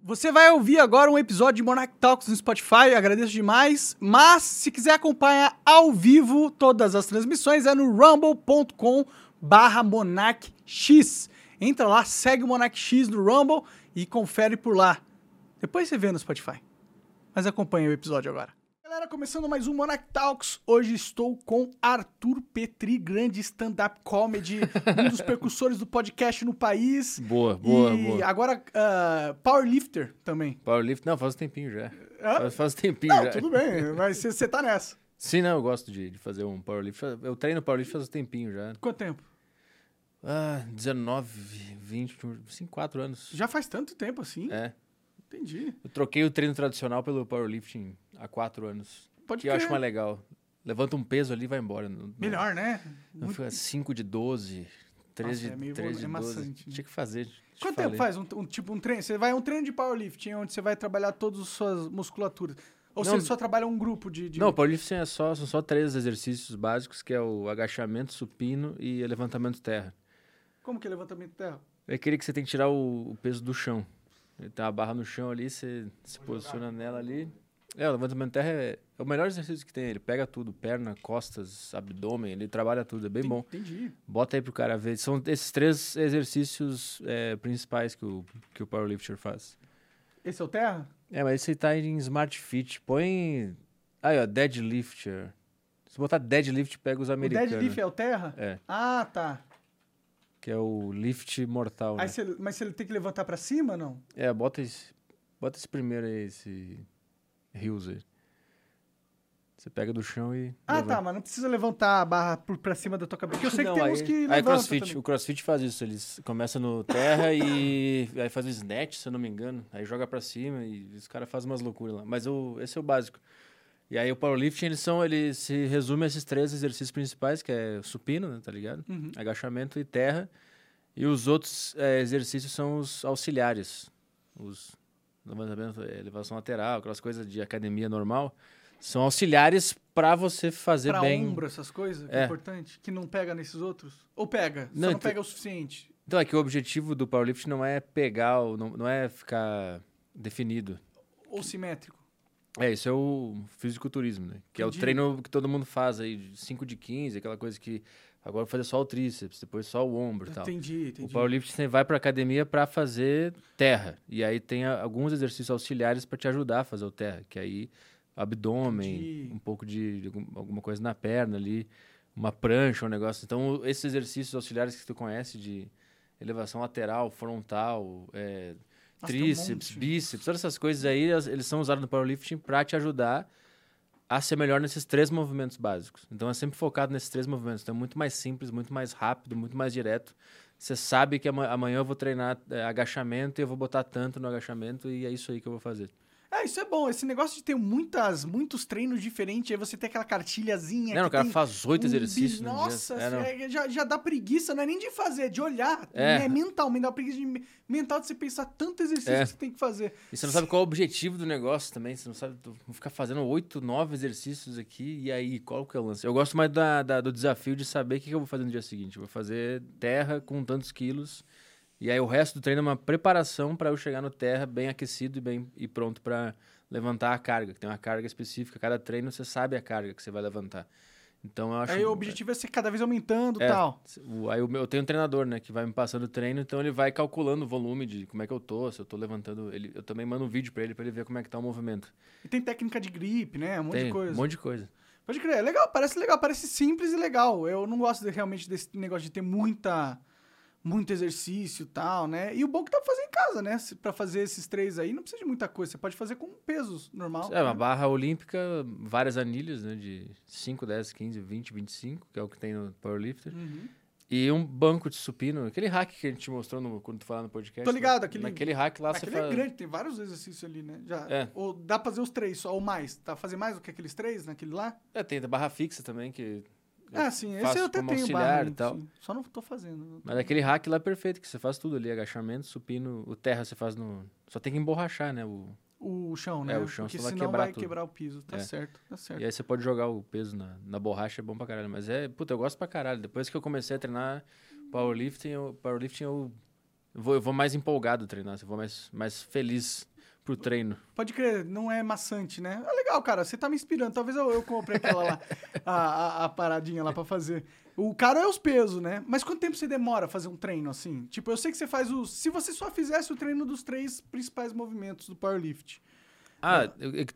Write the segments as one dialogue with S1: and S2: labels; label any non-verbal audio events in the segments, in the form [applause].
S1: Você vai ouvir agora um episódio de Monarch Talks no Spotify, agradeço demais. Mas se quiser acompanhar ao vivo todas as transmissões é no rumble.com barra monarchx. Entra lá, segue o Monarch X no Rumble e confere por lá. Depois você vê no Spotify. Mas acompanha o episódio agora. Galera, começando mais um Monarch Talks. Hoje estou com Arthur Petri, grande stand-up comedy, um dos precursores do podcast no país.
S2: Boa, boa,
S1: e
S2: boa.
S1: agora ah, powerlifter também. É.
S2: Powerlift, não, faz um tempinho já.
S1: Hã?
S2: Faz, faz um tempinho
S1: Não,
S2: já.
S1: tudo bem, mas você tá nessa.
S2: Sim, não, eu gosto de, de fazer um powerlift. Eu treino powerlift faz um tempinho já.
S1: Quanto tempo?
S2: Ah, 19, 20, 5, 4 anos.
S1: Já faz tanto tempo assim?
S2: É.
S1: Entendi.
S2: Eu troquei o treino tradicional pelo powerlifting há 4 anos.
S1: Pode
S2: que eu acho
S1: crer.
S2: mais legal. Levanta um peso ali e vai embora. Não- não-
S1: Melhor, né?
S2: Não fica 5 de 12, 3
S1: Nossa, é
S2: de,
S1: meio
S2: 3 de
S1: é
S2: 12.
S1: maçante, né?
S2: Tinha que fazer. te
S1: Quanto tempo
S2: falei.
S1: faz um, um tipo um treino? Você vai um treino de powerlifting, onde você vai trabalhar todas as suas musculaturas. Ou
S2: Não.
S1: você só trabalha um grupo de. de-
S2: Não, powerlifting é só, são só três exercícios básicos, que é o agachamento, supino e levantamento terra.
S1: Como que é levantamento de terra?
S2: É aquele que você tem que tirar o, o peso do chão. Ele tem uma barra no chão ali, você se posiciona nela ali. É, o levantamento de terra é, é o melhor exercício que tem. Ele pega tudo, perna, costas, abdômen, ele trabalha tudo, é bem bom.
S1: Entendi.
S2: Bota aí pro cara ver. São esses três exercícios é, principais que o, que o powerlifter faz.
S1: Esse é o terra?
S2: É, mas você tá em Smart Fit. Põe. Aí, ó, deadlifter. Se botar deadlift, pega os
S1: O
S2: americanos.
S1: deadlift é o terra?
S2: É.
S1: Ah, tá.
S2: Que é o lift mortal. Né?
S1: Aí você, mas você tem que levantar pra cima, não?
S2: É, bota esse, bota esse primeiro aí, esse Hills aí. Você pega do chão e.
S1: Ah,
S2: levanta.
S1: tá, mas não precisa levantar a barra por, pra cima da tua cabeça. Porque eu sei
S2: Não,
S1: que tem
S2: aí,
S1: uns que
S2: aí
S1: levantam
S2: crossfit,
S1: também.
S2: o crossfit faz isso, eles começam no terra e [laughs] aí faz o snatch, se eu não me engano, aí joga pra cima e os caras fazem umas loucuras lá, mas o, esse é o básico. E aí o powerlifting, eles são, ele se resume a esses três exercícios principais, que é supino, né, tá ligado?
S1: Uhum.
S2: Agachamento e terra. E os outros é, exercícios são os auxiliares, os levantamento, é, elevação lateral, aquelas coisas de academia normal, são auxiliares pra você fazer
S1: Pra
S2: bem.
S1: ombro, essas coisas, que é
S2: É.
S1: importante. Que não pega nesses outros? Ou pega?
S2: Não,
S1: só não
S2: então-
S1: pega o suficiente.
S2: Então, é que o objetivo do powerlifting não é pegar, o- não, não é ficar definido.
S1: Ou simétrico.
S2: É, isso é o fisiculturismo, né? Que é
S1: Entendi.
S2: o treino que todo mundo faz aí, de 5 de 15, aquela coisa que agora vou fazer só o tríceps, depois só o ombro e tal.
S1: Entendi,
S2: O
S1: entendi.
S2: powerlifting você vai pra academia pra fazer terra. E aí tem a- alguns exercícios auxiliares pra te ajudar a fazer o terra, que aí abdômen,
S1: Entendi.
S2: um pouco de, de algum- alguma coisa na perna ali, uma prancha, um negócio. Então, o- esses exercícios auxiliares que tu conhece de elevação lateral, frontal, é,
S1: Nossa, tem um
S2: tríceps,
S1: monte.
S2: bíceps, todas essas coisas aí, as- eles são usados no powerlifting pra te ajudar a ser melhor nesses três movimentos básicos. Então é sempre focado nesses três movimentos. Então é muito mais simples, muito mais rápido, muito mais direto. Você sabe que ama- amanhã eu vou treinar é, agachamento e eu vou botar tanto no agachamento e é isso aí que eu vou fazer.
S1: É, isso é bom. Esse negócio de ter muitas, muitos treinos diferentes, aí você tem aquela cartilhazinha.
S2: não,
S1: que
S2: Né, o cara
S1: tem
S2: faz oito
S1: um
S2: exercícios
S1: bi-
S2: no dia.
S1: Nossa,
S2: É, não.
S1: é, já, já dá preguiça, não é nem de fazer, de olhar.
S2: É.
S1: É mentalmente, dá preguiça de, mental de você pensar tanto exercício
S2: É.
S1: que você tem que fazer.
S2: E você não sabe qual é o objetivo do negócio também. Você não sabe. tu- Vou ficar fazendo oito, nove exercícios aqui. E aí, qual que é o lance? Eu gosto mais da- da- do desafio de saber o que, que eu vou fazer no dia seguinte. Eu vou fazer terra com tantos quilos. E aí, o resto do treino é uma preparação para eu chegar no terra bem aquecido e, bem, e pronto para levantar a carga. Tem uma carga específica. Cada treino você sabe a carga que você vai levantar. Então, eu acho.
S1: Aí o objetivo é ser cada vez aumentando e
S2: É.
S1: tal.
S2: O- aí o meu- eu tenho um treinador, né, que vai me passando o treino, então ele vai calculando o volume de como é que eu tô, se eu tô levantando, ele, eu também mando um vídeo pra ele pra ele ver como é que tá o movimento.
S1: E tem técnica de gripe, né? Um monte
S2: Tem
S1: de coisa.
S2: Um monte de coisa.
S1: Pode crer, é legal, parece legal, parece simples e legal. Eu não gosto de- realmente desse negócio de ter muita muito exercício e tal, né? E o bom que dá pra fazer em casa, né? Se- Pra fazer esses três aí, não precisa de muita coisa. Você pode fazer com pesos normal.
S2: É, uma
S1: né?
S2: barra olímpica, várias anilhas, né, de 5, 10, 15, 20, 25, que é o que tem no powerlifter.
S1: Uhum.
S2: E um banco de supino, aquele hack que a gente te mostrou no- quando tu falava no podcast.
S1: Tô ligado,
S2: né?
S1: aquele-
S2: Naquele hack lá
S1: Aquele
S2: você faz...
S1: é grande, tem vários exercícios ali, né? Já.
S2: É.
S1: Ou dá pra fazer os três só, ou mais. Dá pra fazer mais do que aqueles três naquele lá?
S2: É, tem a barra fixa também, que Eu
S1: Ah, sim, esse
S2: faço
S1: eu até
S2: É como
S1: tenho
S2: auxiliar
S1: barra.
S2: e
S1: né?
S2: tal.
S1: Sim. Só não tô fazendo.
S2: Mas aquele hack lá é perfeito, que você faz tudo ali, agachamento, supino, o terra você faz no... Só tem que emborrachar, né, o...
S1: O chão,
S2: É,
S1: né?
S2: o chão,
S1: Porque
S2: você vai
S1: senão
S2: quebrar
S1: vai
S2: tudo.
S1: quebrar o piso. Tá
S2: É.
S1: certo, tá certo.
S2: E aí você pode jogar o peso na, na borracha, é bom pra caralho. Mas é, puta, eu gosto pra caralho. Depois que eu comecei a treinar powerlifting, eu, powerlifting eu, eu vou, eu vou mais empolgado treinar, eu vou mais, mais feliz. pro treino.
S1: Pode crer, não é maçante, né? É legal, cara, você tá me inspirando. Talvez eu, eu compre aquela lá, a, a- a paradinha lá pra fazer. O caro é os pesos, né? Mas quanto tempo você demora a fazer um treino assim? Tipo, eu sei que você faz o. Se você só fizesse o treino dos três principais movimentos do powerlift.
S2: Ah, eu, eu-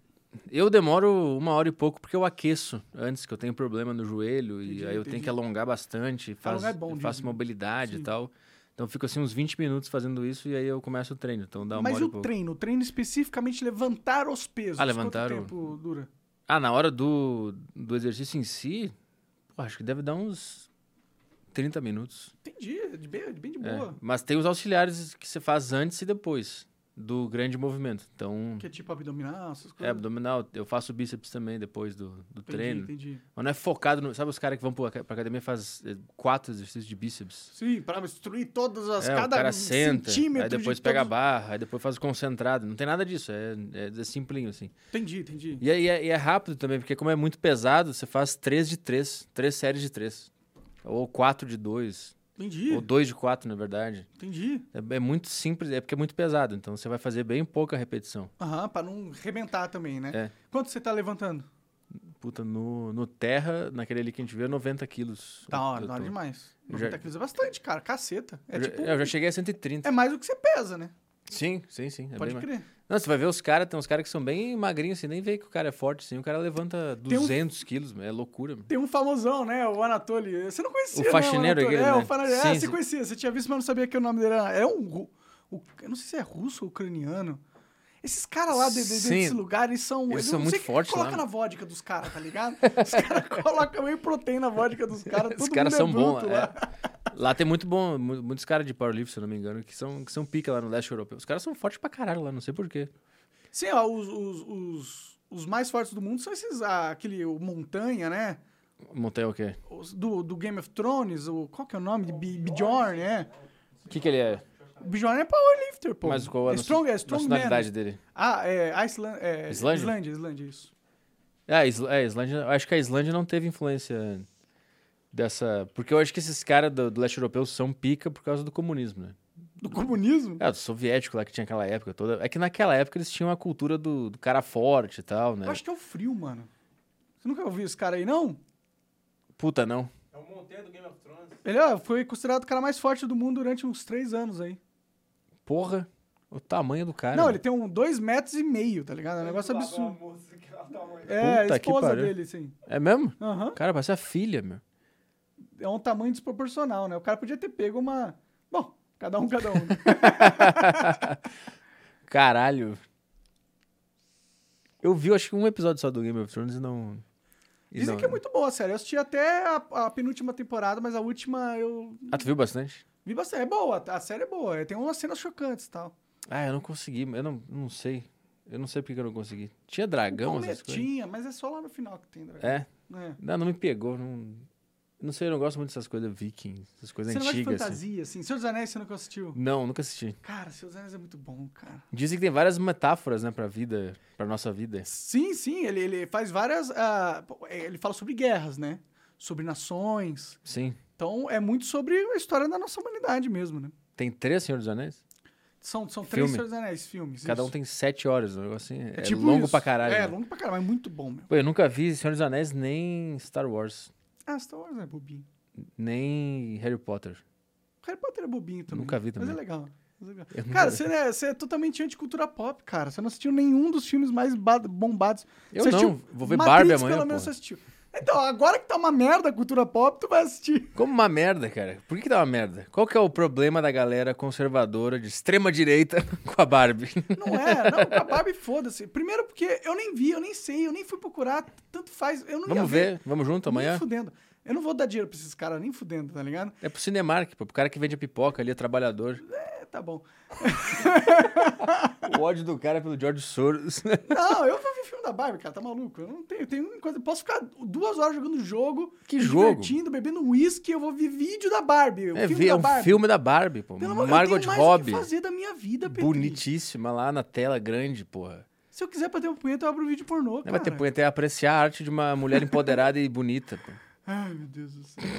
S2: eu demoro uma hora e pouco porque eu aqueço antes, que eu tenho problema no joelho
S1: Entendi,
S2: e aí eu
S1: entendi.
S2: tenho que alongar bastante, faço,
S1: Alongar é bom,
S2: eu faço
S1: dizem.
S2: mobilidade
S1: Sim.
S2: e tal. Então eu fico assim uns 20 minutos fazendo isso e aí eu começo o treino. Então dá uma
S1: Mas
S2: hora
S1: o
S2: e pouco.
S1: treino, o treino especificamente levantar os pesos.
S2: Ah, levantar o-
S1: Quanto tempo dura?
S2: Ah, na hora do, do exercício em si, pô, acho que deve dar uns 30 minutos.
S1: Entendi, é de bem, de bem de
S2: É,
S1: boa.
S2: Mas tem os auxiliares que você faz antes e depois do grande movimento. Então,
S1: Que é tipo abdominal, essas
S2: é
S1: coisas.
S2: abdominal, eu faço bíceps também depois do, do
S1: entendi,
S2: treino.
S1: entendi.
S2: Mas não é focado no. Sabe os caras que vão pro- pra academia e fazem quatro exercícios de bíceps?
S1: Sim, pra destruir todas as.
S2: é, o
S1: cada
S2: cara senta,
S1: centímetro.
S2: aí depois
S1: de
S2: pega a
S1: todos-
S2: barra, aí depois faz o concentrado. Não tem nada disso, é, é, é simplinho assim.
S1: Entendi, entendi.
S2: E, aí é, e é rápido também, porque como é muito pesado, você faz três de três, três séries de três. Ou quatro de dois,
S1: Entendi,
S2: ou dois de quatro, na verdade.
S1: entendi.
S2: É, é muito simples, é porque é muito pesado, então você vai fazer bem pouca repetição.
S1: Aham, pra não arrebentar também, né?
S2: É.
S1: Quanto você tá levantando?
S2: Puta, no, no terra, naquele ali que a gente vê, 90 quilos.
S1: Da hora,
S2: Eu
S1: da hora
S2: tô-
S1: demais.
S2: Eu
S1: 90
S2: já-
S1: quilos é bastante, cara. Caceta. É
S2: eu já-
S1: tipo.
S2: eu já cheguei a 130.
S1: É mais do que você pesa, né?
S2: Sim, sim, sim. é
S1: Pode
S2: bem mais.
S1: crer.
S2: Não, você vai ver os caras, tem uns caras que são bem magrinhos, assim, nem vê que o cara é forte, assim. O cara levanta
S1: um-
S2: 200 quilos, é loucura. meu.
S1: Tem um famosão, né? O Anatoly. Você não conhecia,
S2: O
S1: né,
S2: faxineiro
S1: Anatoly?
S2: aquele,
S1: É,
S2: né?
S1: o faxineiro.
S2: Sim,
S1: Ah, você
S2: sim.
S1: conhecia. Você tinha visto, mas não sabia que o nome dele era... É um... ru- o- Eu não sei se é russo ou ucraniano. Esses caras lá de, de-
S2: Sim.
S1: desse lugar, eles são...
S2: Eles
S1: eu
S2: são
S1: não
S2: muito
S1: sei o que que
S2: fortes lá,
S1: coloca
S2: né?
S1: na vodka dos caras, tá ligado? Os [laughs] caras colocam whey protein na vodka dos caras.
S2: Os
S1: todo
S2: caras
S1: mundo
S2: são
S1: é
S2: bons.
S1: bruto
S2: é.
S1: lá.
S2: Lá tem muito bom, mu- muitos caras de powerlift, se eu não me engano, que são, que são pica lá no leste europeu. Os caras são fortes pra caralho lá, não sei porquê.
S1: Sim, ó, os, os, os, os mais fortes do mundo são esses... ah, aquele o Montanha, né?
S2: Montanha o quê?
S1: Os do, do Game of Thrones. O, qual que é o nome? Bi- Bjorn, é.
S2: O que, que ele é?
S1: O Bjorn é powerlifter, pô.
S2: Mas qual é a
S1: é
S2: nacio-
S1: strong, é strong
S2: nacionalidade dele?
S1: Ah, é, Islândia, é
S2: Islândia?
S1: Islândia, Islândia, isso.
S2: É, a Isla- é, a Islândia. eu Acho que a Islândia não teve influência dessa. Porque eu acho que esses caras do, do leste europeu são pica por causa do comunismo, né?
S1: Do comunismo?
S2: É, do soviético lá que tinha aquela época toda. É que naquela época eles tinham a cultura do, do cara forte e tal, né?
S1: Eu acho que é o frio, mano. Você nunca ouviu esse cara aí, não?
S2: Puta, não.
S3: É o Montanha do Game of Thrones.
S1: Ele ó, foi considerado o cara mais forte do mundo durante uns três anos aí.
S2: Porra, o tamanho do cara.
S1: não,
S2: mano.
S1: ele tem um dois metros e meio, tá ligado? É um negócio
S3: Lá, uma
S1: absurdo.
S3: moça que ela tá morrendo.
S1: É,
S2: Puta
S1: a
S2: que
S1: esposa
S2: pariu.
S1: dele, sim.
S2: É mesmo?
S1: Aham.
S2: Cara, parece a filha, meu.
S1: É um tamanho desproporcional, né? O cara podia ter pego uma... Bom, cada um, cada um.
S2: Caralho. Eu vi, acho que um episódio só do Game of Thrones e não. [laughs] e
S1: Dizem
S2: não- né?
S1: que é muito boa, sério. Eu assisti até a, a penúltima temporada, mas a última eu
S2: Ah, tu viu bastante?
S1: vi bastante. É boa, a série é boa. Tem umas cenas chocantes e tal.
S2: Ah, eu não consegui, eu não, não sei. Eu não sei porque que eu não consegui.
S1: Um
S2: Tinha dragão,
S1: Bom,
S2: essas coisas.
S1: tinha, mas é só lá no final que tem dragão.
S2: É?
S1: É.
S2: Não, não me pegou. Não, não sei, eu não gosto muito dessas coisas vikings, essas coisas
S1: Você não gosta de
S2: antigas. assim.
S1: fantasia, assim. Senhor dos Anéis, você nunca assistiu?
S2: Não, nunca assisti.
S1: Cara, Senhor dos Anéis é muito bom, cara.
S2: Dizem que tem várias metáforas, né, pra vida, pra nossa vida.
S1: Sim, sim, ele, ele faz várias. ah, pô, é, ele fala sobre guerras, né? Sobre nações.
S2: Sim.
S1: Então é muito sobre a história da nossa humanidade mesmo, né?
S2: Tem três Senhor dos Anéis?
S1: São, são três
S2: Filme.
S1: Senhor dos Anéis filmes.
S2: Cada um
S1: isso.
S2: tem sete horas, um negócio assim. É,
S1: tipo
S2: longo
S1: isso.
S2: pra caralho.
S1: É,
S2: né?
S1: longo pra caralho, mas muito bom, meu.
S2: Pô, eu nunca vi Senhor dos Anéis nem Star Wars,
S1: Ah, Star Wars é bobinho.
S2: nem Harry Potter.
S1: Harry Potter é bobinho também.
S2: Nunca vi
S1: Mas é
S2: também.
S1: legal. Mas é legal.
S2: Eu nunca
S1: Cara,
S2: vi.
S1: você, né, você é totalmente anticultura pop, cara. Você não assistiu nenhum dos filmes mais ba- bombados.
S2: Eu
S1: você
S2: não,
S1: assistiu
S2: vou ver
S1: Matrix,
S2: Barbie amanhã,
S1: pelo menos
S2: pô.
S1: você assistiu. Então, agora que tá uma merda a cultura pop, tu vai assistir.
S2: Como uma merda, cara. Por que, que dá uma merda? Qual que é o problema da galera conservadora de extrema direita [laughs] com a Barbie?
S1: Não é, não, com a Barbie, foda-se. Primeiro porque eu nem vi, eu nem sei, eu nem fui procurar, tanto faz. Eu não ia
S2: Vamos ver, vamos junto
S1: Nem
S2: amanhã?
S1: fudendo. Eu não vou dar dinheiro pra esses caras, nem fudendo, tá ligado?
S2: É pro Cinemark, pô, pro cara que vende a pipoca ali, é trabalhador.
S1: É, tá bom.
S2: O ódio do cara é pelo
S1: [laughs]
S2: George Soros.
S1: Não, eu vou ver filme da Barbie, cara, tá maluco? Eu não tenho, tenho coisa. Posso ficar duas horas jogando jogo,
S2: Que
S1: me
S2: jogo?
S1: divertindo, bebendo uísque, eu vou ver vídeo da Barbie.
S2: É,
S1: filme
S2: vi- é
S1: da
S2: um
S1: Barbie.
S2: filme da Barbie, pô.
S1: Pelo amor de
S2: Margot
S1: Deus, eu tenho mais o que
S2: Robbie.
S1: fazer da minha vida, Pedro.
S2: Bonitíssima lá na tela grande, porra.
S1: Se eu quiser bater um punheta, eu abro um vídeo pornô,
S2: Não
S1: cara.
S2: vai ter punho até apreciar a arte de uma mulher empoderada e bonita, pô.
S1: Ai, meu Deus do céu. [laughs]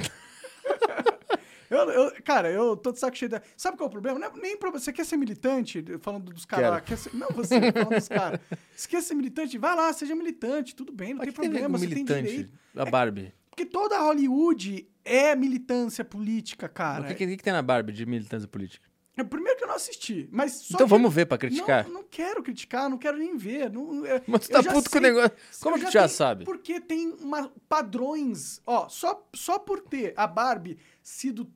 S1: Eu, eu- cara, eu tô de saco cheio da. Sabe qual é o problema? Não é nem problema. Você quer ser militante? Falando dos caras
S2: Quero.
S1: lá. quer ser- Não, você falando dos caras. Você quer ser militante? Vai lá, seja militante. Tudo bem, não tem
S2: Mas que tem a ver
S1: problema.
S2: com
S1: Você tem
S2: militante
S1: direito.
S2: da Barbie.
S1: Porque toda Hollywood é militância política, cara.
S2: o que, que- que tem na Barbie de militância política?
S1: É, Primeiro que eu não assisti, mas só
S2: então
S1: de-
S2: vamos ver pra criticar.
S1: Não, não quero criticar, não quero nem ver. Não, é-
S2: [laughs] Mas tu
S1: eu
S2: tá
S1: já
S2: puto com
S1: sei.
S2: o negócio. Como
S1: Eu
S2: que tu já
S1: tenho-
S2: sabe?
S1: Porque tem uma, padrões. Ó, só, só por ter a Barbie sido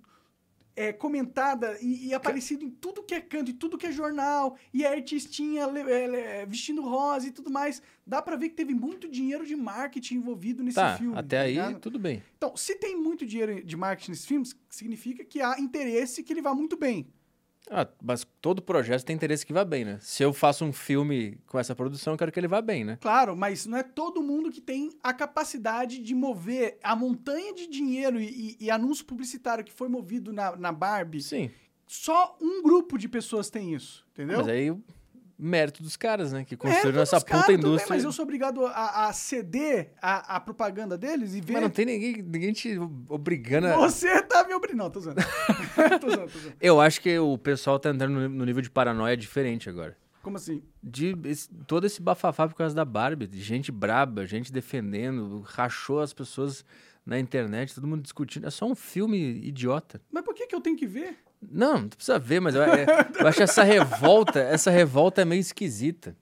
S1: é, comentada e, e aparecido em tudo que é canto, em tudo que é jornal, e a artistinha le- é, le- é, vestindo rosa e tudo mais, dá pra ver que teve muito dinheiro de marketing envolvido nesse
S2: Tá,
S1: filme.
S2: até
S1: tá
S2: aí
S1: ligado?
S2: tudo bem.
S1: Então, se tem muito dinheiro de marketing nesses filmes, significa que há interesse que ele vá muito bem.
S2: Ah, mas todo projeto tem interesse que vá bem, né? Se eu faço um filme com essa produção, eu quero que ele vá bem, né?
S1: Claro, mas não é todo mundo que tem a capacidade de mover a montanha de dinheiro e, e- e anúncio publicitário que foi movido na, na Barbie.
S2: Sim.
S1: Só um grupo de pessoas tem isso, entendeu?
S2: Mas aí o mérito dos caras, né? Que
S1: É,
S2: construíram
S1: todos
S2: essa
S1: os caras,
S2: puta
S1: tudo bem,
S2: indústria.
S1: mas eu sou obrigado a, a ceder a, a propaganda deles e ver.
S2: Mas não tem né? ninguém, ninguém te obrigando a.
S1: Você tá me obrigando. Não, tô zoando. [laughs] tô zoando, tô zoando.
S2: Eu acho que o pessoal tá entrando no- no nível de paranoia diferente agora.
S1: Como assim?
S2: De esse- todo esse bafafá por causa da Barbie, de gente braba, gente defendendo, rachou as pessoas na internet, todo mundo discutindo. É só um filme idiota.
S1: Mas por que, que eu tenho que ver?
S2: Não, não precisa ver, mas eu, é- eu acho essa revolta, essa revolta é meio esquisita.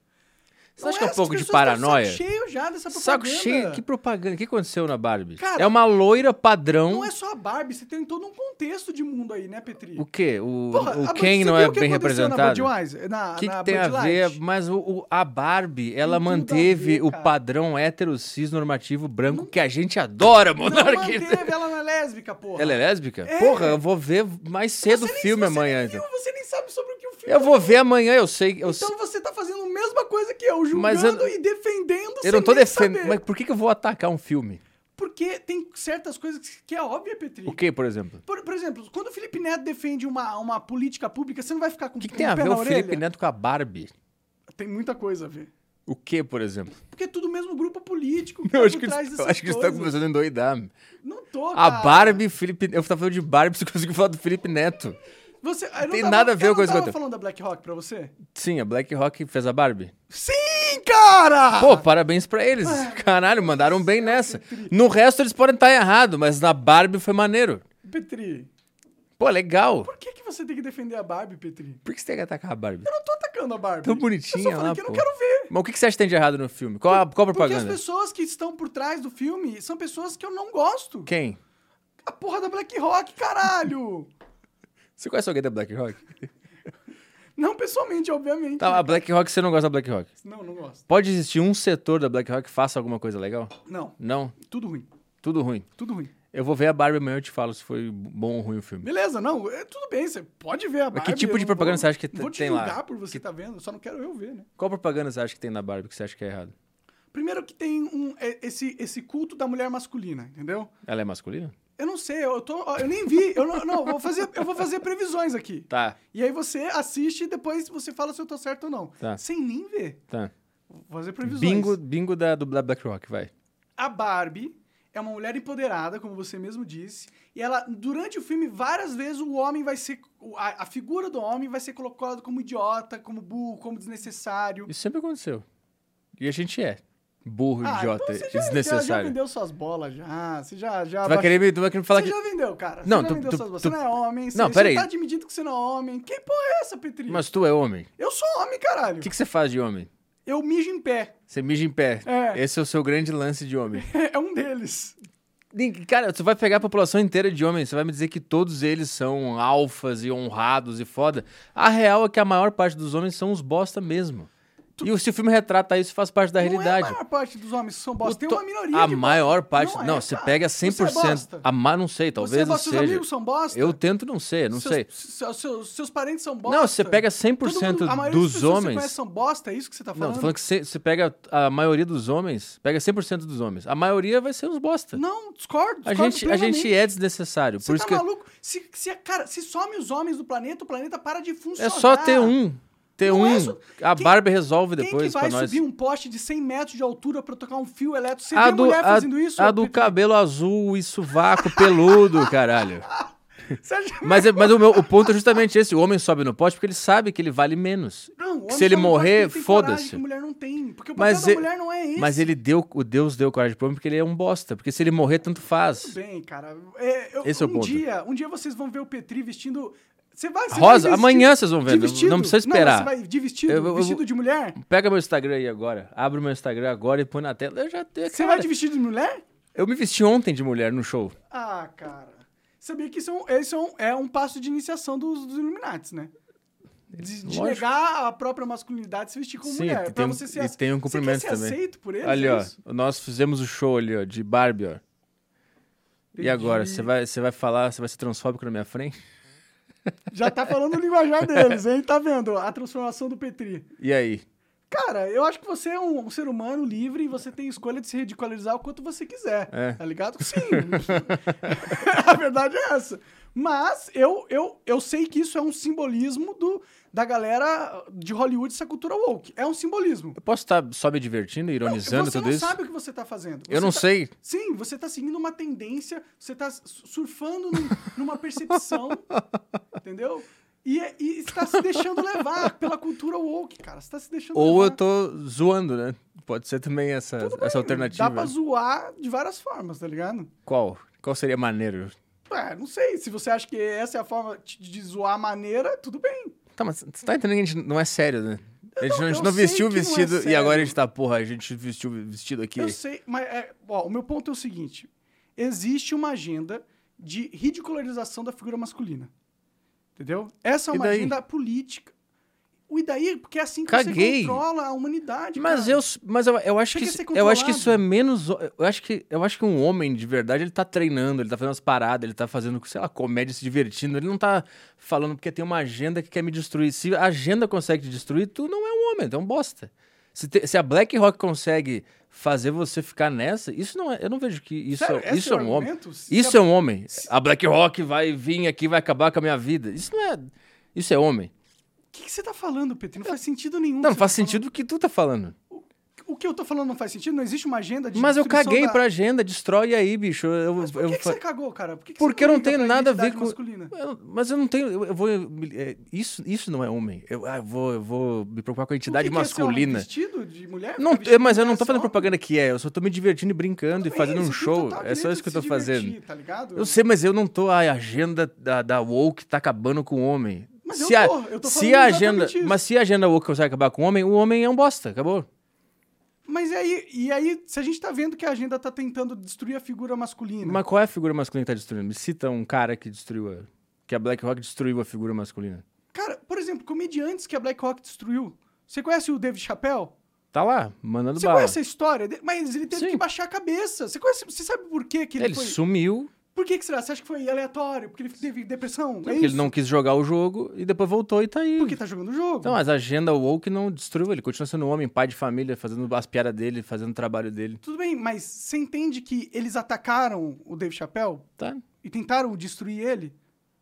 S2: Você
S1: Não
S2: acha que é um
S1: as
S2: pouco de
S1: pessoas tão
S2: paranoia?
S1: Saco cheio já dessa
S2: Saco
S1: propaganda.
S2: cheio, que propaganda? O que aconteceu na Barbie?
S1: Cara,
S2: é uma loira padrão.
S1: Não é só a Barbie, você tem todo um contexto de mundo aí, né, Petri?
S2: O quê? O,
S1: Porra, a
S2: o
S1: Bud-
S2: Ken
S1: você
S2: não
S1: viu
S2: é
S1: o que
S2: bem
S1: aconteceu
S2: representado?
S1: Na Budweiser, na,
S2: O que,
S1: Ah, na
S2: que tem a
S1: Bud
S2: ver?
S1: Light?
S2: Mas o, o- a Barbie,
S1: tudo
S2: ela
S1: a
S2: manteve
S1: ver,
S2: o
S1: cara.
S2: padrão hétero cis normativo branco que a gente adora,
S1: Não
S2: Monark.
S1: manteve, ela não é lésbica, porra.
S2: Ela é lésbica?
S1: É.
S2: Porra, eu vou ver mais cedo o
S1: nem-
S2: filme
S1: você
S2: amanhã.
S1: nem
S2: então.
S1: viu, Você nem sabe sobre o que o filme
S2: Eu vou
S1: é.
S2: ver amanhã, eu sei. Eu, sei-
S1: Então você tá fazendo a mesma coisa que eu, julgando
S2: Mas eu-
S1: e defendendo
S2: eu
S1: sem
S2: não tô
S1: nem
S2: defendendo.
S1: saber.
S2: Mas por que, que eu vou atacar um filme?
S1: Porque tem certas coisas que- que é óbvia, Petri.
S2: O que, por exemplo?
S1: Por, por exemplo, quando o Felipe Neto defende uma, uma política pública, você não vai ficar com
S2: O que, que
S1: com
S2: tem
S1: o
S2: a
S1: um pé
S2: ver
S1: na
S2: o
S1: orelha?
S2: Felipe Neto com a Barbie?
S1: Tem muita coisa a ver.
S2: O que, por exemplo?
S1: Porque é tudo o mesmo grupo político que
S2: Eu
S1: tá
S2: acho
S1: por
S2: que,
S1: trás
S2: eu
S1: dessas
S2: acho que você tá
S1: coisas.
S2: começando a endoidar.
S1: Não tô,
S2: A
S1: cara.
S2: Barbie, Felipe. Eu tava falando de Barbie, [laughs] você conseguiu falar do Felipe Neto.
S1: Você, eu não
S2: Tem
S1: tava-
S2: nada a ver
S1: eu
S2: com
S1: não
S2: isso que eu
S1: tava
S2: tô-
S1: falando da Black Rock pra você?
S2: Sim, a BlackRock fez a Barbie.
S1: Sim, cara!
S2: [laughs] Pô, parabéns
S1: [laughs]
S2: pra eles. Caralho, mandaram bem nessa. No resto eles podem estar errado, mas na Barbie foi maneiro.
S1: Petri,
S2: Pô, legal.
S1: por que, que você tem que defender a Barbie, Petri?
S2: Por que você tem que atacar a Barbie?
S1: Eu não tô atacando a Barbie.
S2: Tão bonitinha
S1: Eu só falei
S2: lá,
S1: que eu
S2: pô.
S1: não quero ver.
S2: Mas o que que você acha que tem de errado no filme? Qual a, qual a
S1: Porque as
S2: propaganda?
S1: pessoas que estão por trás do filme são pessoas que eu não gosto.
S2: Quem?
S1: A porra da Black Rock,
S2: [laughs]
S1: caralho!
S2: Você conhece alguém da BlackRock?
S1: não pessoalmente, obviamente.
S2: Tá, a BlackRock, você não gosta da BlackRock.
S1: Não, não gosto.
S2: Pode existir um setor da BlackRock que faça alguma coisa legal?
S1: Não,
S2: Não,
S1: tudo ruim.
S2: tudo ruim.
S1: Tudo ruim.
S2: Eu vou ver a Barbie amanhã e eu te falo se foi bom ou ruim o filme.
S1: Beleza, não, é, tudo bem, você pode ver a
S2: Mas
S1: Barbie.
S2: que tipo
S1: eu
S2: de
S1: não
S2: propaganda
S1: vou-
S2: você acha que
S1: Vou te
S2: tem lá?
S1: julgar por você tá vendo, só não quero eu ver, né?
S2: Qual propaganda você acha que tem na Barbie que você acha que é errado?
S1: Primeiro que tem um, é, esse, esse culto da mulher masculina, entendeu?
S2: Ela é masculina?
S1: Eu não sei, eu, tô, ó, eu nem vi. Eu não, não, eu vou fazer, eu vou fazer previsões aqui.
S2: Tá,
S1: E aí você assiste e depois você fala se eu tô certo ou não.
S2: Tá.
S1: Sem nem ver.
S2: tá.
S1: Vou fazer previsões.
S2: Bingo, bingo da, do- da BlackRock, vai.
S1: A Barbie é uma mulher empoderada, como você mesmo disse, e ela, durante o filme, várias vezes o homem vai ser. o- A, a figura do homem vai ser colocada como idiota, como burro, como desnecessário.
S2: Isso sempre aconteceu. E a gente é. Burro,
S1: Ah,
S2: idiota,
S1: então você já- Já, já
S2: desnecessário.
S1: vendeu suas bolas já. Você já. já
S2: tu, vai
S1: baixou-
S2: querer me, tu vai querer me falar
S1: você
S2: que.
S1: já vendeu, cara.
S2: Não,
S1: você já
S2: tu-
S1: vendeu
S2: tu-
S1: suas...
S2: tu-
S1: Você não é homem. Você,
S2: Não,
S1: você
S2: peraí.
S1: tá admitindo que você não é homem. Que porra é essa, Petri?
S2: Mas tu é homem.
S1: Eu sou homem, caralho.
S2: O que, que você faz de homem?
S1: Eu mijo em pé. [laughs]
S2: Você mija em pé.
S1: É.
S2: Esse é o seu grande lance de homem.
S1: é um deles.
S2: Nin- Cara, tu vai pegar a população inteira de homens, você vai me dizer que todos eles são alfas e honrados e foda. A real é que a maior parte dos homens são uns bosta mesmo. E o- se o filme retrata isso, faz parte da realidade.
S1: Não é a maior parte dos homens que são
S2: O
S1: bosta. Tem
S2: to-
S1: uma minoria
S2: A
S1: de
S2: maior parte.
S1: Não
S2: Não,
S1: é,
S2: você
S1: cara.
S2: pega
S1: Você é
S2: 100%.
S1: bosta.
S2: a ma... Não sei,
S1: você é
S2: talvez não
S1: bosta, seus
S2: seja.
S1: amigos são bosta?
S2: Eu tento não ser, não
S1: Seus-
S2: sei.
S1: se- Seus, seus parentes são bosta?
S2: Não, você pega
S1: Todo
S2: 100%
S1: mundo- a maioria das
S2: dos
S1: pessoas que você
S2: homens.
S1: conhece são bosta? É isso que você tá falando?
S2: Não, tô falando que você você pega a maioria dos homens, pega 100% dos homens. A maioria vai ser uns bosta.
S1: Não, discordo. discordo
S2: a, gente, a gente
S1: plenamente.
S2: é desnecessário.
S1: Você tá
S2: por isso que
S1: maluco? Se, se, cara, se some os homens do planeta, o planeta para de funcionar.
S2: é só ter um. Ter
S1: Não
S2: um.
S1: é só-
S2: A
S1: Quem-
S2: Barbie resolve
S1: Quem que
S2: depois
S1: vai
S2: pra nós.
S1: subir um poste de 100 metros de altura pra tocar um fio elétrico? Você
S2: a
S1: vê
S2: do,
S1: mulher
S2: a,
S1: fazendo isso?
S2: a do
S1: Petri?
S2: cabelo azul e sovaco peludo, caralho.
S1: Você acha...
S2: Mas, é- mas o, meu, o ponto é justamente esse. O homem sobe no pote porque ele sabe que ele vale menos.
S1: Não, homem
S2: se ele
S1: só não pode
S2: morrer,
S1: porque tem coragem
S2: foda-se.
S1: que mulher não tem. Porque o papel
S2: Mas
S1: da
S2: e-
S1: mulher não é esse.
S2: Mas ele deu, o Deus deu coragem pro homem porque ele é um bosta. Porque se ele morrer, tanto
S1: Tudo
S2: faz.
S1: bem, cara. É, eu-
S2: Esse é o
S1: um
S2: ponto.
S1: Dia, um dia vocês vão ver o Petri vestindo... Você vai, você vai
S2: Rosa,
S1: vesti-
S2: amanhã vocês vão ver.
S1: de
S2: não-
S1: vestido.
S2: Não precisa
S1: você
S2: esperar.
S1: vai de vestido,
S2: Eu- eu- eu-
S1: vestido de mulher?
S2: Pega meu Instagram aí agora. Abre o meu Instagram agora e põe na tela. Eu já tenho.
S1: Você
S2: cara,
S1: vai de vestido de mulher?
S2: Eu me vesti ontem de mulher no show.
S1: Ah, cara. Sabia que isso é um, isso é um, é um passo de iniciação dos, dos Illuminates, né? De, de
S2: Lógico.
S1: negar a própria masculinidade e se vestir como
S2: Sim,
S1: mulher.
S2: e
S1: pra
S2: tem um-
S1: você ser
S2: e
S1: ace-
S2: tem um
S1: Você quer
S2: cumprimento
S1: ser
S2: também.
S1: aceito por eles?
S2: Ali,
S1: é
S2: ó.
S1: isso?
S2: Nós fizemos o show ali, ó, de Barbie, ó. E agora?
S1: Entendi.
S2: Você vai, você vai falar, você vai ser transfóbico na minha frente?
S1: Já tá falando o linguajar deles, hein? Tá vendo a transformação do Petri.
S2: E aí?
S1: Cara, eu acho que você é um, um ser humano livre e você tem escolha de se ridicularizar o quanto você quiser.
S2: É.
S1: Tá ligado? Sim. [laughs] a verdade é essa. Mas eu, eu, eu sei que isso é um simbolismo do, da galera de Hollywood, essa cultura woke. É um simbolismo.
S2: Eu posso estar só me divertindo, ironizando
S1: você
S2: Tá tudo
S1: não
S2: isso?
S1: sabe o que você tá fazendo.
S2: eu não
S1: sei.
S2: sei.
S1: Sim, você tá seguindo uma tendência, você tá su- surfando num- numa
S2: [laughs]
S1: percepção, entendeu? E, é, e está se deixando levar pela cultura woke, cara. Você tá se deixando
S2: Ou
S1: levar.
S2: eu tô zoando, né? Pode ser também essa, essa alternativa. né?
S1: Dá pra zoar de várias formas, tá ligado?
S2: Qual? Qual seria maneiro?
S1: Ué, não sei. Se você acha que essa é a forma de, de zoar maneira, tudo bem.
S2: Tá, mas você tá entendendo que a gente não é sério, né? A gente não, a gente
S1: eu
S2: não
S1: sei
S2: vestiu o
S1: que não é
S2: vestido e
S1: sério.
S2: agora a gente tá, porra, a gente vestiu o vestido aqui.
S1: Eu sei, mas é, ó, o meu ponto é o seguinte: existe uma agenda de ridicularização da figura masculina. Entendeu? Essa é
S2: E
S1: uma
S2: daí?
S1: agenda política. O e daí? Porque é assim que
S2: Caguei.
S1: você controla a humanidade.
S2: Mas
S1: cara.
S2: eu, mas eu, eu acho
S1: tá. Você quer
S2: que isso-
S1: ser
S2: eu acho que
S1: controlado?
S2: isso é menos, eu acho que eu acho que um homem de verdade ele tá treinando, ele tá fazendo as paradas, ele tá fazendo, sei lá, comédia, se divertindo, ele não tá falando porque tem uma agenda que quer me destruir. Se a agenda consegue te destruir, tu não é um homem, tu é um bosta. Se, te- se a Black Rock consegue fazer você ficar nessa, isso não é, eu não vejo que isso,
S1: Sério,
S2: é-
S1: esse
S2: isso é
S1: o
S2: um homem.
S1: argumento? Se
S2: Isso
S1: a-
S2: é um homem. A Black Rock vai vir aqui, vai acabar com a minha vida. Isso não é, isso é homem.
S1: O que, que você tá falando, Petri? Não faz sentido nenhum.
S2: Não,
S1: que você
S2: faz
S1: tá falando.
S2: sentido o que tu tá falando.
S1: O que eu tô falando não faz sentido? Não existe uma agenda de.
S2: Mas eu
S1: destruição
S2: caguei
S1: da...
S2: pra agenda, destrói aí, bicho. Eu,
S1: Por
S2: eu
S1: que, que
S2: fa-
S1: você cagou, cara? Por que que
S2: Porque
S1: você
S2: eu não
S1: liga
S2: tenho
S1: pra
S2: nada a ver
S1: identidade
S2: com-
S1: masculina?
S2: Eu- mas eu não tenho. Eu, eu vou. é, Isso, isso não é homem. Eu, ah, eu vou, eu vou me preocupar com a
S1: O
S2: entidade
S1: que que é ser homem?
S2: masculina.
S1: Vestido de mulher?
S2: Não,
S1: Vestido de
S2: mas eu não
S1: mulher
S2: tô
S1: é
S2: fazendo
S1: só homem?
S2: propaganda que é. Eu só tô me divertindo e brincando e
S1: Tudo
S2: fazendo
S1: bem,
S2: um
S1: você tem
S2: show.
S1: total
S2: É só
S1: direito
S2: isso que eu
S1: de
S2: tô
S1: tá se
S2: fazendo.
S1: divertir, tá ligado?
S2: Eu sei, mas eu não tô. A agenda da, da woke tá acabando com o homem.
S1: Mas
S2: se
S1: eu
S2: a,
S1: tô, eu tô
S2: se
S1: falando
S2: a
S1: exatamente
S2: agenda,
S1: isso.
S2: Mas se a agenda woke consegue acabar com o homem, o homem é um bosta. Acabou.
S1: Mas e aí, e aí, se a gente tá vendo que a agenda tá tentando destruir a figura masculina,
S2: Mas qual é a figura masculina que tá destruindo? Me cita um cara que destruiu a... Que a Black Rock destruiu a figura masculina.
S1: cara, por exemplo, comediantes que a Black Hawk destruiu. Você conhece o David Chappelle?
S2: Tá lá, mandando
S1: Você
S2: bala.
S1: conhece a história dele? Mas ele teve
S2: Sim.
S1: que baixar a cabeça. Você, conhece, você sabe por que que ele,
S2: Ele
S1: foi... É
S2: sumiu,
S1: Por que que será? Você acha que foi aleatório? Porque ele teve depressão? É
S2: porque ele
S1: isso?
S2: não quis jogar o jogo e depois voltou e tá aí.
S1: Porque tá jogando o jogo.
S2: Então, mas a agenda woke não destruiu ele. Continua sendo um homem, pai de família, fazendo as piadas dele, fazendo o trabalho dele.
S1: Tudo bem, mas você entende que eles atacaram o David Chappelle
S2: Tá?
S1: e tentaram destruir ele?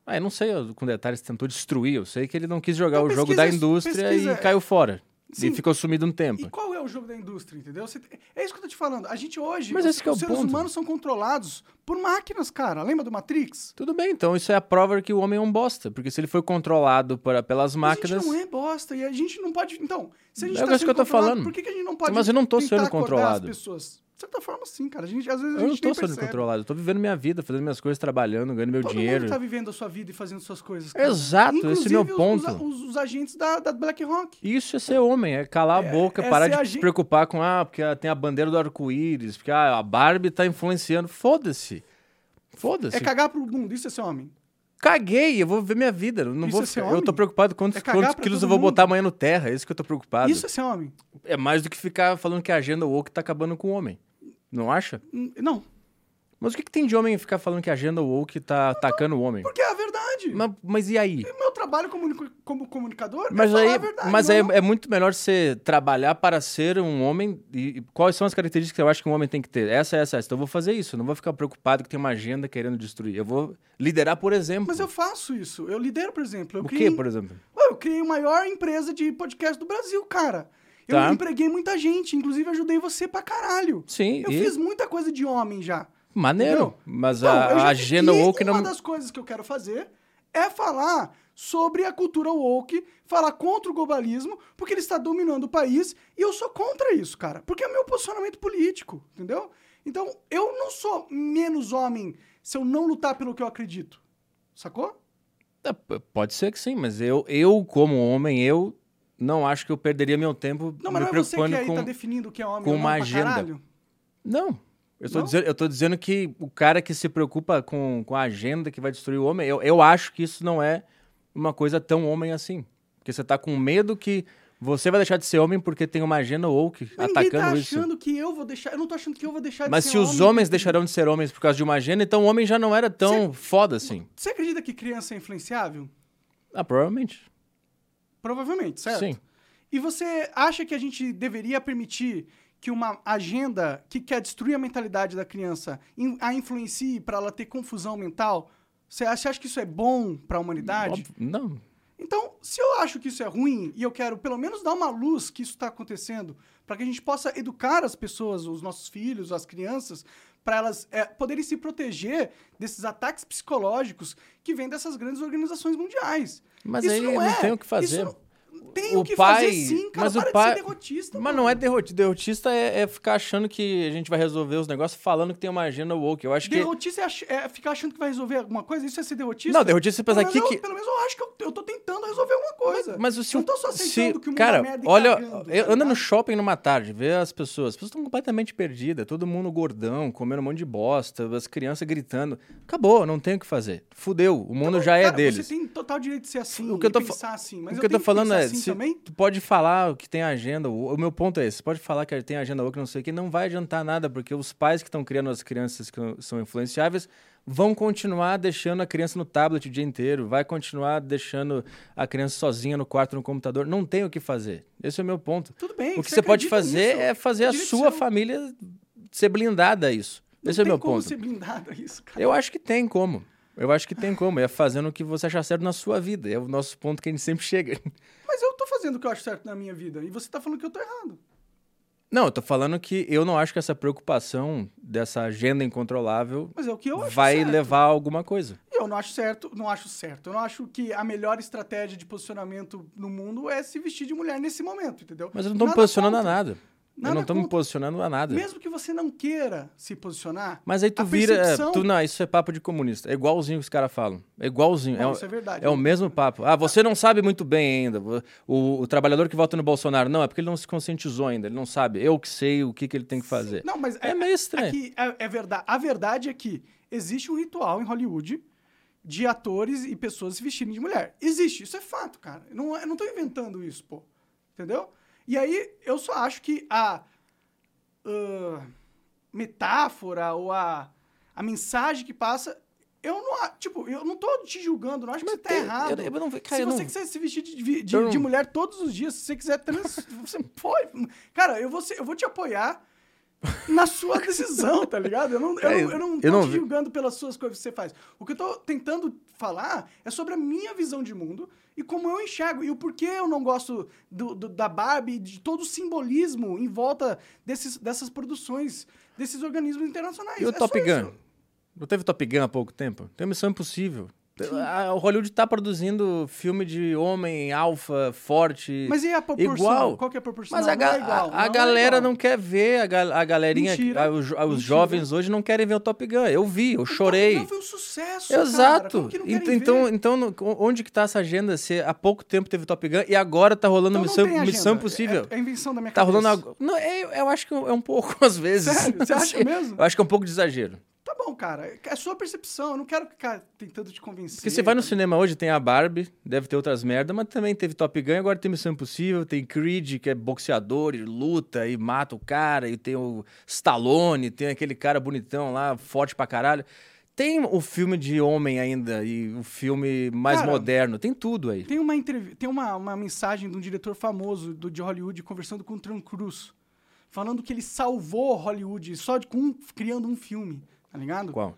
S2: Ah, eu não sei eu- com detalhes se tentou destruir. Eu sei que ele não quis jogar
S1: Então,
S2: o jogo da
S1: pesquisa-
S2: indústria
S1: pesquisa-
S2: e caiu fora.
S1: Sim.
S2: E ficou sumido um
S1: E
S2: tempo.
S1: qual é o jogo da indústria, entendeu? Você tem- É isso que eu tô te falando. A gente hoje,
S2: Mas
S1: os,
S2: esse que é
S1: os
S2: o
S1: seres
S2: ponto.
S1: humanos são controlados por máquinas, cara. Lembra do Matrix?
S2: Tudo bem, então isso é a prova que o homem é um bosta. Porque se ele foi controlado pra- pelas
S1: A
S2: máquinas.
S1: gente não é bosta e a gente não pode... Então, se a gente
S2: É
S1: tá
S2: o que
S1: sendo
S2: eu tô
S1: controlado,
S2: falando.
S1: por que, que a gente não pode
S2: Mas eu não tô
S1: tentar
S2: sendo
S1: acordar
S2: controlado.
S1: as pessoas? De certa forma, sim, cara. A gente, às vezes a
S2: Eu não
S1: gente
S2: tô
S1: nem
S2: sendo
S1: percebe.
S2: controlado, eu tô vivendo minha vida, fazendo minhas coisas, trabalhando, ganhando meu
S1: Todo
S2: dinheiro.
S1: mundo tá vivendo a sua vida e fazendo suas coisas, cara.
S2: Exato, esse é o
S1: Inclusive,
S2: meu
S1: os-
S2: ponto.
S1: Os, os- os agentes da, da BlackRock.
S2: Isso é ser homem, é calar a boca,
S1: é
S2: parar
S1: ser
S2: de
S1: a
S2: se
S1: gen-
S2: preocupar com, ah, porque ah, tem a bandeira do arco-íris, porque ah, a Barbie tá influenciando. Foda-se. Foda-se.
S1: É cagar pro mundo, isso é ser homem.
S2: Caguei, eu vou ver minha vida. eu Não
S1: Isso
S2: vou...
S1: é ser
S2: ficar-
S1: homem?
S2: eu tô preocupado quantos,
S1: É cagar
S2: quantos
S1: pra
S2: quilos
S1: todo
S2: eu vou
S1: mundo?
S2: botar amanhã no terra, é isso que eu tô preocupado.
S1: Isso é ser homem.
S2: É mais do que ficar falando que a agenda woke tá acabando com o homem. Não acha?
S1: Hum, Não,
S2: Mas o que, que tem de homem em ficar falando que a agenda woke tá atacando o homem?
S1: porque é a verdade.
S2: Mas, mas e aí?
S1: Meu trabalho comunico- como comunicador
S2: Mas
S1: é falar
S2: aí,
S1: a verdade.
S2: mas
S1: não,
S2: aí
S1: não.
S2: é muito melhor você trabalhar para ser um homem. E, e quais são as características que eu acho que um homem tem que ter? Essa, essa, essa. Então eu vou fazer isso. eu Não vou ficar preocupado que tem uma agenda querendo destruir. Eu vou liderar, por exemplo.
S1: Mas eu faço isso. Eu lidero, por exemplo. Eu
S2: o
S1: criei,
S2: quê, por exemplo?
S1: Ué, eu criei a maior empresa de podcast do Brasil, cara. Eu
S2: Tá.
S1: empreguei muita gente, inclusive ajudei você pra caralho.
S2: Sim.
S1: Eu
S2: e-
S1: fiz muita coisa de homem já.
S2: Maneiro. Mas
S1: Então, eu
S2: a,
S1: já-
S2: a agenda
S1: e
S2: woke
S1: uma
S2: não.
S1: das coisas que eu quero fazer é falar sobre a cultura woke, falar contra o globalismo, porque ele está dominando o país, e eu sou contra isso, cara, porque é o meu posicionamento político, entendeu? Então, eu não sou menos homem se eu não lutar pelo que eu acredito. Sacou?
S2: É, p- Pode ser que sim, mas eu, eu como homem, eu não acho que eu perderia meu tempo
S1: Não,
S2: me
S1: mas não é você
S2: preocupando
S1: que aí
S2: com.
S1: tá definindo o que é homem
S2: com
S1: ou não
S2: uma
S1: pra
S2: agenda.
S1: caralho.
S2: Não. Eu tô,
S1: Não?
S2: Dizendo, eu tô dizendo que o cara que se preocupa com, com a agenda que vai destruir o homem, eu, eu acho que isso não é uma coisa tão homem assim. Porque você tá com medo que você vai deixar de ser homem porque tem uma agenda woke
S1: Mas ninguém tá
S2: atacando isso.
S1: achando que eu vou deixar... Eu não tô achando que eu vou deixar
S2: Mas
S1: de ser
S2: se os
S1: homem.
S2: homens deixarão de ser homens por causa de uma agenda, então o homem já não era tão foda assim.
S1: Você acredita que criança é influenciável?
S2: Ah, provavelmente.
S1: Provavelmente, certo?
S2: Sim.
S1: E você acha que a gente deveria permitir que uma agenda que quer destruir a mentalidade da criança in- a influencie para ela ter confusão mental? Você acha você acha que isso é bom para a humanidade?
S2: Óbvio- Não.
S1: Então, se eu acho que isso é ruim e eu quero pelo menos dar uma luz que isso está acontecendo, para que a gente possa educar as pessoas, os nossos filhos, as crianças, para elas é, poderem se proteger desses ataques psicológicos que vêm dessas grandes organizações mundiais.
S2: Mas
S1: Isso
S2: aí
S1: não
S2: não,
S1: é.
S2: tem o que fazer.
S1: Isso não- Tem o,
S2: O
S1: que
S2: pai-
S1: fazer sim, cara.
S2: mas o
S1: para
S2: pai-
S1: de ser derrotista.
S2: Mas
S1: mano.
S2: não é derrotista. Derrotista é, é ficar achando que a gente vai resolver os negócios falando que tem uma agenda woke. Eu acho que.
S1: Derrotista é ach- é ficar achando que vai resolver alguma coisa? Isso é ser derrotista?
S2: Não, derrotista é
S1: Pelo
S2: pensar aqui
S1: menos
S2: que.
S1: eu- Pelo menos eu acho que eu, eu tô tentando resolver alguma coisa.
S2: Mas se
S1: eu
S2: o-
S1: não tô só aceitando
S2: se-
S1: que o mundo é
S2: Cara,
S1: merda e
S2: olha,
S1: cagando,
S2: eu-
S1: tá
S2: anda
S1: ligado?
S2: no shopping numa tarde, vê as pessoas. As pessoas estão completamente perdidas, todo mundo gordão, comendo um monte de bosta, as crianças gritando. Acabou, não tem o que fazer. Fudeu, o mundo já é
S1: Então, Cara,
S2: deles.
S1: Você tem total direito de ser assim,
S2: O que eu tô
S1: e
S2: fa-
S1: pensar assim. Mas
S2: o
S1: eu
S2: que eu tô
S1: tenho
S2: falando
S1: pensar
S2: é,
S1: assim
S2: se
S1: também?
S2: tu pode falar que tem agenda, o, o meu ponto é esse, pode falar que tem agenda ou que não sei o que, não vai adiantar nada, porque os pais que estão criando as crianças que são influenciáveis vão continuar deixando a criança no tablet o dia inteiro, vai continuar deixando a criança sozinha no quarto, no computador, não tem o que fazer. Esse é o meu ponto.
S1: Tudo bem.
S2: o que você pode
S1: acredita
S2: fazer
S1: nisso.
S2: é fazer a
S1: Direito
S2: sua
S1: seu.
S2: família ser blindada a isso.
S1: Não
S2: esse é o
S1: tem
S2: meu
S1: como
S2: ponto.
S1: ser blindado a isso, cara.
S2: Eu acho que tem como. Eu acho que tem como. É fazendo o que você achar certo na sua vida. É o nosso ponto que a gente sempre chega.
S1: Mas eu tô fazendo o que eu acho certo na minha vida. E você tá falando que eu tô errado.
S2: Não, eu tô falando que eu não acho que essa preocupação dessa agenda incontrolável
S1: Mas é o que eu acho
S2: vai
S1: certo.
S2: levar a alguma coisa.
S1: E eu não acho certo, não acho certo. Eu não acho que a melhor estratégia de posicionamento no mundo é se vestir de mulher nesse momento, entendeu?
S2: Mas eu não tô me
S1: Nada
S2: posicionando
S1: contra.
S2: a nada.
S1: Nada
S2: Eu não tô me
S1: contra.
S2: posicionando a nada.
S1: Mesmo que você não queira se posicionar,
S2: Mas aí tu
S1: A
S2: vira. é,
S1: percepção-
S2: Tu, não, isso é papo de comunista. É igualzinho que os caras falam. É igualzinho.
S1: não,
S2: é, o-
S1: isso é verdade.
S2: é o mesmo papo. Ah, você não sabe muito bem ainda. O, o trabalhador que vota no Bolsonaro. Não, é porque ele não se conscientizou ainda. Ele não sabe. Eu que sei o que, que ele tem que fazer.
S1: Não, mas
S2: É meio estranho.
S1: aqui é, é verdade. A verdade é que existe um ritual em Hollywood de atores e pessoas se vestirem de mulher. Existe, isso é fato, cara. Eu não, eu não tô inventando isso, pô. Entendeu? E aí, eu só acho que a ah, metáfora ou a, a mensagem que passa. Eu não, a- tipo, eu não tô te julgando, não acho que você tá
S2: tem-
S1: errado.
S2: Eu, eu não, cara,
S1: se
S2: eu
S1: você
S2: não-
S1: quiser se vestir de, de- de-
S2: Eu não-
S1: de mulher todos os dias, se você quiser trans, você [laughs] pode. Cara, eu vou, ser- eu vou te apoiar na
S2: [laughs]
S1: sua decisão, tá ligado? Eu não, eu
S2: É,
S1: não, eu não
S2: eu
S1: tô
S2: não
S1: te
S2: vi-
S1: julgando pelas suas coisas que você faz. O que eu tô tentando falar é sobre a minha visão de mundo e como eu enxergo. E o porquê eu não gosto do, do- da Barbie, de todo o simbolismo em volta desses, dessas produções, desses organismos internacionais.
S2: E o
S1: É
S2: Top
S1: só
S2: Gun?
S1: isso.
S2: Não teve Top Gun há pouco tempo? Tem Missão Impossível. A- O Hollywood tá produzindo filme de homem alfa, forte. Mas,
S1: Mas e a proporção?
S2: Igual.
S1: Qual que é a proporção?
S2: a,
S1: Não, não
S2: ga-
S1: é igual,
S2: a- a
S1: é
S2: galera
S1: igual.
S2: não quer ver, a, ga- a galerinha,
S1: Mentira.
S2: a- os, jo- os
S1: Mentira.
S2: jovens hoje não querem ver o Top Gun. Eu vi, eu chorei.
S1: Top Gun foi um sucesso, cara.
S2: Exato.
S1: Como que não
S2: Ent-
S1: querem
S2: então,
S1: ver?
S2: então, no- onde que tá essa agenda? Se há pouco tempo teve Top Gun e agora tá rolando
S1: Então não
S2: Missão,
S1: tem agenda.
S2: Missão Impossível.
S1: É, é invenção da minha
S2: Tá
S1: cabeça.
S2: rolando agora. Não, é- eu acho que é um pouco [laughs] às vezes.
S1: Sério? Você
S2: Não
S1: acha
S2: sei.
S1: mesmo?
S2: Eu acho que é um pouco de exagero.
S1: Tá bom, cara. É sua percepção. Eu não quero ficar tentando te convencer.
S2: Porque você vai no cinema hoje, tem a Barbie, deve ter outras merdas, mas também teve Top Gun, agora tem Missão Impossível, tem Creed, que é boxeador e luta e mata o cara, e tem o Stallone, tem aquele cara bonitão lá, forte pra caralho. Tem o filme de homem ainda e o filme mais
S1: Cara,
S2: moderno, tem tudo aí.
S1: Tem uma, entrev... Tem uma, uma mensagem de um diretor famoso do, de Hollywood conversando com o Tom Cruise. Falando que ele salvou Hollywood só de, com um- criando um filme. Tá ligado?
S2: Qual?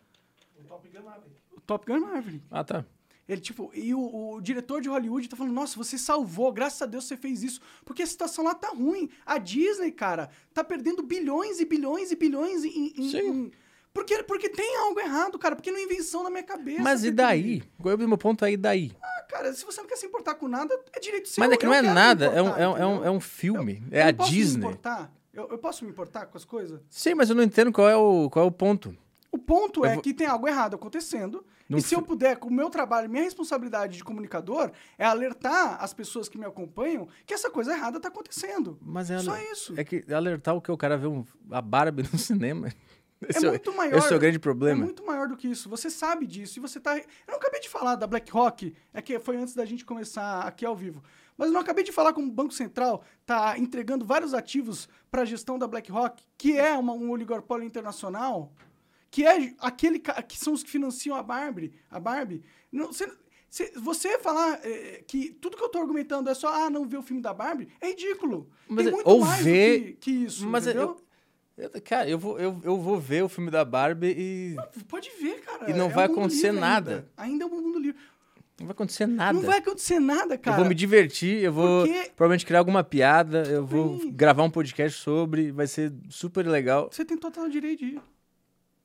S3: O Top Gun Maverick.
S1: O Top Gun Maverick.
S2: Ah, tá.
S1: Ele, tipo, e o, o diretor de Hollywood tá falando, nossa, você salvou, graças a Deus você fez isso, porque a situação lá tá ruim. A Disney, cara, tá perdendo bilhões e bilhões e bilhões em, em-
S2: Sim.
S1: em- Porque, porque tem algo errado, cara. Porque não é invenção da minha cabeça.
S2: Mas e
S1: porque-
S2: daí? Qual é o meu ponto aí e daí?
S1: Ah, cara, se você não quer se importar com nada, é direito seu.
S2: Mas é que
S1: eu
S2: não é
S1: quero me
S2: nada, é um,
S1: importar,
S2: é um, é um,
S1: entendeu?
S2: é um filme,
S1: Eu
S2: é a
S1: não posso me
S2: Disney.
S1: importar. Eu, eu posso me importar com as coisas?
S2: Sim, mas eu não entendo qual é o, qual é o ponto.
S1: O ponto
S2: Eu
S1: é
S2: vou-
S1: que tem algo errado acontecendo.
S2: Não
S1: e se
S2: fi-
S1: eu puder, com o meu trabalho, minha responsabilidade de comunicador é alertar as pessoas que me acompanham que essa coisa errada tá acontecendo.
S2: Mas é,
S1: Só isso.
S2: é que alertar o que o cara vê um, a Barbie [laughs] no cinema.
S1: É
S2: Esse é,
S1: muito maior.
S2: esse é o grande
S1: É
S2: problema.
S1: muito maior do que isso. Você sabe disso e você tá. Eu não acabei de falar da BlackRock, é que foi antes da gente começar aqui ao vivo. Mas eu não acabei de falar como o Banco Central tá entregando vários ativos para a gestão da BlackRock, que é uma- um oligopólio internacional, que é aquele ca- que são os que financiam a Barbie. A Barbie. Não, você, se você falar eh, que tudo que eu tô argumentando é só ah não ver o filme da Barbie é ridículo.
S2: Mas é-
S1: Tem muito
S2: ou
S1: mais do
S2: ver-
S1: que, que isso,
S2: Mas é,
S1: entendeu?
S2: eu, eu- cara, eu vou, eu, eu vou ver o filme da Barbie e
S1: Pode ver, cara.
S2: E não
S1: É um
S2: vai
S1: mundo
S2: acontecer
S1: livre
S2: nada.
S1: Ainda. Ainda é um mundo livre.
S2: não vai acontecer nada.
S1: Não vai acontecer nada, cara.
S2: eu vou me divertir, eu vou
S1: porque-
S2: provavelmente criar alguma piada, eu vou
S1: bem.
S2: gravar um podcast sobre, vai ser super legal.
S1: Você tem total direito de ir.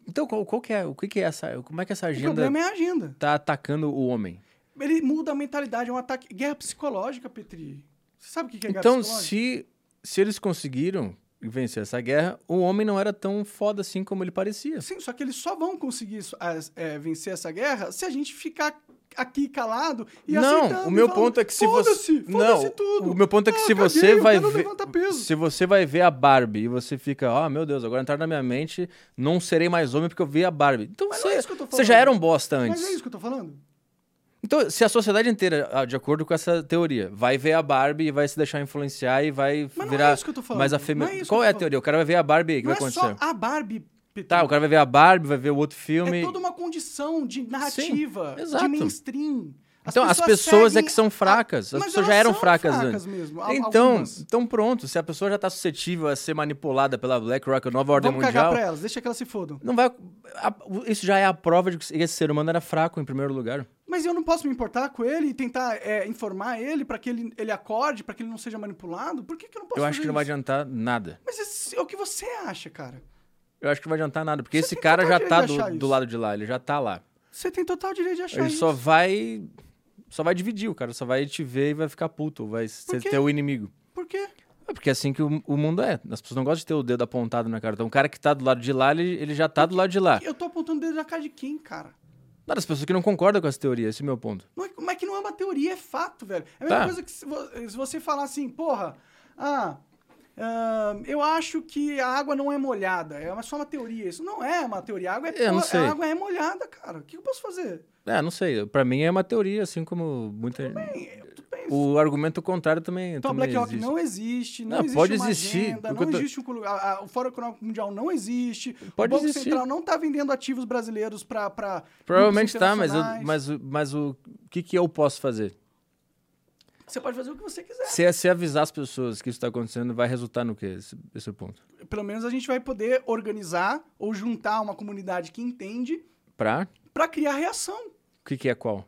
S2: Então, qual, qual que é, o que que é essa, como é que essa
S1: O
S2: agenda
S1: problema é a agenda.
S2: tá atacando o homem?
S1: Ele muda a mentalidade, é um ataque. Guerra psicológica, Petri. Você sabe o que que é guerra
S2: Então,
S1: psicológica?
S2: se, se eles conseguiram vencer essa guerra, o homem não era tão foda assim como ele parecia.
S1: Sim, só que eles só vão conseguir isso, as- é, vencer essa guerra se a gente ficar aqui calado e
S2: não,
S1: aceitando
S2: o
S1: e
S2: meu
S1: falando,
S2: ponto é que se você
S1: "Foda-se,
S2: não,
S1: foda-se tudo.
S2: o meu ponto é que
S1: Ah,
S2: se
S1: caguei,
S2: você
S1: eu
S2: vai
S1: quero
S2: ver
S1: levantar peso.
S2: se você vai ver a Barbie e você fica, ah, meu Deus, agora entrar na minha mente, não serei mais homem porque eu vi a Barbie. Então
S1: Mas
S2: você,
S1: não é isso que eu tô
S2: você já
S1: falando.
S2: era um bosta antes.
S1: Mas é isso que eu tô falando.
S2: Então, se a sociedade inteira, ah, de acordo com essa teoria, vai ver a Barbie e vai se deixar influenciar e vai
S1: Mas não
S2: virar
S1: é isso que eu tô falando.
S2: mais
S1: Não é isso
S2: afeminada.
S1: que
S2: Qual
S1: eu
S2: é a
S1: tô
S2: teoria? O cara vai ver a Barbie, o que
S1: não
S2: vai
S1: é
S2: acontecer?
S1: só a Barbie, Petri.
S2: Tá, o cara vai ver a Barbie, vai ver o outro filme.
S1: É toda uma condição de narrativa,
S2: exato.
S1: de mainstream.
S2: Então, as pessoas é
S1: seguem
S2: que são
S1: a-
S2: fracas. As
S1: Mas
S2: pessoas
S1: elas
S2: já eram
S1: são
S2: fracas, antes.
S1: mesmo, al-
S2: Então,
S1: algumas.
S2: então, pronto. Se a pessoa já tá suscetível a ser manipulada pela BlackRock, a nova ordem
S1: Vamos cagar
S2: mundial,
S1: pra elas, deixa que elas se fodam.
S2: não vai. a- isso já é a prova de que esse ser humano era fraco em primeiro lugar.
S1: Mas eu não posso me importar com ele e tentar é, informar ele pra que ele, ele acorde, pra que ele não seja manipulado? Por que, que eu não posso
S2: Eu acho que não vai
S1: fazer
S2: adiantar nada.
S1: isso? Mas esse é o que você acha, cara.
S2: Eu acho que não vai adiantar nada, porque
S1: Você
S2: esse
S1: tem
S2: cara
S1: total
S2: já tá
S1: direito de achar
S2: do, do
S1: isso.
S2: lado de lá, ele já tá lá.
S1: Você tem total direito de achar
S2: Ele
S1: isso.
S2: só vai. Só vai dividir, o cara só vai te ver e vai ficar puto, vai ser
S1: quê?
S2: teu inimigo.
S1: Por quê?
S2: É porque é assim que o, o mundo é. As pessoas não gostam de ter o dedo apontado na cara. Então, o cara que tá do lado de lá, ele, ele já tá do lado de lá.
S1: Eu tô apontando o dedo na cara de quem, cara?
S2: Não, das pessoas que não concordam com essa teoria, esse é o meu ponto.
S1: Não é, mas que não é uma teoria, é fato, velho. É a mesma
S2: Tá.
S1: coisa que se, vo- se você falar assim, porra, ah, ahn, eu acho que a água não é molhada. É uma- só uma teoria. Isso não é uma teoria. A água é,
S2: Eu não
S1: pura-
S2: sei.
S1: A água é molhada, cara. O que eu posso fazer?
S2: É, não sei. Pra mim é uma teoria, assim como muita.
S1: Bem, é- tudo bem.
S2: O argumento contrário também.
S1: então, a
S2: também
S1: BlackRock
S2: existe.
S1: não existe, não,
S2: Não,
S1: existe
S2: pode
S1: uma
S2: existir.
S1: agenda,
S2: O que eu
S1: não
S2: tô-
S1: existe um colo- a- a- o Fórum Econômico Mundial não existe,
S2: Pode
S1: o Banco
S2: existir.
S1: Central não está vendendo ativos brasileiros para
S2: Provavelmente tá, mas, eu- mas, o- mas o que, que eu posso fazer?
S1: Você pode fazer o que você quiser.
S2: Se, se avisar as pessoas que isso tá acontecendo, vai resultar no quê? Esse, esse é o ponto.
S1: Pelo menos a gente vai poder organizar ou juntar uma comunidade que entende
S2: Pra?
S1: Pra criar reação.
S2: O que, que é qual?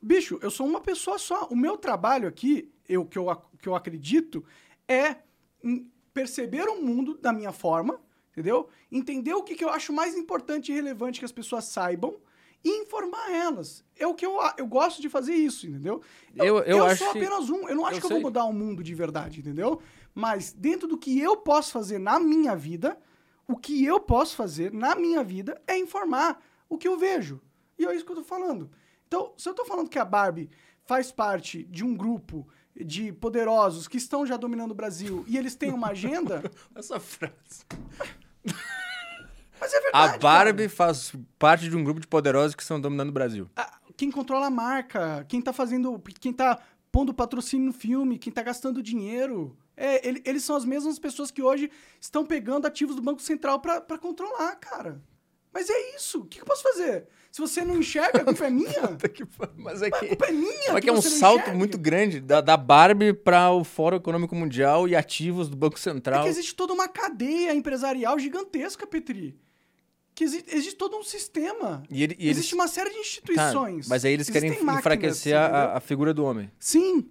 S1: Bicho, eu sou uma pessoa só. O meu trabalho aqui, eu que eu, ac- que eu acredito, é em perceber o mundo da minha forma, entendeu? Entender o que, que eu acho mais importante e relevante que as pessoas saibam e informar elas. É o que eu, a- eu gosto de fazer isso, entendeu?
S2: Eu- eu acho
S1: sou
S2: que-
S1: apenas um. Eu não acho
S2: eu
S1: que eu vou
S2: sei.
S1: mudar o mundo de verdade, entendeu? Mas dentro do que eu posso fazer na minha vida, o que eu posso fazer na minha vida é informar o que eu vejo. E é isso que eu tô falando. Então, se eu tô falando que a Barbie faz parte de um grupo de poderosos que estão já dominando o Brasil e eles têm uma agenda,
S2: [laughs] Essa frase.
S1: mas é verdade.
S2: A Barbie
S1: cara.
S2: faz parte de um grupo de poderosos que estão dominando o Brasil.
S1: A- Quem controla a marca, quem tá fazendo, quem tá pondo patrocínio no filme, quem tá gastando dinheiro, é, ele- eles são as mesmas pessoas que hoje estão pegando ativos do Banco Central pra pra controlar, cara. Mas é isso. O que, que eu posso fazer? Se você não enxerga, a culpa é minha.
S2: Mas é
S1: Mas a culpa é minha.
S2: Só que é um
S1: você não
S2: salto
S1: enxerga.
S2: muito grande da, da Barbie para o Fórum Econômico Mundial e ativos do Banco
S1: É
S2: Central.
S1: que existe toda uma cadeia empresarial gigantesca, Petri. Que exi- existe, todo um sistema.
S2: E, ele, e
S1: existe
S2: eles...
S1: uma série de instituições.
S2: Tá, mas aí eles querem
S1: Existem máquinas,
S2: enfraquecer a-
S1: entendeu?
S2: a, a figura do homem.
S1: Sim,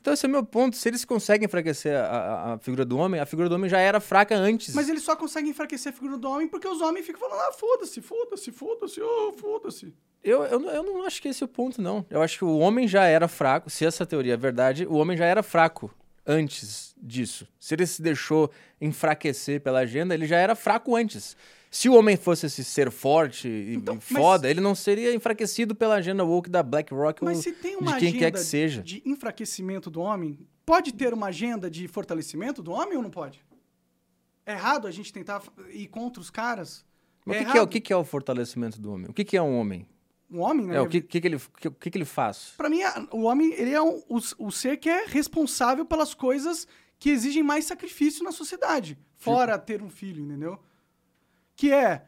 S2: Então esse é o meu ponto. Se eles conseguem enfraquecer a, a- a figura do homem, a figura do homem já era fraca antes.
S1: Mas ele só consegue enfraquecer a figura do homem porque os homens ficam falando, ah, foda-se, foda-se, foda-se, oh, foda-se.
S2: Eu, eu, não- eu não acho que esse é o ponto, não. Eu acho que o homem já era fraco, se essa teoria é verdade, o homem já era fraco antes disso. Se ele se deixou enfraquecer pela agenda, ele já era fraco antes. Se o homem fosse esse ser forte e,
S1: Então,
S2: e
S1: mas-
S2: foda, ele não seria enfraquecido pela agenda woke da BlackRock ou
S1: Mas se tem uma
S2: de quem
S1: agenda
S2: quer que seja.
S1: de enfraquecimento do homem, pode ter uma agenda de fortalecimento do homem ou não pode? É errado a gente tentar f- ir contra os caras?
S2: Mas o que que, é,
S1: errado.
S2: o que que é o fortalecimento do homem? O que, que é um homem?
S1: O homem, né?
S2: É, o que, que, que ele, que, que que ele faz?
S1: Pra mim, a- o homem, ele é um- o, o ser que é responsável pelas coisas que exigem mais sacrifício na sociedade. Fora ter um filho, entendeu? Que é...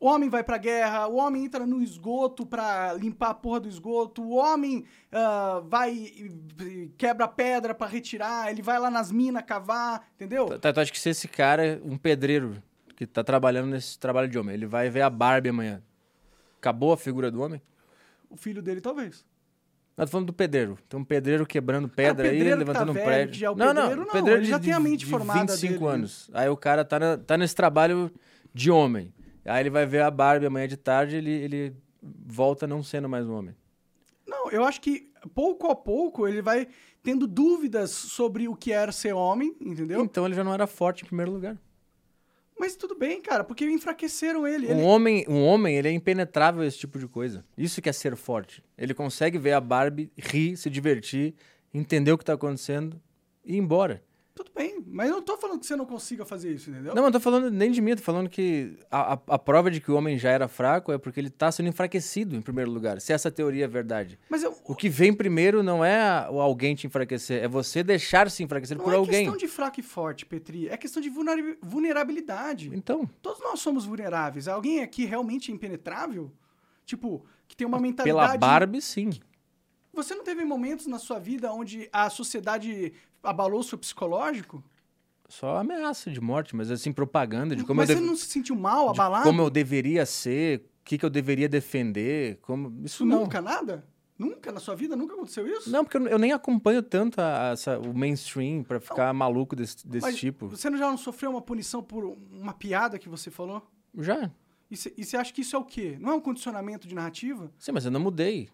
S1: O homem vai pra guerra, o homem entra no esgoto pra limpar a porra do esgoto, o homem ah, vai e- e quebra pedra pra retirar, ele vai lá nas minas cavar, entendeu?
S2: Tá, tu acha que se esse cara, um pedreiro, que tá trabalhando nesse trabalho de homem, ele vai ver a Barbie amanhã. Acabou a figura do homem?
S1: O filho dele talvez.
S2: Nós tô falando do pedreiro. Tem um pedreiro quebrando pedra
S1: pedreiro
S2: aí,
S1: que tá
S2: levantando um
S1: velho,
S2: prédio.
S1: que já é o
S2: não,
S1: pedreiro,
S2: não,
S1: não,
S2: pedreiro
S1: ele
S2: de,
S1: já tem a
S2: de-
S1: mente
S2: de
S1: formada
S2: 25
S1: dele. né?
S2: anos. Aí o cara tá, na- tá nesse trabalho de homem. Aí ele vai ver a Barbie amanhã de tarde, ele, ele volta não sendo mais um homem.
S1: Não, eu acho que pouco a pouco ele vai tendo dúvidas sobre o que era ser homem, entendeu?
S2: Então ele já não era forte em primeiro lugar.
S1: Mas tudo bem, cara, porque enfraqueceram ele.
S2: Um
S1: ele...
S2: homem, um homem, ele é impenetrável a esse tipo de coisa. Isso que é ser forte. Ele consegue ver a Barbie, rir, se divertir, entender o que tá acontecendo e ir embora.
S1: Tudo bem, mas eu não tô falando que você não consiga fazer isso, entendeu?
S2: Não, mas eu tô falando nem de mim, eu tô falando que a, a, a prova de que o homem já era fraco é porque ele tá sendo enfraquecido em primeiro lugar, se essa teoria é verdade.
S1: Mas eu,
S2: O que vem primeiro não é a- o alguém te enfraquecer, é você deixar-se enfraquecer
S1: não
S2: por
S1: é
S2: alguém.
S1: questão de fraco e forte, Petri. É questão de vulnera- vulnerabilidade.
S2: Então,
S1: Todos nós somos vulneráveis. Alguém aqui realmente é impenetrável? Tipo, que tem uma mentalidade.
S2: pela Barbie, sim.
S1: Você não teve momentos na sua vida onde a sociedade abalou o seu psicológico?
S2: Só ameaça de morte, mas assim, propaganda de como
S1: mas
S2: eu
S1: você
S2: devo-
S1: não se sentiu mal,
S2: de
S1: abalado?
S2: como eu deveria ser, o que, que eu deveria defender, como isso não.
S1: Nunca, nada? Nunca na sua vida? Nunca aconteceu isso?
S2: Não, porque eu, eu nem acompanho tanto a- a essa- o mainstream pra ficar maluco desse, desse
S1: Mas
S2: tipo.
S1: Você não já não sofreu uma punição por uma piada que você falou?
S2: Já.
S1: E você e você acha que isso é o quê? Não é um condicionamento de narrativa?
S2: Sim, mas eu não mudei.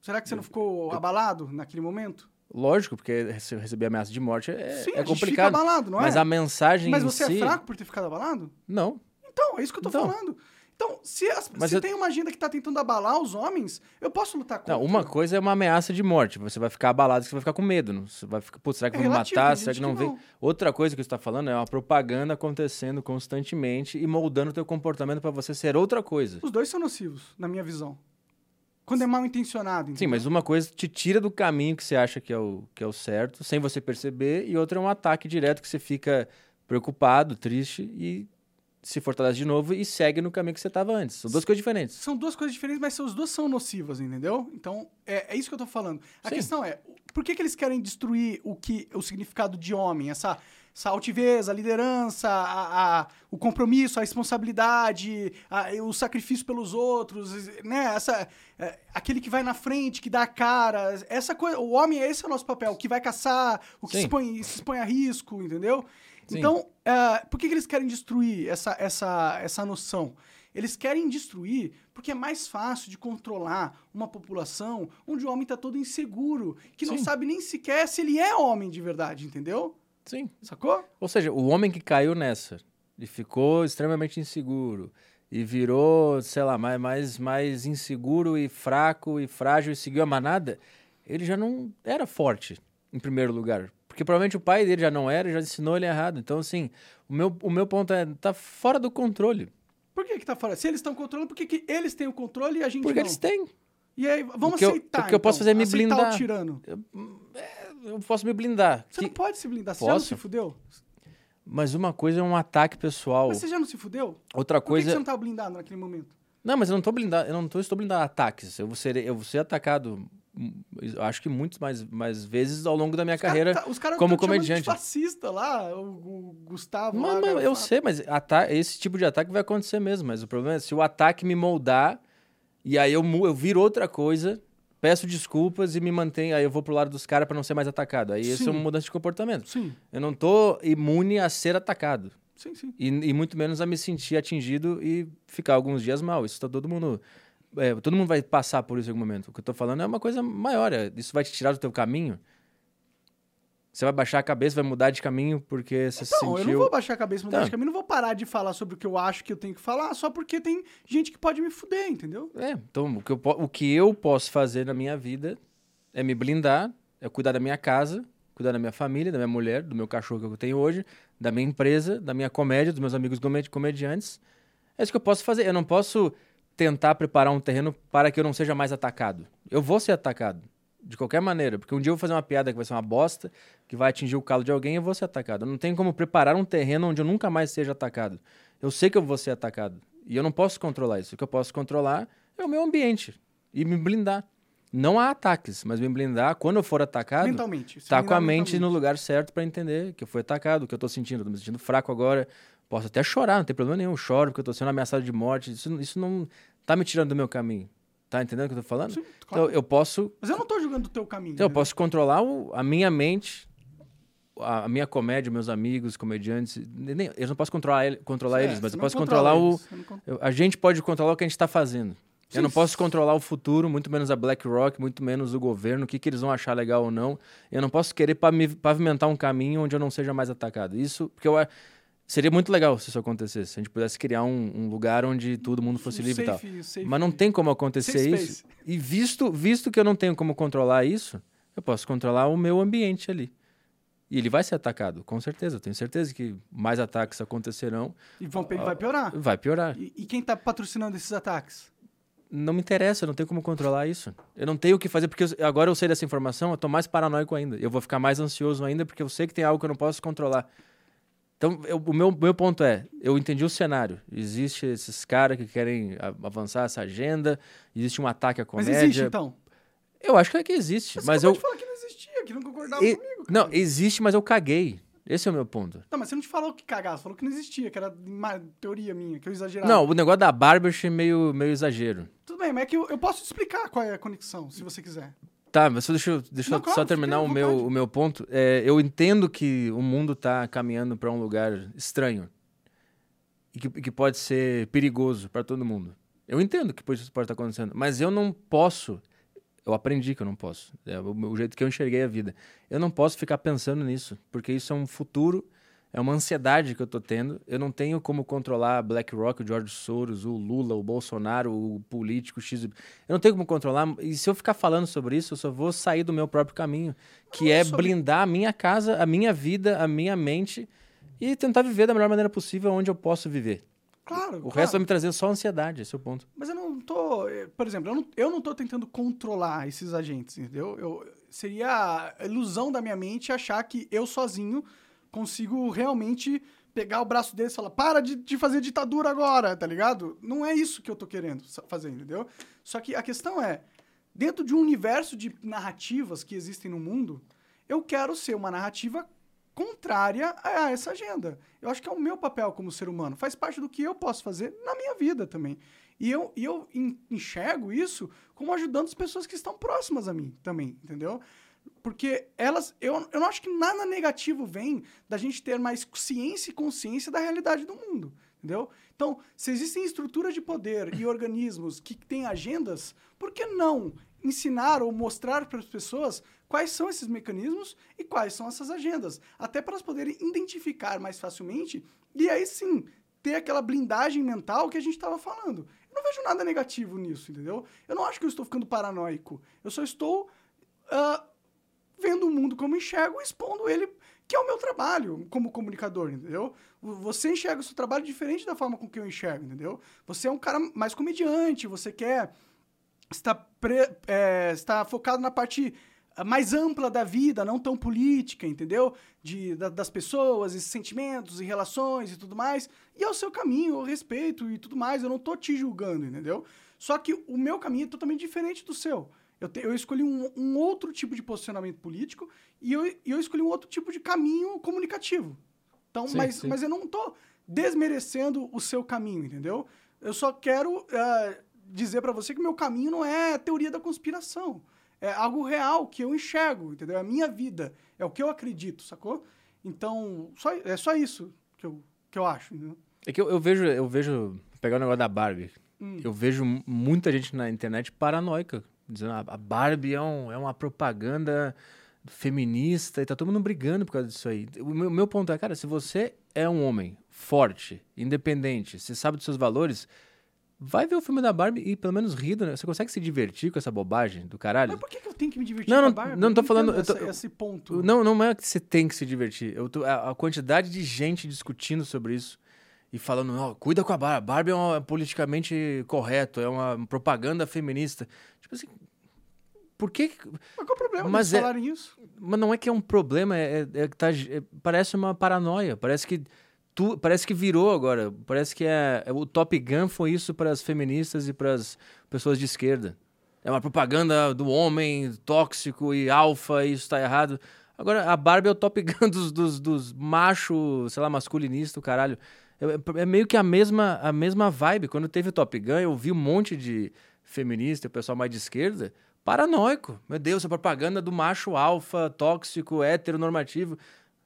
S1: Será que você não ficou abalado naquele momento?
S2: Lógico, porque se eu receber ameaça de morte é,
S1: Sim,
S2: é
S1: a gente fica
S2: complicado.
S1: abalado, não é?
S2: mas a mensagem
S1: Mas
S2: em
S1: você
S2: si,
S1: é fraco por ter ficado abalado?
S2: Não.
S1: Então, é isso que eu tô
S2: Então.
S1: falando. Então, se, as-
S2: Mas
S1: se
S2: eu-
S1: tem uma agenda que tá tentando abalar os homens, eu posso lutar contra.
S2: Não, uma coisa é uma ameaça de morte. Você vai ficar abalado, você vai ficar com medo. não? Você vai ficar, pô, será que
S1: É
S2: vão me
S1: relativo,
S2: matar?
S1: tem
S2: Será
S1: gente
S2: que não
S1: que
S2: vem?
S1: não.
S2: Outra coisa que você está falando é uma propaganda acontecendo constantemente e moldando o teu comportamento para você ser outra coisa.
S1: Os dois são nocivos, na minha visão. Quando é mal intencionado,
S2: Sim,
S1: entendeu?
S2: mas uma coisa te tira do caminho que você acha que é o, que é o certo, sem você perceber, e outra é um ataque direto que você fica preocupado, triste e se fortalece de novo e segue no caminho que você estava antes. São duas coisas diferentes.
S1: São duas coisas diferentes, mas as duas são nocivas, entendeu? Então, é, é isso que eu tô falando. A
S2: Sim.
S1: questão é, por que, que eles querem destruir o que o significado de homem? Essa, essa altivez, a liderança, a- a- o compromisso, a responsabilidade, a- o sacrifício pelos outros, né? Essa, é, aquele que vai na frente, que dá a cara. Essa coisa, o homem, esse é o nosso papel, o que vai caçar, o que se
S2: Sim.
S1: expõe, se expõe a risco, entendeu?
S2: Sim.
S1: Então, é, por que, que eles querem destruir essa, essa, essa noção? Eles querem destruir porque é mais fácil de controlar uma população onde o homem está todo inseguro, que não
S2: Sim.
S1: sabe nem sequer se ele é homem de verdade, entendeu?
S2: Sim.
S1: Sacou?
S2: Ou seja, o homem que caiu nessa e ficou extremamente inseguro e virou, sei lá, mais, mais, mais inseguro e fraco e frágil e seguiu a manada, ele já não era forte em primeiro lugar. Porque provavelmente o pai dele já não era e já ensinou ele errado. Então, assim, o meu, o meu ponto é, tá fora do controle.
S1: Por que que tá fora? Se eles estão controlando, por que, que eles têm o controle e a gente
S2: Porque
S1: não?
S2: eles têm.
S1: E aí, vamos
S2: O que eu-
S1: aceitar,
S2: o que eu posso
S1: então.
S2: fazer é me
S1: Aceitar
S2: blindar.
S1: o tirano.
S2: Eu posso me blindar.
S1: Você
S2: Que-
S1: não pode se blindar, você já não
S2: Posso?
S1: se fudeu?
S2: Mas uma coisa é um ataque pessoal.
S1: Mas você já não se fudeu?
S2: Outra
S1: Por que, que
S2: coisa...
S1: você não tava blindado naquele momento?
S2: Não, mas eu não tô blindado, eu não tô, estou blindado a ataques. Eu vou ser, eu vou ser atacado, hum, eu acho que muitos mais, mais vezes ao longo da minha
S1: Os cara
S2: carreira.
S1: tá- os caras
S2: como
S1: tão te chamando de
S2: comediante.
S1: fascista lá, o, o Gustavo lá, né,
S2: Mas, mas eu
S1: Garofato.
S2: sei, mas ata- esse tipo de ataque vai acontecer mesmo. Mas o problema é se o ataque me moldar e aí eu, mu- eu viro outra coisa peço desculpas e me mantenho. Aí eu vou pro lado dos caras pra não ser mais atacado. Aí isso é uma
S1: Sim.
S2: mudança de comportamento.
S1: Sim,
S2: Eu não tô imune a ser atacado.
S1: sim, sim.
S2: E, e muito menos a me sentir atingido e ficar alguns dias mal. Isso tá todo mundo. é, todo mundo vai passar por isso em algum momento. O que eu tô falando é uma coisa maior. é, Isso vai te tirar do teu caminho. Você vai baixar a cabeça, vai mudar de caminho porque você se
S1: Não,
S2: sentiu.
S1: Então, eu não vou baixar a cabeça no
S2: Tá.
S1: tá. caminho, não vou parar de falar sobre o que eu acho que eu tenho que falar, só porque tem gente que pode me fuder, entendeu?
S2: É, então o que, eu, po- o que eu posso fazer na minha vida é me blindar, é cuidar da minha casa, cuidar da minha família, da minha mulher, do meu cachorro que eu tenho hoje, da minha empresa, da minha comédia, dos meus amigos comedi- comediantes. É isso que eu posso fazer. Eu não posso tentar preparar um terreno para que eu não seja mais atacado. Eu vou ser atacado. De qualquer maneira, porque um dia eu vou fazer uma piada que vai ser uma bosta, que vai atingir o calo de alguém e eu vou ser atacado. Eu não tenho como preparar um terreno onde eu nunca mais seja atacado. Eu sei que eu vou ser atacado. E eu não posso controlar isso. O que eu posso controlar é o meu ambiente e me blindar. Não há ataques, mas me blindar quando eu for atacado,
S1: Mentalmente. se
S2: tá
S1: me
S2: com a
S1: dá
S2: mente no
S1: mentalmente.
S2: lugar certo pra entender que eu fui atacado, que eu tô sentindo, eu tô me sentindo fraco agora. Posso até chorar, não tem problema nenhum. Eu Choro porque eu tô sendo ameaçado de morte. Isso, isso não tá me tirando do meu caminho. Tá entendendo o que eu tô falando?
S1: Sim, claro. Uhum.
S2: Então eu posso
S1: Mas eu não tô julgando o teu caminho. né?
S2: então, eu
S1: entendeu?
S2: posso controlar o- a minha mente, a, a minha comédia, meus amigos, comediantes. Nem, eu não posso controlar, ele- controlar
S1: É,
S2: eles, mas
S1: você
S2: eu
S1: não
S2: posso
S1: controla
S2: controlar o.
S1: eles, você não con-
S2: eu- a gente pode controlar o que a gente está fazendo.
S1: Sim,
S2: Eu não posso controlar o futuro, muito menos a BlackRock, muito menos o governo, o que, que eles vão achar legal ou não. Eu não posso querer pami- pavimentar um caminho onde eu não seja mais atacado. Isso, porque eu, a- seria muito legal se isso acontecesse, se a gente pudesse criar um, um lugar onde todo mundo fosse
S1: o
S2: livre e tal.
S1: Um safe- o safe-
S2: Mas não tem como acontecer
S1: Safe
S2: isso. E visto, visto que eu não tenho como controlar isso, eu posso controlar o meu ambiente ali. E ele vai ser atacado, com certeza. Eu tenho certeza que mais ataques acontecerão.
S1: E vão, pe- vai piorar.
S2: Vai piorar.
S1: E, e quem tá patrocinando esses ataques?
S2: Não me interessa, eu não tenho como controlar isso. Eu não tenho o que fazer, porque eu- agora eu sei dessa informação, eu tô mais paranoico ainda. Eu vou ficar mais ansioso ainda, porque eu sei que tem algo que eu não posso controlar. Então, eu- o meu, meu ponto é, eu entendi o cenário. Existe esses caras que querem a- avançar essa agenda, existe um ataque à
S1: Mas
S2: comédia.
S1: existe, então.
S2: Eu acho que é que existe,
S1: Você
S2: mas
S1: acabou
S2: eu.
S1: de falar que não existia, que não concordava
S2: e-
S1: comigo.
S2: Não, existe, mas eu caguei. Esse é o meu ponto.
S1: Não, mas você não te falou que cagava, você falou que não existia, que era uma teoria minha, que eu exagerava.
S2: Não, o negócio da Barbie eu achei meio, meio exagero.
S1: Tudo bem, mas é que eu, eu posso te explicar qual é a conexão, se você quiser.
S2: Tá, mas só deixa eu, deixa
S1: Não,
S2: eu
S1: claro,
S2: só
S1: fica à
S2: terminar o meu,
S1: vontade.
S2: o meu ponto. É, eu entendo que o mundo tá caminhando para um lugar estranho e que, que pode ser perigoso para todo mundo. Eu entendo que isso pode estar acontecendo, mas eu não posso. Eu aprendi que eu não posso. É o, o jeito que eu enxerguei a vida. Eu não posso ficar pensando nisso, porque isso é um futuro, é uma ansiedade que eu tô tendo. Eu não tenho como controlar a BlackRock, o George Soros, o Lula, o Bolsonaro, o político X. Eu não tenho como controlar. E se eu ficar falando sobre isso, eu só vou sair do meu próprio caminho, que
S1: Não é
S2: é
S1: sobre-
S2: blindar a minha casa, a minha vida, a minha mente e tentar viver da melhor maneira possível onde eu posso viver.
S1: Claro.
S2: O
S1: claro.
S2: resto é vai me trazer só ansiedade, esse é o ponto.
S1: Mas eu não tô. eh, Por exemplo, eu não, eu não tô tentando controlar esses agentes, entendeu? Eu, seria a ilusão da minha mente achar que eu sozinho consigo realmente pegar o braço deles e falar: para de, de fazer ditadura agora, tá ligado? Não é isso que eu tô querendo sa- fazer, entendeu? Só que a questão é: dentro de um universo de narrativas que existem no mundo, eu quero ser uma narrativa contrária a essa agenda. Eu acho que é o meu papel como ser humano. Faz parte do que eu posso fazer na minha vida também. E eu, e eu en- enxergo isso como ajudando as pessoas que estão próximas a mim também, entendeu? Porque elas. Eu, eu não acho que nada negativo vem da gente ter mais ciência e consciência da realidade do mundo, entendeu? Então, se existem estruturas de poder e organismos que têm agendas, por que não ensinar ou mostrar para as pessoas quais são esses mecanismos e quais são essas agendas? Até para elas poderem identificar mais facilmente e aí sim ter aquela blindagem mental que a gente estava falando. Eu não vejo nada negativo nisso, entendeu? Eu não acho que eu estou ficando paranoico. Eu só estou ah, vendo o mundo como enxergo e expondo ele, que é o meu trabalho como comunicador, entendeu? V- Você enxerga o seu trabalho diferente da forma com que eu enxergo, entendeu? Você é um cara mais comediante, você quer estar, pre- eh, estar focado na parte ah, mais ampla da vida, não tão política, entendeu? De, da- das pessoas, e sentimentos, e relações e tudo mais. E é o seu caminho, eu respeito e tudo mais, eu não tô te julgando, entendeu? Só que o meu caminho é totalmente diferente do seu. Eu, te- eu escolhi um, um outro tipo de posicionamento político e eu, e eu escolhi um outro tipo de caminho comunicativo. Então,
S2: Sim,
S1: mas,
S2: sim.
S1: mas eu não tô desmerecendo o seu caminho, entendeu? Eu só quero ah, dizer pra você que meu caminho não é teoria da conspiração. É algo real que eu enxergo, entendeu? É a minha vida, é o que eu acredito, sacou? Então, só, é só isso que eu, que eu acho, entendeu?
S2: É que eu, eu vejo, eu vejo, pegar o negócio da Barbie. Eu vejo mu- muita gente na internet paranoica, dizendo "Ah, a Barbie é, um- é uma propaganda feminista e tá todo mundo brigando por causa disso aí. O meu, meu ponto é, cara, se você é um homem forte, independente, você sabe dos seus valores, vai ver o filme da Barbie e pelo menos rir, do ne- você consegue se divertir com essa bobagem do caralho?
S1: Mas por que, que eu tenho que me divertir
S2: Não,
S1: com a
S2: não-
S1: Barbie?
S2: não tô
S1: entendo
S2: falando- eu tô-
S1: essa- esse ponto.
S2: Não, não é que você tem que se divertir. Eu tô- a, a quantidade de gente discutindo sobre isso e falando, não, cuida com a Barbie. Barbie é, uma- é politicamente correto, é uma propaganda feminista. Tipo assim, por que... que-
S1: Mas qual o problema
S2: Mas
S1: deles
S2: é-
S1: falarem isso?
S2: Mas não é que é um problema, é, é- é que tá- é- parece uma paranoia, parece que... Tu, parece que virou agora. Parece que é, é o Top Gun foi isso para as feministas e para as pessoas de esquerda. É uma propaganda do homem tóxico e alfa, e isso tá errado. Agora, a Barbie é o Top Gun [laughs] dos, dos, dos macho, sei lá, masculinista, o caralho. É, é- é meio que a mesma, a mesma vibe. Quando teve o Top Gun, eu vi um monte de feminista, o pessoal mais de esquerda, paranoico. Meu Deus, a propaganda do macho alfa, tóxico, heteronormativo.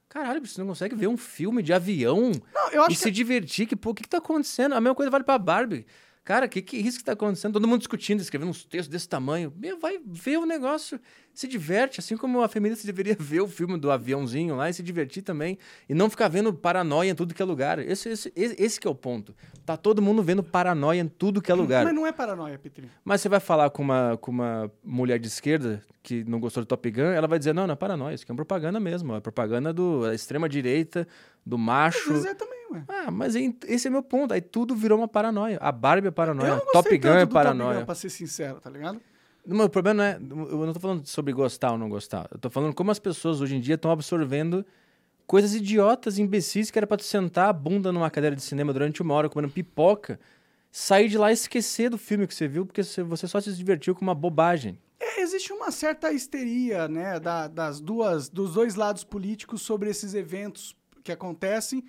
S2: Caralho, você não consegue ver um filme de avião
S1: Não, eu acho
S2: e
S1: que é
S2: se divertir, que, pô, o que, que tá acontecendo? A mesma coisa vale pra Barbie. Cara, o que, que isso que tá acontecendo? Todo mundo discutindo, escrevendo uns textos desse tamanho. Meu, vai ver o negócio, se diverte, assim como a feminista [laughs] deveria ver o filme do aviãozinho lá e se divertir também. E não ficar vendo paranoia em tudo que é lugar. Esse, esse, esse, esse que é o ponto. Tá todo mundo vendo paranoia em tudo que é lugar.
S1: Mas não é paranoia, Petri.
S2: Mas você vai falar com uma, com uma mulher de esquerda que não gostou do Top Gun, ela vai dizer, não, não é paranoia, isso aqui é uma propaganda mesmo. É propaganda da extrema-direita, do
S1: Às
S2: macho.
S1: vezes é também, ué.
S2: Ah, mas en- esse é meu ponto. Aí tudo virou uma paranoia. A Barbie é
S1: Eu
S2: paranoia,
S1: não
S2: Top
S1: gostei
S2: Gun
S1: tanto
S2: é
S1: do Top Gun,
S2: paranoia.
S1: pra ser sincero, tá ligado?
S2: Não, o problema não é. Eu não tô falando sobre gostar ou não gostar. Eu tô falando como as pessoas hoje em dia estão absorvendo coisas idiotas, imbecis, que era pra tu sentar a bunda numa cadeira de cinema durante uma hora comendo pipoca, sair de lá e esquecer do filme que você viu, porque você- você só se divertiu com uma bobagem.
S1: É, existe uma certa histeria, né, da- das duas, dos dois lados políticos sobre esses eventos que acontecem.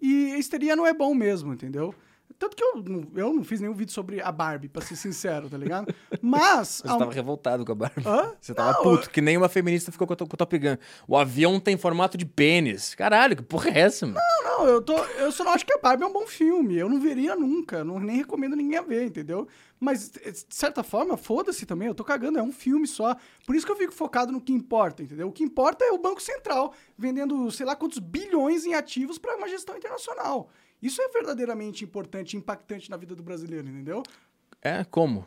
S1: E a histeria não é bom mesmo, entendeu? Tanto que eu, não- eu não fiz nenhum vídeo sobre a Barbie, pra ser sincero, tá
S2: [laughs]
S1: ligado? Mas.
S2: Você
S1: ao-
S2: tava revoltado com a Barbie.
S1: Hã?
S2: Você tava puto, que nem uma feminista ficou com o to- com o Top Gun. O avião tem formato de pênis. Caralho, que porra é essa, mano?
S1: Não, eu, tô, eu só não acho que a Barbie é um bom filme. Eu não veria nunca. Não, nem recomendo ninguém a ver, entendeu? Mas, eh, de certa forma, foda-se também. Eu tô cagando, é um filme só. Por isso que eu fico focado no que importa, entendeu? O que importa é o Banco Central vendendo sei lá quantos bilhões em ativos pra uma gestão internacional. Isso é verdadeiramente importante, impactante na vida do brasileiro, entendeu?
S2: É, como?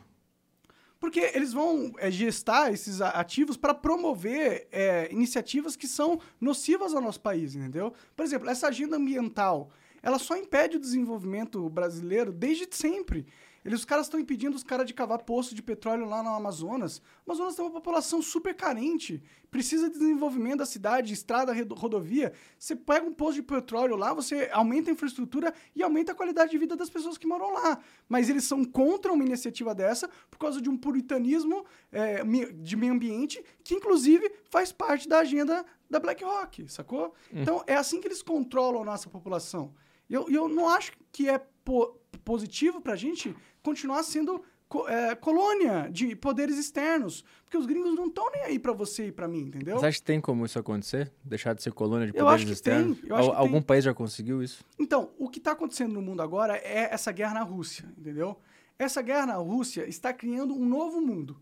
S1: Porque eles vão é, gestar esses a- ativos para promover é, iniciativas que são nocivas ao nosso país, entendeu? Por exemplo, essa agenda ambiental, ela só impede o desenvolvimento brasileiro desde sempre. Eles, os caras estão impedindo os caras de cavar poço de petróleo lá no Amazonas. O Amazonas tem uma população super carente, precisa de desenvolvimento da cidade, estrada, redo- rodovia. Você pega um poço de petróleo lá, você aumenta a infraestrutura e aumenta a qualidade de vida das pessoas que moram lá. Mas eles são contra uma iniciativa dessa por causa de um puritanismo é, me- de meio ambiente que, inclusive, faz parte da agenda da BlackRock, sacou? Então, é assim que eles controlam a nossa população. E eu, e eu não acho que é po- positivo pra gente continuar sendo co- é, colônia de poderes externos. Porque os gringos não estão nem aí pra você e pra mim, entendeu?
S2: Você acha que tem como isso acontecer? Deixar de ser colônia de
S1: Eu
S2: poderes
S1: acho que
S2: externos?
S1: tem, eu acho
S2: Al-
S1: que
S2: Algum
S1: tem.
S2: país já conseguiu isso?
S1: Então, o que está acontecendo no mundo agora é essa guerra na Rússia, entendeu? Essa guerra na Rússia está criando um novo mundo,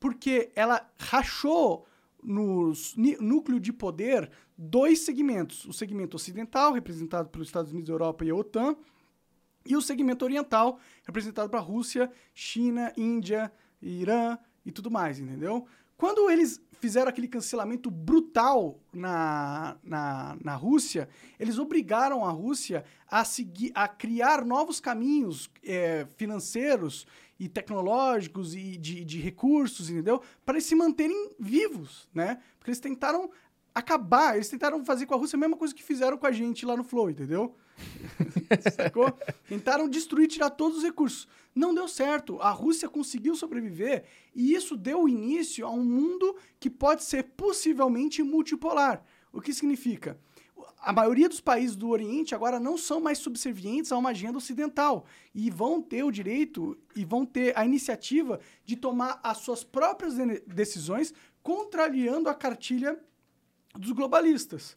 S1: porque ela rachou no núcleo de poder dois segmentos: o segmento ocidental, representado pelos Estados Unidos, Europa e a OTAN, e o segmento oriental, representado pela Rússia, China, Índia, Irã e tudo mais, entendeu? Quando eles fizeram aquele cancelamento brutal na, na, na Rússia, eles obrigaram a Rússia a, seguir, a criar novos caminhos eh, financeiros e tecnológicos e de, de recursos, entendeu? Para eles se manterem vivos, né? Porque eles tentaram acabar, eles tentaram fazer com a Rússia a mesma coisa que fizeram com a gente lá no Flow, entendeu? Sacou? Tentaram destruir, tirar todos os recursos. Não deu certo. A Rússia conseguiu sobreviver e isso deu início a um mundo que pode ser possivelmente multipolar. O que significa? a maioria dos países do Oriente agora não são mais subservientes a uma agenda ocidental e vão ter o direito e vão ter a iniciativa de tomar as suas próprias dene- decisões, contrariando a cartilha dos globalistas.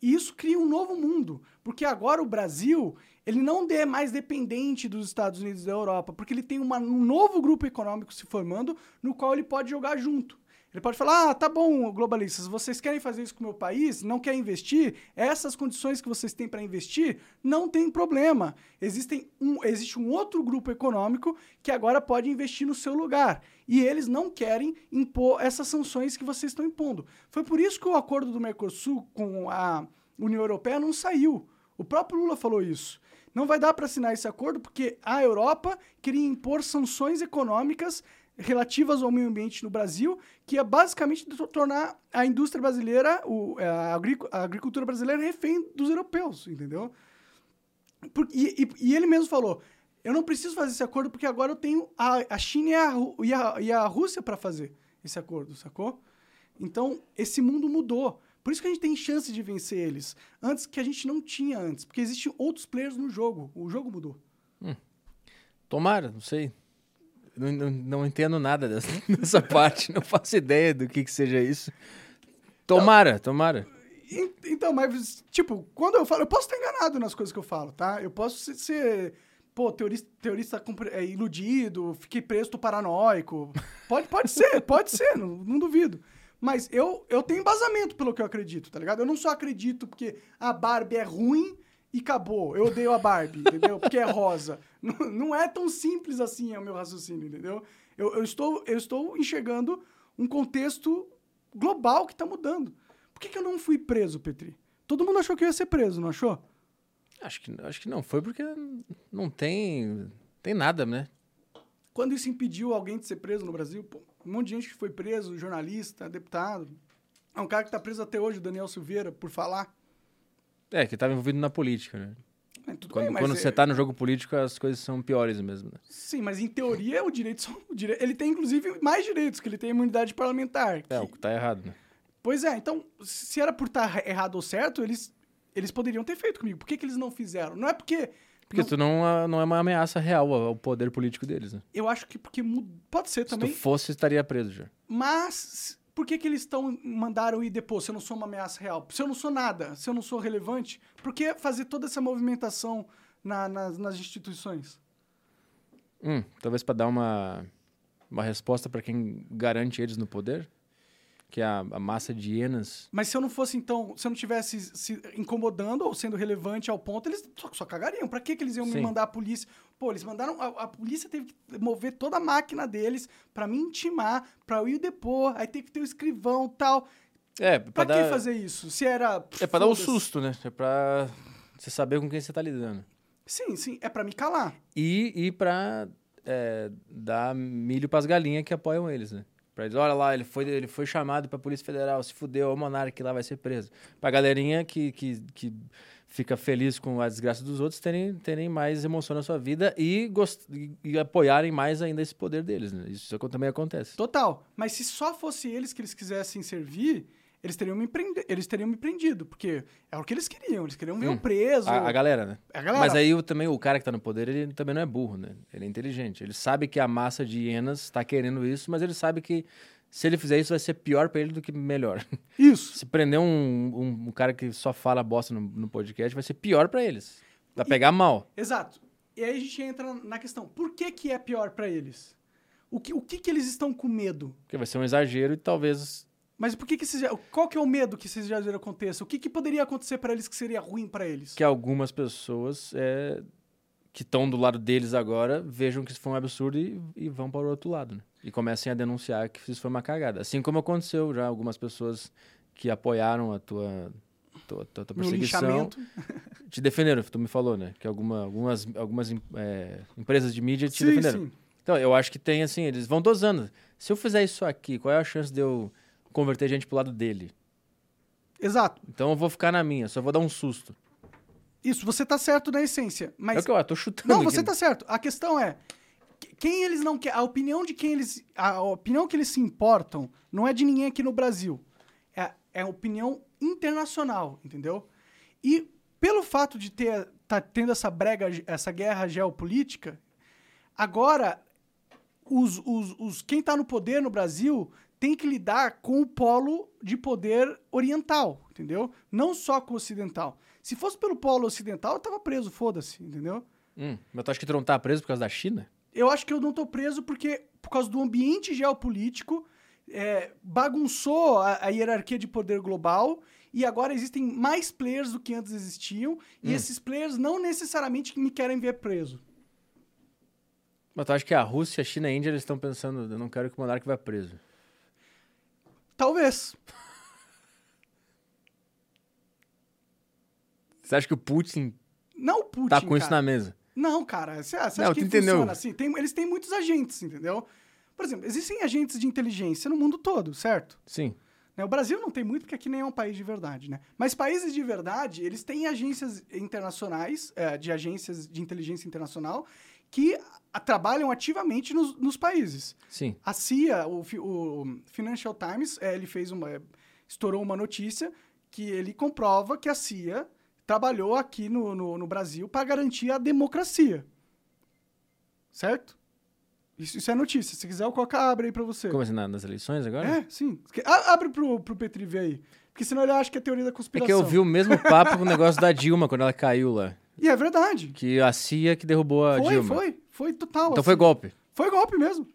S1: E isso cria um novo mundo, porque agora o Brasil ele não é mais dependente dos Estados Unidos e da Europa, porque ele tem uma- um novo grupo econômico se formando no qual ele pode jogar junto. Ele pode falar: ah, tá bom, globalistas, vocês querem fazer isso com o meu país? Não quer investir? Essas condições que vocês têm para investir não tem problema. Existem um, existe um outro grupo econômico que agora pode investir no seu lugar. E eles não querem impor essas sanções que vocês estão impondo. Foi por isso que o acordo do Mercosul com a União Europeia não saiu. O próprio Lula falou isso. Não vai dar para assinar esse acordo porque a Europa queria impor sanções econômicas relativas ao meio ambiente no Brasil, que é basicamente to- tornar a indústria brasileira, o- é, a agricu- a agricultura brasileira refém dos europeus, entendeu? Por- e, e- e ele mesmo falou: eu não preciso fazer esse acordo porque agora eu tenho a, a China e a, Ru- e a- e a Rússia para fazer esse acordo, sacou? Então, esse mundo mudou. Por isso que a gente tem chance de vencer eles. Antes que a gente não tinha antes. Porque existem outros players no jogo. O jogo mudou.
S2: Tomara, não sei. Não, não- não entendo nada dessa, [laughs] dessa parte, não faço ideia do que, que seja isso. Tomara, tomara.
S1: En- Então, mas, tipo, quando eu falo, eu posso estar enganado nas coisas que eu falo, tá? Eu posso se- ser, pô, teorista, teorista compre- é, iludido, fiquei preso, tô paranoico. Pode, pode ser, pode ser, não, não duvido. Mas eu, eu tenho embasamento pelo que eu acredito, tá ligado? Eu não só acredito porque a Barbie é ruim e acabou. Eu odeio a Barbie, entendeu? Porque é rosa. Não, não é tão simples assim é o meu raciocínio, entendeu? Eu, eu estou, eu estou enxergando um contexto global que tá mudando. Por que, que eu não fui preso, Petri? Todo mundo achou que eu ia ser preso, não achou?
S2: Acho que, acho que não foi porque não tem, tem nada, né?
S1: Quando isso impediu alguém de ser preso no Brasil, pô, um monte de gente que foi preso, jornalista, deputado. É um cara que tá preso até hoje, o Daniel Silveira, por falar.
S2: É, que estava envolvido na política, né?
S1: É, tudo
S2: Quando,
S1: bem, mas
S2: quando
S1: é-
S2: você tá no jogo político, as coisas são piores mesmo. Né?
S1: Sim, mas em teoria o direito só. o dire- Ele tem, inclusive, mais direitos, que ele tem imunidade parlamentar.
S2: É,
S1: que-
S2: o que tá errado, né?
S1: Pois é, então, se era por estar errado ou certo, eles, eles poderiam ter feito comigo. Por que, que eles não fizeram? Não é porque.
S2: Porque
S1: não-
S2: tu não, ah, não é uma ameaça real ao ao poder político deles, né?
S1: Eu acho que porque. mud- Pode ser
S2: Se
S1: também.
S2: tu fosse, estaria preso já.
S1: Mas por que, que eles estão mandaram ir depois? Se eu não sou uma ameaça real, se eu não sou nada, se eu não sou relevante, por que fazer toda essa movimentação na- nas, nas instituições?
S2: Hum, talvez pra dar uma, uma resposta pra quem garante eles no poder, que é a, a massa de hienas.
S1: Mas se eu não fosse, então, se eu não tivesse se incomodando ou sendo relevante ao ponto, eles só, só cagariam. Pra que, que eles iam me
S2: Sim.
S1: mandar a polícia? Pô, eles mandaram. A, a polícia teve que mover toda a máquina deles pra me intimar, pra eu ir depor, aí tem que ter o escrivão tal.
S2: É,
S1: Pra
S2: pra,
S1: que
S2: dar,
S1: fazer isso? Se era.
S2: é pra dar um
S1: Foda-se.
S2: susto, né? É pra você saber com quem você tá lidando.
S1: Sim, sim, é pra me calar.
S2: E, e pra é, dar milho pras galinhas que apoiam eles, né? Pra eles, olha lá, ele foi, ele foi chamado pra Polícia Federal, se fudeu, é o monarca lá vai ser preso. Pra galerinha que, que, que fica feliz com a desgraça dos outros terem, terem mais emoção na sua vida e, gost... e- e apoiarem mais ainda esse poder deles, né? Isso acon- também acontece.
S1: Total. Mas se só fosse eles que eles quisessem servir, eles teriam me, prende... eles teriam me prendido, porque é o que eles queriam. Eles queriam ver
S2: Hum.
S1: eu preso.
S2: A, a galera, né?
S1: A galera.
S2: Mas aí o- também o cara que tá no poder, ele também não é burro, né? Ele é inteligente. Ele sabe que a massa de hienas tá querendo isso, mas ele sabe que se ele fizer isso vai ser pior pra ele do que melhor. [laughs]
S1: Isso.
S2: Se prender um, um, um cara que só fala bosta no, no podcast, vai ser pior pra eles. Vai pegar mal.
S1: Exato. E aí a gente entra na questão, por que que é pior pra eles? O que, o que que eles estão com medo?
S2: Porque vai ser um exagero e talvez.
S1: Mas por que que esses... Qual que é o medo que esses jazeiro aconteça? O que que poderia acontecer pra eles que seria ruim pra eles?
S2: que é algumas pessoas é, que estão do lado deles agora vejam que isso foi um absurdo e, e vão para o outro lado, né? E comecem a denunciar que isso foi uma cagada. Assim como aconteceu já algumas pessoas que apoiaram a tua, tua, tua, tua
S1: Meu
S2: perseguição.
S1: linchamento?
S2: Te defenderam, tu me falou, né? Que alguma, algumas, algumas em- é, empresas de mídia te
S1: Sim,
S2: defenderam.
S1: sim.
S2: Então, eu acho que tem assim, eles vão dosando. Se eu fizer isso aqui, qual é a chance de eu converter gente pro lado dele?
S1: Exato.
S2: Então eu vou ficar na minha, só vou dar um susto.
S1: Isso, você tá certo na essência, mas...
S2: É o que eu, eu tô chutando.
S1: Não,
S2: aqui.
S1: você tá certo. A questão é que- quem eles não querem, a opinião de quem eles, a opinião que eles se importam não é de ninguém aqui no Brasil. É, é a opinião internacional, entendeu? E pelo fato de ter tá tendo essa brega, essa guerra geopolítica, agora os, os, os quem está no poder no Brasil tem que lidar com o polo de poder oriental, entendeu? Não só com o ocidental. Se fosse pelo polo ocidental, eu tava preso, foda-se, entendeu?
S2: Hum, mas tu acha que tu não tá preso por causa da China?
S1: Eu acho que eu não tô preso porque, por causa do ambiente geopolítico, é, bagunçou a, a hierarquia de poder global e agora existem mais players do que antes existiam e
S2: Hum.
S1: esses players não necessariamente me querem ver preso.
S2: Mas tu acha que a Rússia, a China e a Índia, eles estão pensando, eu não quero que o monarca vá preso.
S1: Talvez.
S2: Você acha que o Putin,
S1: Não o Putin,
S2: tá com isso
S1: cara.
S2: na mesa?
S1: Não, cara, você você acha
S2: Não,
S1: que entendeu.
S2: tu entendeu.
S1: funciona assim? Tem- eles têm muitos agentes, entendeu? Por exemplo, existem agentes de inteligência no mundo todo, certo?
S2: Sim.
S1: Né, O Brasil não tem muito, porque aqui nem é um país de verdade, né? Mas países de verdade, eles têm agências internacionais, eh, de agências de inteligência internacional, que a- trabalham ativamente nos, nos países.
S2: Sim.
S1: A CIA, o, fi- o Financial Times, eh, ele fez uma... estourou uma notícia que ele comprova que a CIA trabalhou aqui no, no, no Brasil para garantir a democracia. Certo? Isso, isso é notícia. Se quiser, eu coloco a abre aí para você.
S2: Como assim, na- nas eleições agora?
S1: É, sim. Esque- a- Abre pro, pro Petri ver aí. Porque senão ele acha que é teoria da
S2: É
S1: conspiração.
S2: que eu vi o mesmo papo com o negócio da Dilma quando ela caiu lá.
S1: E é verdade.
S2: Que a CIA que derrubou a
S1: Foi,
S2: Ah, Dilma.
S1: foi. Foi total.
S2: Então
S1: assim.
S2: foi golpe.
S1: Foi golpe mesmo.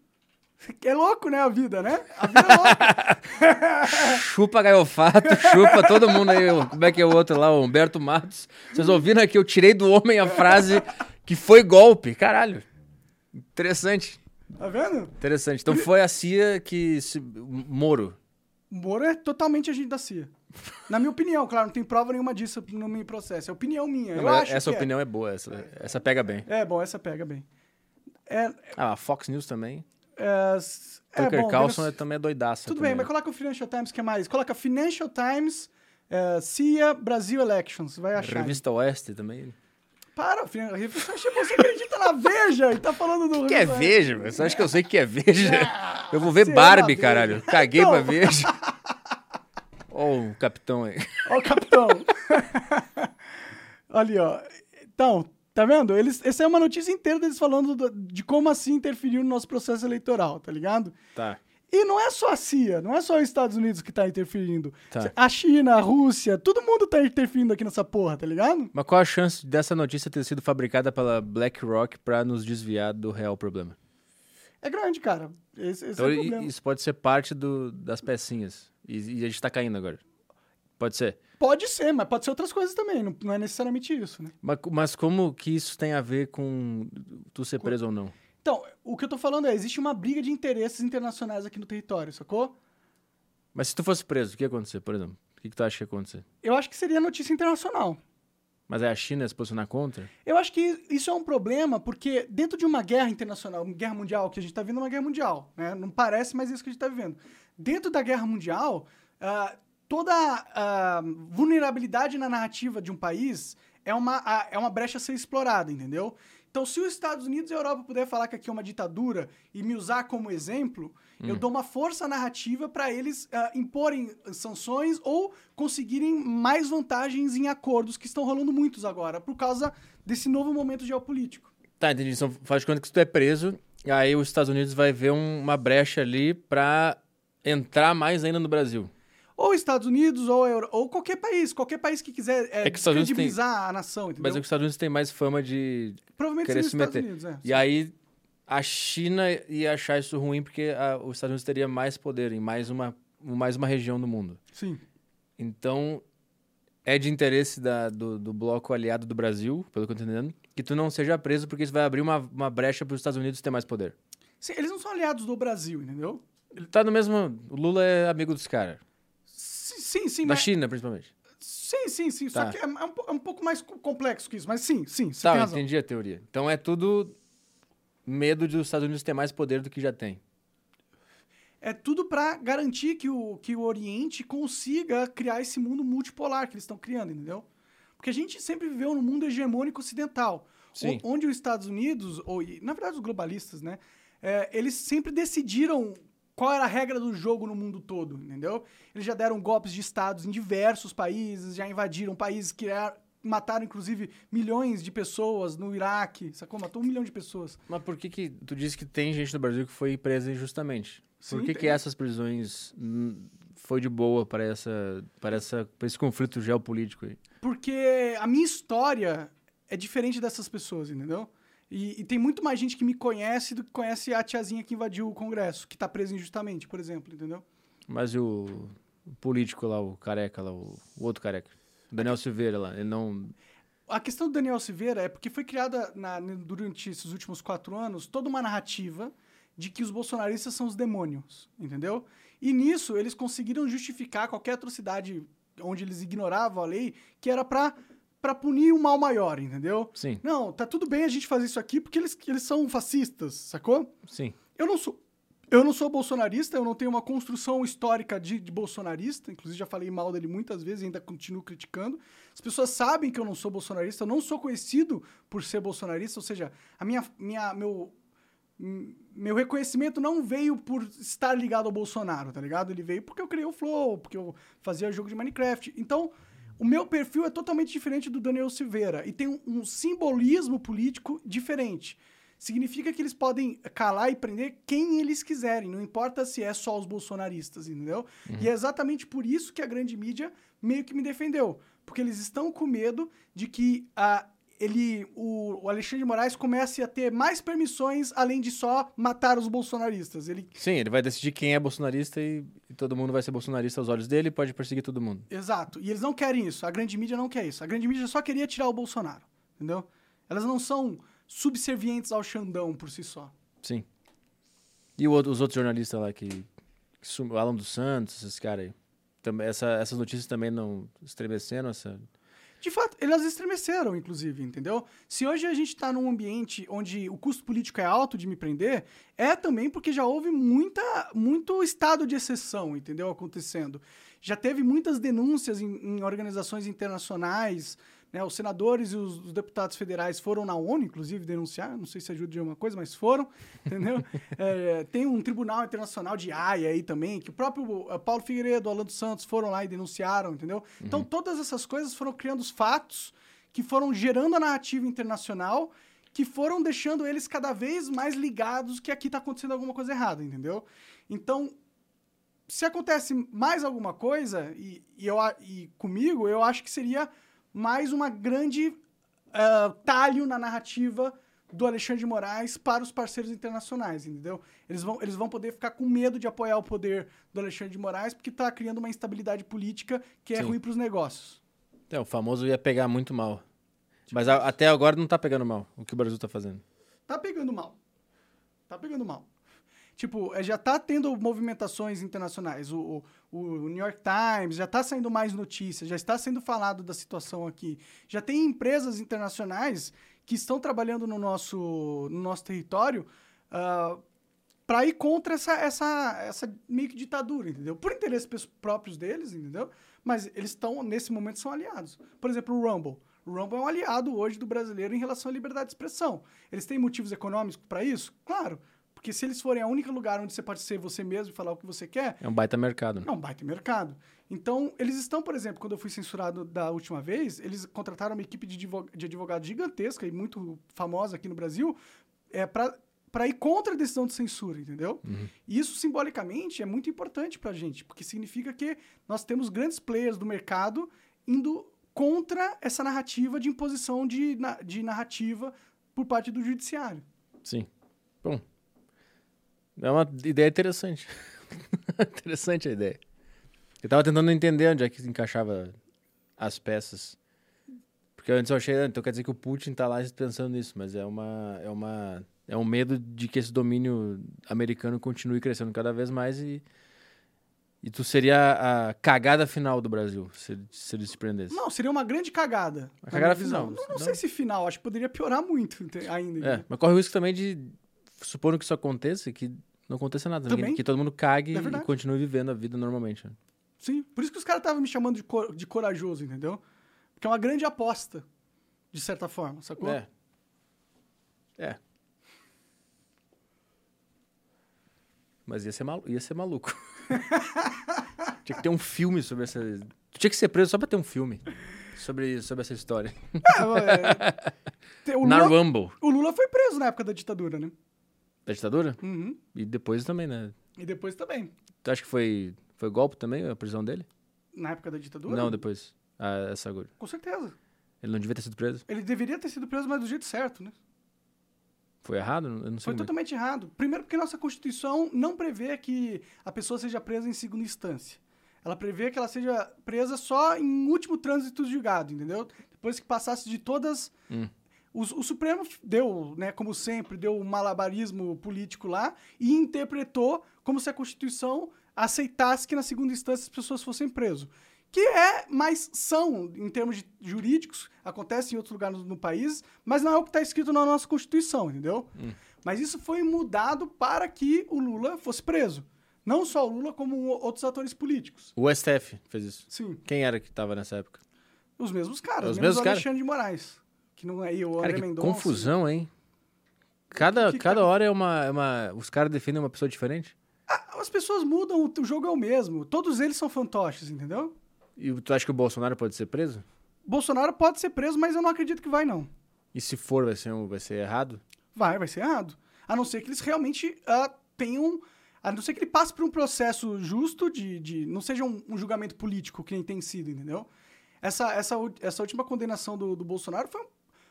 S1: É louco, né, a vida, né? A vida é louca.
S2: [laughs] Chupa gaiofato, [laughs] chupa todo mundo aí. o- Como é que é o outro lá, o Humberto Matos? Vocês ouviram aqui, eu tirei do homem a frase que foi golpe. Caralho. Interessante,
S1: Tá vendo?
S2: interessante. Então foi a CIA que. Se... Moro.
S1: O Moro é totalmente agente da CIA. Na minha opinião, claro, não tem prova nenhuma disso no meu processo. É opinião minha.
S2: Não,
S1: eu
S2: mas
S1: acho
S2: essa
S1: que é.
S2: opinião é. boa, essa, essa pega bem.
S1: É. bom, essa pega bem. É,
S2: Ah, a Fox News também.
S1: é, s- é
S2: Tucker
S1: bom,
S2: Carlson
S1: menos-
S2: é- também é doidaço.
S1: Tudo bem, mas coloca o Financial Times, que é mais? Coloca Financial Times, é, CIA, Brasil Elections. Vai achar.
S2: Revista Oeste também.
S1: Para, filho. a revista- Você acredita na Veja e tá falando do.
S2: O que é Veja? mano? Você acha que eu sei o que é Veja?
S1: [laughs]
S2: Eu vou ver
S1: sei lá,
S2: Barbie,
S1: é Veja.
S2: caralho. Caguei
S1: Então. [laughs]
S2: pra Veja. Ó, o capitão aí.
S1: Ó, o capitão. [laughs] Ali, ó. Então, tá vendo? Eles, essa é uma notícia inteira deles falando do- de como a CIA interferiu no nosso processo eleitoral, tá ligado?
S2: Tá.
S1: E não é só a CIA, não é só os Estados Unidos que tá interferindo.
S2: Tá.
S1: A China, a Rússia, todo mundo tá interferindo aqui nessa porra, tá ligado?
S2: Mas qual a chance dessa notícia ter sido fabricada pela BlackRock pra nos desviar do real problema?
S1: É grande, cara. Esse, esse
S2: Então,
S1: é o
S2: i-
S1: problema.
S2: isso pode ser parte do- das pecinhas. E, e a gente tá caindo agora. Pode ser.
S1: Pode ser, mas pode ser outras coisas também, não, não é necessariamente isso, né?
S2: Mas, mas como que isso tem a ver com tu ser preso ou não?
S1: Então, o que eu tô falando é, existe uma briga de interesses internacionais aqui no território, sacou?
S2: Mas se tu fosse preso, o que ia acontecer, por exemplo? O que, que tu acha que ia acontecer?
S1: Eu acho que seria notícia internacional.
S2: Mas é a China ia se posicionar contra?
S1: Eu acho que isso é um problema porque dentro de uma guerra internacional, uma guerra mundial, que a gente está vivendo uma guerra mundial, né? Não parece, mas é isso que a gente está vivendo. Dentro da guerra mundial, ah, toda ah, vulnerabilidade na narrativa de um país é uma, ah, é uma brecha a ser explorada, entendeu? Então, se os Estados Unidos e a Europa puder falar que aqui é uma ditadura e me usar como exemplo, eu dou uma força narrativa para eles ah, imporem sanções ou conseguirem mais vantagens em acordos que estão rolando muitos agora, por causa desse novo momento geopolítico.
S2: Tá, entendi. Então faz de conta que se tu é preso, e aí os Estados Unidos vai ver um- uma brecha ali pra entrar mais ainda no Brasil.
S1: Ou Estados Unidos, ou, a Euro- ou qualquer país, qualquer país que quiser é,
S2: É que os Estados Unidos tem-
S1: descredibilizar a nação, entendeu?
S2: Mas é que os Estados Unidos têm mais fama de.
S1: Provavelmente
S2: querer
S1: seria os
S2: se
S1: Estados
S2: meter.
S1: Unidos, é.
S2: E aí a China ia achar isso ruim porque a- os Estados Unidos teria mais poder em mais uma, mais uma região do mundo.
S1: Sim.
S2: Então é de interesse da- do, do bloco aliado do Brasil, pelo que eu tô entendendo, que tu não seja preso porque isso vai abrir uma, uma brecha para os Estados Unidos ter mais poder.
S1: Sim, Eles não são aliados do Brasil, entendeu?
S2: Ele tá no mesmo. O Lula é amigo dos caras.
S1: Sim, sim, sim.
S2: Da
S1: mas-
S2: China, principalmente.
S1: Sim, sim, sim. Só
S2: Tá.
S1: que é, é um, po- é um pouco mais co- complexo que isso, mas sim, sim, você
S2: Tá,
S1: tem
S2: eu
S1: razão.
S2: entendi a teoria. Então é tudo medo de os Estados Unidos ter mais poder do que já tem.
S1: É tudo pra garantir que o, que o Oriente consiga criar esse mundo multipolar que eles estão criando, entendeu? Porque a gente sempre viveu num mundo hegemônico ocidental,
S2: Sim.
S1: o- onde os Estados Unidos, ou e, na verdade os globalistas, né? é, eles sempre decidiram qual era a regra do jogo no mundo todo, entendeu? Eles já deram golpes de estados em diversos países, já invadiram países, criaram, mataram inclusive milhões de pessoas no Iraque, sacou? Matou um milhão de pessoas.
S2: Mas por que, que tu disse que tem gente no Brasil que foi presa injustamente?
S1: Sim,
S2: por que, é?
S1: tem.
S2: que essas prisões hum, foi de boa para, essa, para, essa, para esse conflito geopolítico aí?
S1: Porque a minha história é diferente dessas pessoas, entendeu? E, e tem muito mais gente que me conhece do que conhece a tiazinha que invadiu o Congresso, que tá presa injustamente, por exemplo, entendeu?
S2: Mas e o político lá, o careca lá, o, o outro careca? O Daniel Silveira lá, ele não.
S1: A questão do Daniel Silveira é porque foi criada na- durante esses últimos quatro anos toda uma narrativa de que os bolsonaristas são os demônios, entendeu? E nisso eles conseguiram justificar qualquer atrocidade onde eles ignoravam a lei, que era pra para punir o mal maior, entendeu?
S2: Sim,
S1: Não, tá tudo bem a gente fazer isso aqui porque eles, eles são fascistas, sacou?
S2: sim.
S1: Eu não sou. Eu não sou bolsonarista, eu não tenho uma construção histórica de, de bolsonarista, inclusive já falei mal dele muitas vezes e ainda continuo criticando. As pessoas sabem que eu não sou bolsonarista, eu não sou conhecido por ser bolsonarista, ou seja, a minha, minha, meu, m- meu reconhecimento não veio por estar ligado ao Bolsonaro, tá ligado? Ele veio porque eu criei o Flow, porque eu fazia jogo de Minecraft. Então, o meu perfil é totalmente diferente do Daniel Silveira e tem um, um simbolismo político diferente. Significa que eles podem calar e prender quem eles quiserem, não importa se é só os bolsonaristas, entendeu? E é exatamente por isso que a grande mídia meio que me defendeu. Porque eles estão com medo de que a, ele, o, o Alexandre de Moraes comece a ter mais permissões além de só matar os bolsonaristas. Ele
S2: Sim, ele vai decidir quem é bolsonarista e, e todo mundo vai ser bolsonarista aos olhos dele e pode perseguir todo mundo.
S1: Exato. E eles não querem isso. A grande mídia não quer isso. A grande mídia só queria tirar o Bolsonaro. Entendeu? Elas não são subservientes ao Xandão por si só.
S2: Sim. E o outro- os outros jornalistas lá que. que sum- o Alan dos Santos, esses caras aí. Também, essa, essas notícias também não estremecendo essa.
S1: De fato, elas estremeceram, inclusive, entendeu? Se hoje a gente está num ambiente onde o custo político é alto de me prender, é também porque já houve muita, muito estado de exceção, entendeu? Acontecendo. Já teve muitas denúncias em, em organizações internacionais, né? Os senadores e os, os deputados federais foram na ONU, inclusive, denunciar. Não sei se ajuda de alguma coisa, mas foram, entendeu? É, tem um tribunal internacional de Haia aí também, que o próprio eh, Paulo Figueiredo, Alan dos Santos foram lá e denunciaram, entendeu? Então, todas essas coisas foram criando os fatos que foram gerando a narrativa internacional, que foram deixando eles cada vez mais ligados que aqui tá acontecendo alguma coisa errada, entendeu? Então, se acontece mais alguma coisa, e, e eu, a- e comigo, eu acho que seria mais uma grande ah, talho na narrativa do Alexandre de Moraes para os parceiros internacionais, entendeu? Eles vão, eles vão poder ficar com medo de apoiar o poder do Alexandre de Moraes porque tá criando uma instabilidade política que é
S2: Sim.
S1: ruim para os negócios.
S2: Então, o famoso ia pegar muito mal. Mas a- até agora não tá pegando mal o que o Brasil tá fazendo.
S1: Tá pegando mal. Tá pegando mal. Tipo, é, já tá tendo movimentações internacionais. O, o, o New York Times já tá saindo mais notícias, já está sendo falado da situação aqui. Já tem empresas internacionais que estão trabalhando no nosso, no nosso território para ir contra essa, essa, essa meio que ditadura, entendeu? Por interesses pes- próprios deles, entendeu? Mas eles estão, nesse momento, são aliados. Por exemplo, o Rumble. O Rumble é um aliado hoje do brasileiro em relação à liberdade de expressão. Eles têm motivos econômicos para isso? Claro. Porque se eles forem o único lugar onde você pode ser você mesmo e falar o que você quer,
S2: É um baita mercado. Né?
S1: é um baita mercado. Então, eles estão, por exemplo, quando eu fui censurado da última vez, eles contrataram uma equipe de advo- de advogados gigantesca e muito famosa aqui no Brasil é, para ir contra a decisão de censura, entendeu? E isso, simbolicamente, é muito importante para a gente, porque significa que nós temos grandes players do mercado indo contra essa narrativa de imposição de, na- de narrativa por parte do judiciário.
S2: Sim. Bom. É uma ideia interessante. [laughs] interessante a ideia. Eu tava tentando entender onde é que encaixava as peças. Porque antes eu achei, "Ah, então quer dizer que o Putin tá lá pensando nisso, mas é uma é uma é um medo de que esse domínio americano continue crescendo cada vez mais e e tu seria a cagada final do Brasil se, se ele se prendesse.
S1: Não, seria uma grande cagada.
S2: Uma
S1: na minha
S2: cagada
S1: visão.
S2: final,
S1: Não, não
S2: não-
S1: sei se final, acho que poderia piorar muito [laughs] ente- ainda. entendeu?
S2: É, mas corre o risco também de, supondo que isso aconteça, que não aconteça nada. né?
S1: Também.
S2: Que, que todo mundo cague
S1: É
S2: e
S1: verdade.
S2: continue vivendo a vida normalmente. né?
S1: Sim, por isso que os caras estavam me chamando de, cor- de corajoso, entendeu? Porque é uma grande aposta, de certa forma, sacou?
S2: É. É. Mas ia ser, malu ia
S1: [laughs]
S2: ser maluco. Tinha que ter um filme sobre essa. Tu tinha que ser preso só pra ter um filme sobre, sobre essa história. [laughs]
S1: É, é, o,
S2: Na
S1: Lula,
S2: Rumble.
S1: o Lula foi preso na época da ditadura, né?
S2: Da ditadura?
S1: Uhum.
S2: E depois também, né?
S1: E depois também.
S2: Tu acha que foi, foi golpe também a prisão dele?
S1: Na época da ditadura?
S2: Não, depois. Ah, essa agora.
S1: Com certeza.
S2: Ele não devia ter sido preso?
S1: Ele deveria ter sido preso, mas do jeito certo, né?
S2: Foi errado? Eu não sei.
S1: Foi
S2: como é.
S1: totalmente errado. Primeiro porque nossa Constituição não prevê que a pessoa seja presa em segunda instância. Ela prevê que ela seja presa só em último trânsito julgado, entendeu? Depois que passasse de todas...
S2: Hum.
S1: O, o Supremo deu, né, como sempre, deu um malabarismo político lá e interpretou como se a Constituição aceitasse que na segunda instância as pessoas fossem presas. Que é mais são, em termos de- jurídicos, acontece em outros lugares no, no país, mas não é o que está escrito na nossa Constituição, entendeu? Mas isso foi mudado para que o Lula fosse preso. Não só o Lula, como o- outros atores políticos.
S2: O STF fez isso.
S1: Sim,
S2: Quem era que tava nessa época?
S1: os mesmos caras,
S2: Os
S1: menos
S2: mesmos
S1: o
S2: caras?
S1: Alexandre de Moraes. Que não é e o
S2: Cara,
S1: André
S2: que
S1: Mendonça.
S2: confusão, hein? Cada,
S1: que que
S2: cada
S1: tá-
S2: hora é uma, é uma. Os caras defendem uma pessoa diferente.
S1: Ah, As pessoas mudam, o- o jogo é o mesmo. Todos eles são fantoches, entendeu?
S2: E tu acha que o Bolsonaro pode ser preso?
S1: Bolsonaro pode ser preso, mas eu não acredito que vai, não.
S2: E se for, vai ser, um- vai ser errado?
S1: Vai, vai ser errado. A não ser que eles realmente ah, tenham. A não ser que ele passe por um processo justo de. de não seja um, um julgamento político que nem tem sido, entendeu? Essa, essa, ú- essa última condenação do, do Bolsonaro foi um,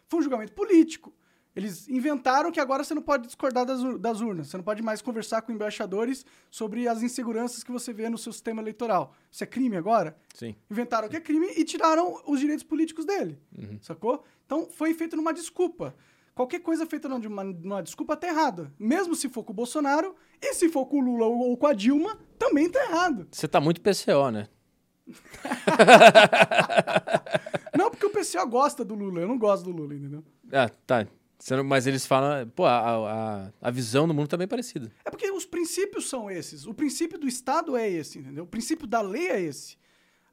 S1: foi um julgamento político. Eles inventaram que agora você não pode discordar das, ur- das urnas, você não pode mais conversar com embaixadores sobre as inseguranças que você vê no seu sistema eleitoral. Isso é crime agora?
S2: Sim.
S1: Inventaram que é crime e tiraram os direitos políticos dele. Sacou? Então foi feito numa desculpa. Qualquer coisa feita numa, numa- numa desculpa tá errada. Mesmo se for com o Bolsonaro, e se for com o Lula ou, ou com a Dilma, também tá errado.
S2: Você tá muito PCO, né?
S1: Não porque o PCO gosta do Lula, eu não gosto do Lula, entendeu?
S2: [laughs] Ah, tá. Você não- Mas eles falam. Pô, a, a, a visão do mundo tá bem parecida.
S1: É porque os princípios são esses. O princípio do Estado é esse, entendeu? O princípio da lei é esse.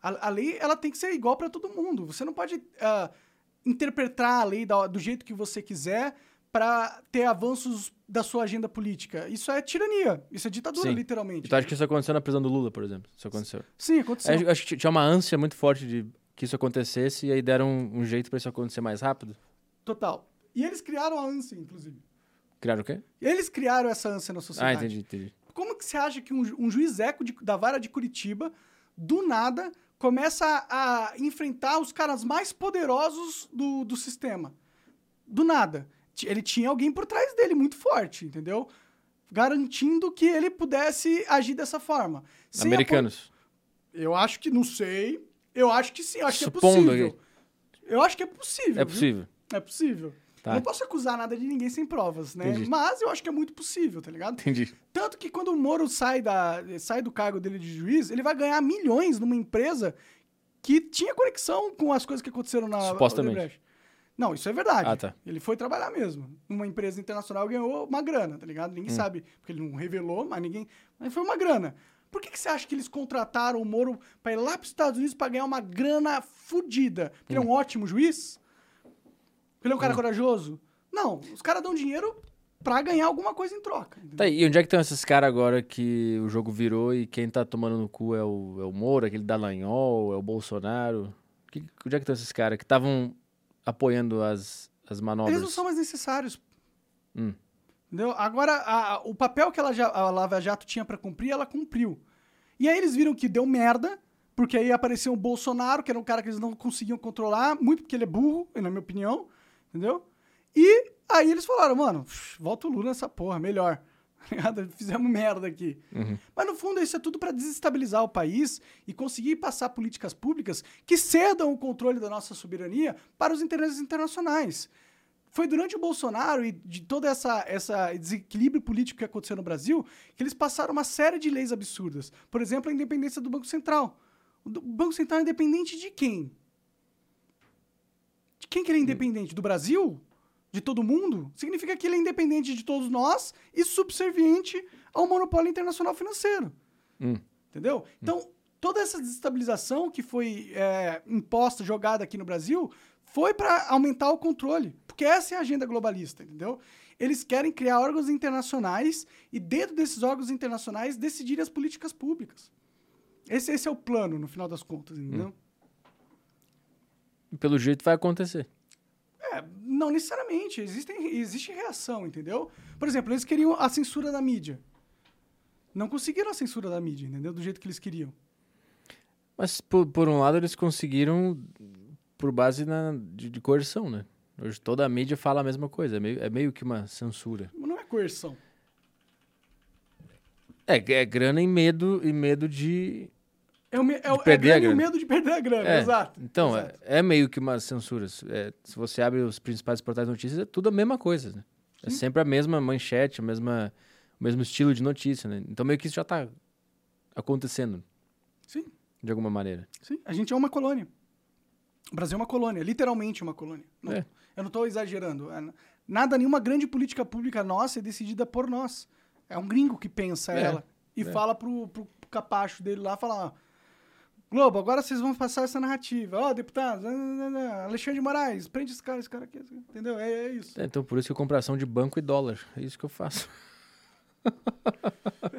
S1: A, a lei ela tem que ser igual para todo mundo. Você não pode ah, interpretar a lei da- do jeito que você quiser para ter avanços da sua agenda política. Isso é tirania. Isso é ditadura,
S2: Sim. E
S1: literalmente.
S2: tu acha que isso aconteceu na prisão do Lula, por exemplo? Isso aconteceu.
S1: Sim, aconteceu.
S2: Acho- acho que tinha uma ânsia muito forte de que isso acontecesse e aí deram um, um jeito pra isso acontecer mais rápido.
S1: Total. E eles criaram a ânsia, inclusive.
S2: Criaram o quê?
S1: Eles criaram essa ânsia na
S2: Ah,
S1: sociedade.
S2: entendi, entendi.
S1: Como que você acha que um, ju- um juiz eco de- da vara de Curitiba, do nada, começa a, a enfrentar os caras mais poderosos do, do sistema? Do nada. Ti- Ele tinha alguém por trás dele muito forte, entendeu? Garantindo que ele pudesse agir dessa forma. Sem apo-
S2: Americanos.
S1: Eu acho que não sei. Eu acho que sim. Eu acho que é
S2: Supondo
S1: possível. Eu acho que é possível. viu?
S2: É possível.
S1: É possível.
S2: Tá.
S1: Não posso acusar nada de ninguém sem provas, né?
S2: Entendi.
S1: Mas eu acho que é muito possível, tá ligado?
S2: Entendi.
S1: Tanto que quando o Moro sai, da, sai do cargo dele de juiz, ele vai ganhar milhões numa empresa que tinha conexão com as coisas que aconteceram na
S2: Supostamente.
S1: Odebrecht. Não, isso é verdade.
S2: Ah, tá.
S1: Ele foi trabalhar mesmo. Numa empresa internacional ganhou uma grana, tá ligado?
S2: Hum.
S1: Ninguém sabe, porque ele não revelou, mas ninguém. Mas foi uma grana. Por que, que você acha que eles contrataram o Moro pra ir lá pros Estados Unidos pra ganhar uma grana fodida? Porque
S2: Hum.
S1: ele é um ótimo juiz? Porque ele é um cara corajoso? Não, os caras dão dinheiro pra ganhar alguma coisa em troca. entendeu?
S2: Tá, e onde é que estão esses caras agora que o jogo virou e quem tá tomando no cu é o, é o Moro, aquele Dallagnol, é o Bolsonaro? Que, onde é que estão esses caras que estavam apoiando as, as manobras?
S1: Eles não são mais necessários.
S2: Hum.
S1: Entendeu? Agora, a- a- o papel que ela já- a Lava Jato tinha pra cumprir, ela cumpriu. E aí eles viram que deu merda, porque aí apareceu o Bolsonaro, que era um cara que eles não conseguiam controlar, muito porque ele é burro, na minha opinião, entendeu? E aí eles falaram, mano, pff, volta o Lula nessa porra, melhor. [laughs] Tá ligado? Fizemos merda aqui. Mas no fundo isso é tudo pra desestabilizar o país e conseguir passar políticas públicas que cedam o controle da nossa soberania para os interesses internacionais. Foi durante o Bolsonaro e de todo essa, essa desequilíbrio político que aconteceu no Brasil que eles passaram uma série de leis absurdas. Por exemplo, a independência do Banco Central. O do- o Banco Central é independente de quem? De quem que ele
S2: Hum.
S1: é independente? Do Brasil? De todo mundo? Significa que ele é independente de todos nós e subserviente ao monopólio internacional financeiro.
S2: Hum.
S1: Entendeu? Então, toda essa desestabilização que foi é, imposta, jogada aqui no Brasil, foi para aumentar o controle. Porque essa é a agenda globalista, entendeu? eles querem criar órgãos internacionais e, dentro desses órgãos internacionais, decidirem as políticas públicas. Esse, esse é o plano, no final das contas, entendeu?
S2: Hum. E Pelo jeito vai acontecer.
S1: É, não necessariamente. Existem, existe reação, entendeu? Por exemplo, eles queriam a censura da mídia. Não conseguiram a censura da mídia, entendeu? Do jeito que eles queriam.
S2: Mas, por, por um lado, eles conseguiram por base na, de, de coerção, né? Hoje toda a mídia fala a mesma coisa. É meio, é meio que uma censura.
S1: Mas não é coerção.
S2: É, é grana e medo, e medo de,
S1: É o, me- é, o- é
S2: perder a
S1: grana e o
S2: grana.
S1: medo de perder a grana,
S2: É,
S1: exato.
S2: Então, é-
S1: exato.
S2: É, meio que uma censura. Se- é, se você abre os principais portais de notícias, é tudo a mesma coisa, né? É sempre a mesma manchete, a mesma, o mesmo estilo de notícia, né? Então meio que isso já tá acontecendo.
S1: Sim.
S2: De alguma maneira.
S1: Sim, a gente é uma colônia. O Brasil é uma colônia, literalmente uma colônia. Não-
S2: É.
S1: Eu não estou exagerando. É, n- Nada, nenhuma grande política pública nossa é decidida por nós. É um gringo que pensa
S2: É,
S1: ela e
S2: é.
S1: fala pro, pro capacho dele lá, fala, ó, Globo, agora vocês vão passar essa narrativa. Ó, deputados, né, nã, nã, nã, nã, Alexandre de Moraes, prende esse cara, esse cara aqui. esse- Entendeu? É, é isso.
S2: É, então por isso que eu compro ação de banco e dólar. É isso que eu faço. [laughs]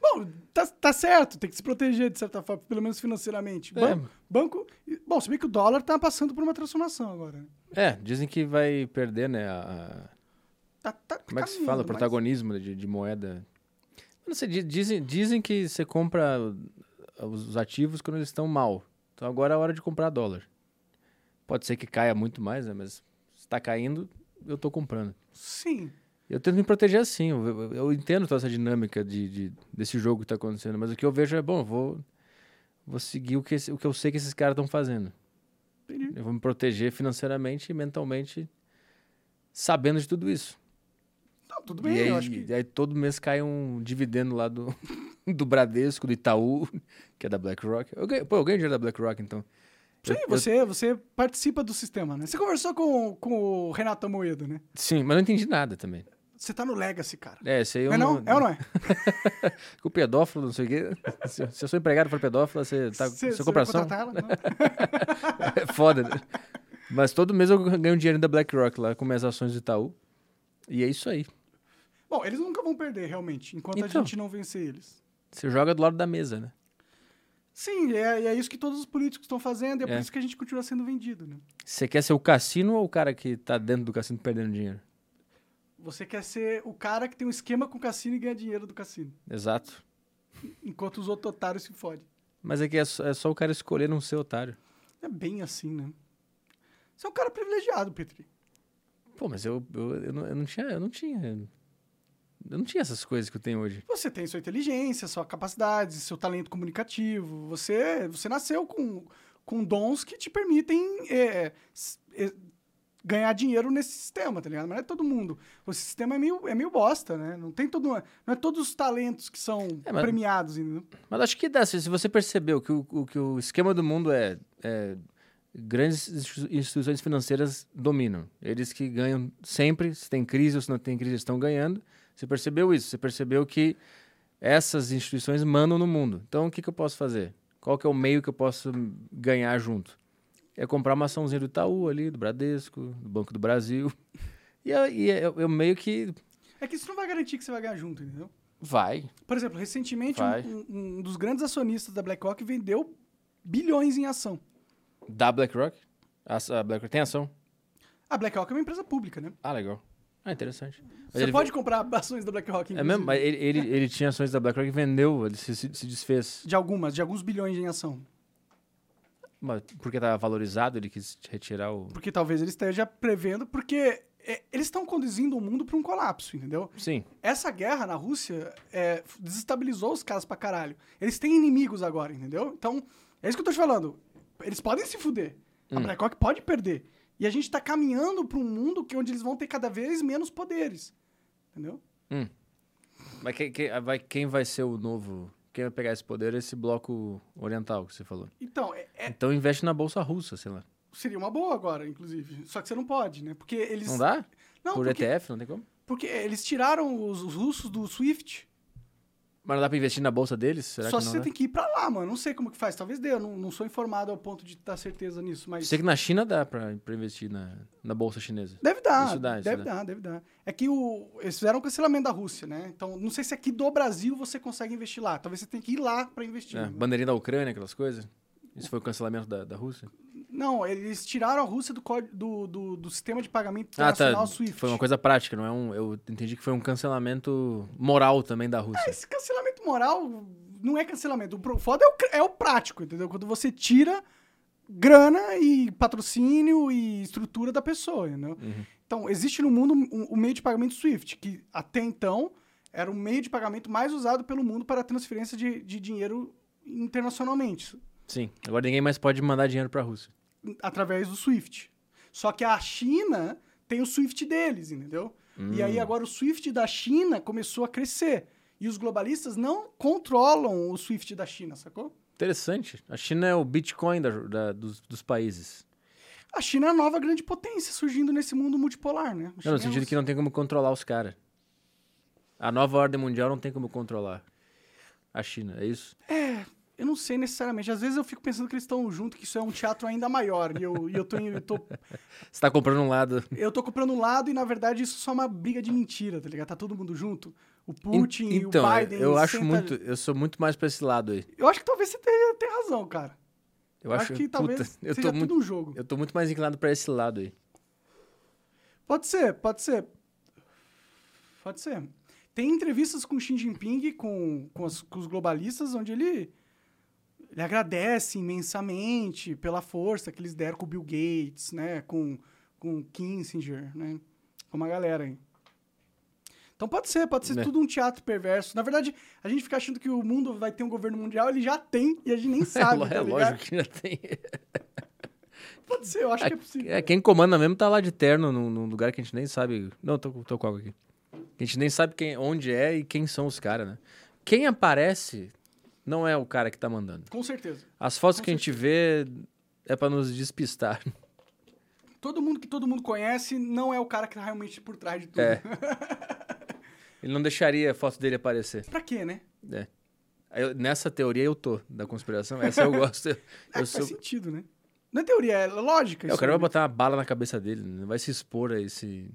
S1: Bom, tá, tá certo, tem que se proteger de certa forma, pelo menos financeiramente.
S2: É.
S1: Ban- banco... Bom, se bem que o dólar tá passando por uma transformação agora. né?
S2: É, dizem que vai perder, né? a- a-
S1: Tá, tá
S2: como é que se
S1: caminhando,
S2: fala?
S1: mas-
S2: Protagonismo de, de moeda. Eu Não sei, di- dizem, dizem que você compra ah, os os ativos quando eles estão mal. Então agora é a hora de comprar dólar. Pode ser que caia muito mais, né? Mas se está caindo, eu tô comprando.
S1: Sim.
S2: Eu tento me proteger assim. Eu, eu- eu entendo toda essa dinâmica de, de- desse jogo que tá acontecendo. Mas o que eu vejo é, bom, eu vou, vou seguir o que, esse- o que eu sei que esses caras estão fazendo.
S1: Entendi.
S2: Eu vou me proteger financeiramente e mentalmente sabendo de tudo isso.
S1: Não, tudo bem,
S2: e aí,
S1: eu acho que.
S2: e aí todo mês cai um dividendo lá do, [laughs] do Bradesco, do Itaú, que é da BlackRock. Eu ganho, pô, eu ganho dinheiro da BlackRock, então.
S1: Sim,
S2: eu- eu-
S1: você, você participa do sistema, né? Você conversou com, com o Renato Amoedo, né?
S2: Sim, mas não entendi nada também.
S1: Você tá no Legacy, cara.
S2: É, isso aí eu
S1: Não é não? É ou não é?
S2: Com o pedófilo, não
S1: [laughs]
S2: sei o quê. Se, eu- se eu sou empregado para pedófila, você tá
S1: Você- você vai
S2: sua compração
S1: contratar ela? Não. né?
S2: [laughs] é foda, né? Mas todo mês eu ganho um dinheiro da BlackRock lá com minhas ações do Itaú. E é isso aí.
S1: Bom, eles nunca vão perder, realmente, enquanto a
S2: Então.
S1: gente não vencer eles.
S2: Você joga do lado da mesa, né?
S1: Sim, e é, e é isso que todos os políticos estão fazendo, e é, por
S2: É.
S1: isso que a gente continua sendo vendido, né?
S2: Você quer ser o cassino ou o cara que tá dentro do cassino perdendo dinheiro?
S1: Você quer ser o cara que tem um esquema com o cassino e ganha dinheiro do cassino,
S2: Exato.
S1: enquanto os outros otários se fodem.
S2: Mas é que é só, é só o cara escolher não ser otário.
S1: É bem assim, né? Você é um cara privilegiado, Petri.
S2: Pô, mas eu, eu, eu, não, eu não tinha. Eu não tinha. Eu não tinha essas coisas que eu tenho hoje.
S1: Você tem sua inteligência, sua capacidade, seu talento comunicativo. Você, você nasceu com, com dons que te permitem é, s- é, ganhar dinheiro nesse sistema, tá ligado? Mas não é todo mundo. O sistema é meio, é meio bosta, né? Não, tem todo, não é todos os talentos que são
S2: É, mas-
S1: premiados. entendeu?
S2: Mas acho que dá. Se, se você percebeu que o, o- que o esquema do mundo é, é grandes institu- instituições financeiras dominam. Eles que ganham sempre, se tem crise ou se não tem crise, eles estão ganhando. Você percebeu isso? Você percebeu que essas instituições mandam no mundo. Então o que, que eu posso fazer? Qual que é o meio que eu posso ganhar junto? É comprar uma açãozinha do Itaú ali, do Bradesco, do Banco do Brasil. E, eu- e eu- eu meio que
S1: É que isso não vai garantir que você vai ganhar junto, entendeu?
S2: Vai.
S1: Por exemplo, recentemente, um-
S2: Vai.
S1: um, um dos grandes acionistas da BlackRock vendeu bilhões em ação.
S2: Da BlackRock? A, a BlackRock tem ação?
S1: A BlackRock é uma empresa pública, né?
S2: Ah, legal. Ah, interessante. Mas
S1: você
S2: ele
S1: pode comprar ações da BlackRock,
S2: É mesmo?
S1: inclusive.
S2: Mas ele, ele, ele tinha ações da BlackRock e vendeu, ele se, se- se desfez.
S1: De algumas, de alguns bilhões em ação.
S2: Mas porque tava valorizado, ele quis retirar o.
S1: Porque talvez ele esteja prevendo, porque é, eles estão conduzindo o mundo para um colapso, entendeu?
S2: Sim.
S1: Essa guerra na Rússia é, f- desestabilizou os caras pra caralho. Eles têm inimigos agora, entendeu? Então, é isso que eu tô te falando. Eles podem se fuder. A
S2: Hum.
S1: BlackRock pode perder. E a gente tá caminhando para um mundo que onde eles vão ter cada vez menos poderes. Entendeu?
S2: Mas que, que- vai, quem vai ser o novo. Quem vai pegar esse poder é esse bloco oriental que você falou.
S1: Então, é- é-
S2: Então investe na Bolsa Russa, sei lá.
S1: seria uma boa agora, inclusive. Só que você não pode, né? Porque eles.
S2: Não dá?
S1: Não,
S2: Por
S1: porque,
S2: ETF, não tem como?
S1: porque eles tiraram os, os russos do SWIFT.
S2: Mas não dá pra investir na bolsa deles? Será
S1: Só
S2: que
S1: se
S2: não
S1: você
S2: né? dá?
S1: tem que ir pra lá, mano. Não sei como que faz. Talvez dê. Eu não, não sou informado ao ponto de dar certeza nisso, mas.
S2: Sei que na China dá pra, pra investir na, na bolsa chinesa.
S1: Deve dar.
S2: Isso dá, isso
S1: deve
S2: dá.
S1: dar, deve dar. É que o, eles fizeram um cancelamento da Rússia, né? Então, não sei se aqui do Brasil você consegue investir lá. Talvez você tenha que ir lá pra investir. né?
S2: É, bandeirinha da Ucrânia, aquelas coisas. Isso foi o cancelamento da, da Rússia?
S1: Não, eles tiraram a Rússia do, código- do, do, do sistema de pagamento
S2: Ah,
S1: internacional
S2: tá.
S1: É, SWIFT.
S2: Foi uma coisa prática, não é um. Eu entendi que foi um cancelamento moral também da Rússia.
S1: Esse cancelamento moral não é cancelamento. O pro- foda é o, cr- é o prático, entendeu? Quando você tira grana e patrocínio e estrutura da pessoa, entendeu? Então, existe no mundo o meio de pagamento SWIFT, que até então era o meio de pagamento mais usado pelo mundo para transferência de, de dinheiro internacionalmente,
S2: Sim. Agora ninguém mais pode mandar dinheiro pra Rússia.
S1: através do SWIFT. Só que a China tem o SWIFT deles, entendeu? E
S2: Hum.
S1: aí agora o SWIFT da China começou a crescer. E os globalistas não controlam o SWIFT da China, sacou?
S2: Interessante. A China é o Bitcoin da- da- dos, dos países.
S1: A China é a nova grande potência surgindo nesse mundo multipolar, né? A
S2: Não,
S1: China é
S2: no sentido
S1: os-
S2: que não tem como controlar os caras. A nova ordem mundial não tem como controlar a China, é isso?
S1: Eu não sei necessariamente. Às vezes eu fico pensando que eles estão junto, que isso é um teatro ainda maior. E eu, e eu, tô, em- eu, tô,
S2: Você tá comprando um lado.
S1: eu tô comprando um lado e, na verdade, isso é só uma briga de mentira, tá ligado? Tá todo mundo junto. O Putin
S2: En- então,
S1: e o Biden.
S2: eu acho
S1: senta-
S2: muito. Eu sou muito mais pra esse lado aí.
S1: Eu acho que talvez você tenha, tenha razão, cara.
S2: Eu acho,
S1: que
S2: puta,
S1: talvez
S2: eu
S1: seja
S2: tô,
S1: tudo
S2: muito,
S1: um jogo.
S2: eu tô muito mais inclinado pra esse lado aí. [laughs]
S1: Pode ser, pode ser. Pode ser. Tem entrevistas com Xi Jinping, com, com, as- com os globalistas, onde ele, ele agradece imensamente pela força que eles deram com o Bill Gates, né? Com, com o Kissinger, né? Com uma galera aí. Então pode ser, pode ser
S2: Né.
S1: tudo um teatro perverso. Na verdade, a gente fica achando que o mundo vai ter um governo mundial, ele já tem, e a
S2: [laughs]
S1: gente nem sabe,
S2: é,
S1: tá ligado?
S2: lógico que já tem.
S1: Pode ser, eu acho que é possível.
S2: É, quem comanda mesmo tá lá de terno, num, num lugar que a gente nem sabe. Não, tô, tô com água aqui. A gente nem sabe quem, onde é e quem são os caras, né? Quem aparece não é o cara que tá mandando.
S1: Com certeza.
S2: As fotos que a gente vê é pra nos despistar. [laughs]
S1: Todo mundo que todo mundo conhece não é o cara que tá realmente por trás de tudo.
S2: É. Ele não deixaria a foto dele aparecer.
S1: [laughs] Pra quê, né?
S2: É. Aí eu- nessa teoria eu tô, da conspiração. Essa eu gosto.
S1: É,
S2: Eu, eu
S1: que faz
S2: sou...
S1: sentido, né? Não é teoria, é lógica.
S2: É, o
S1: isso
S2: cara vai
S1: aí, né?
S2: botar uma bala na cabeça dele, né? não vai se expor a esse,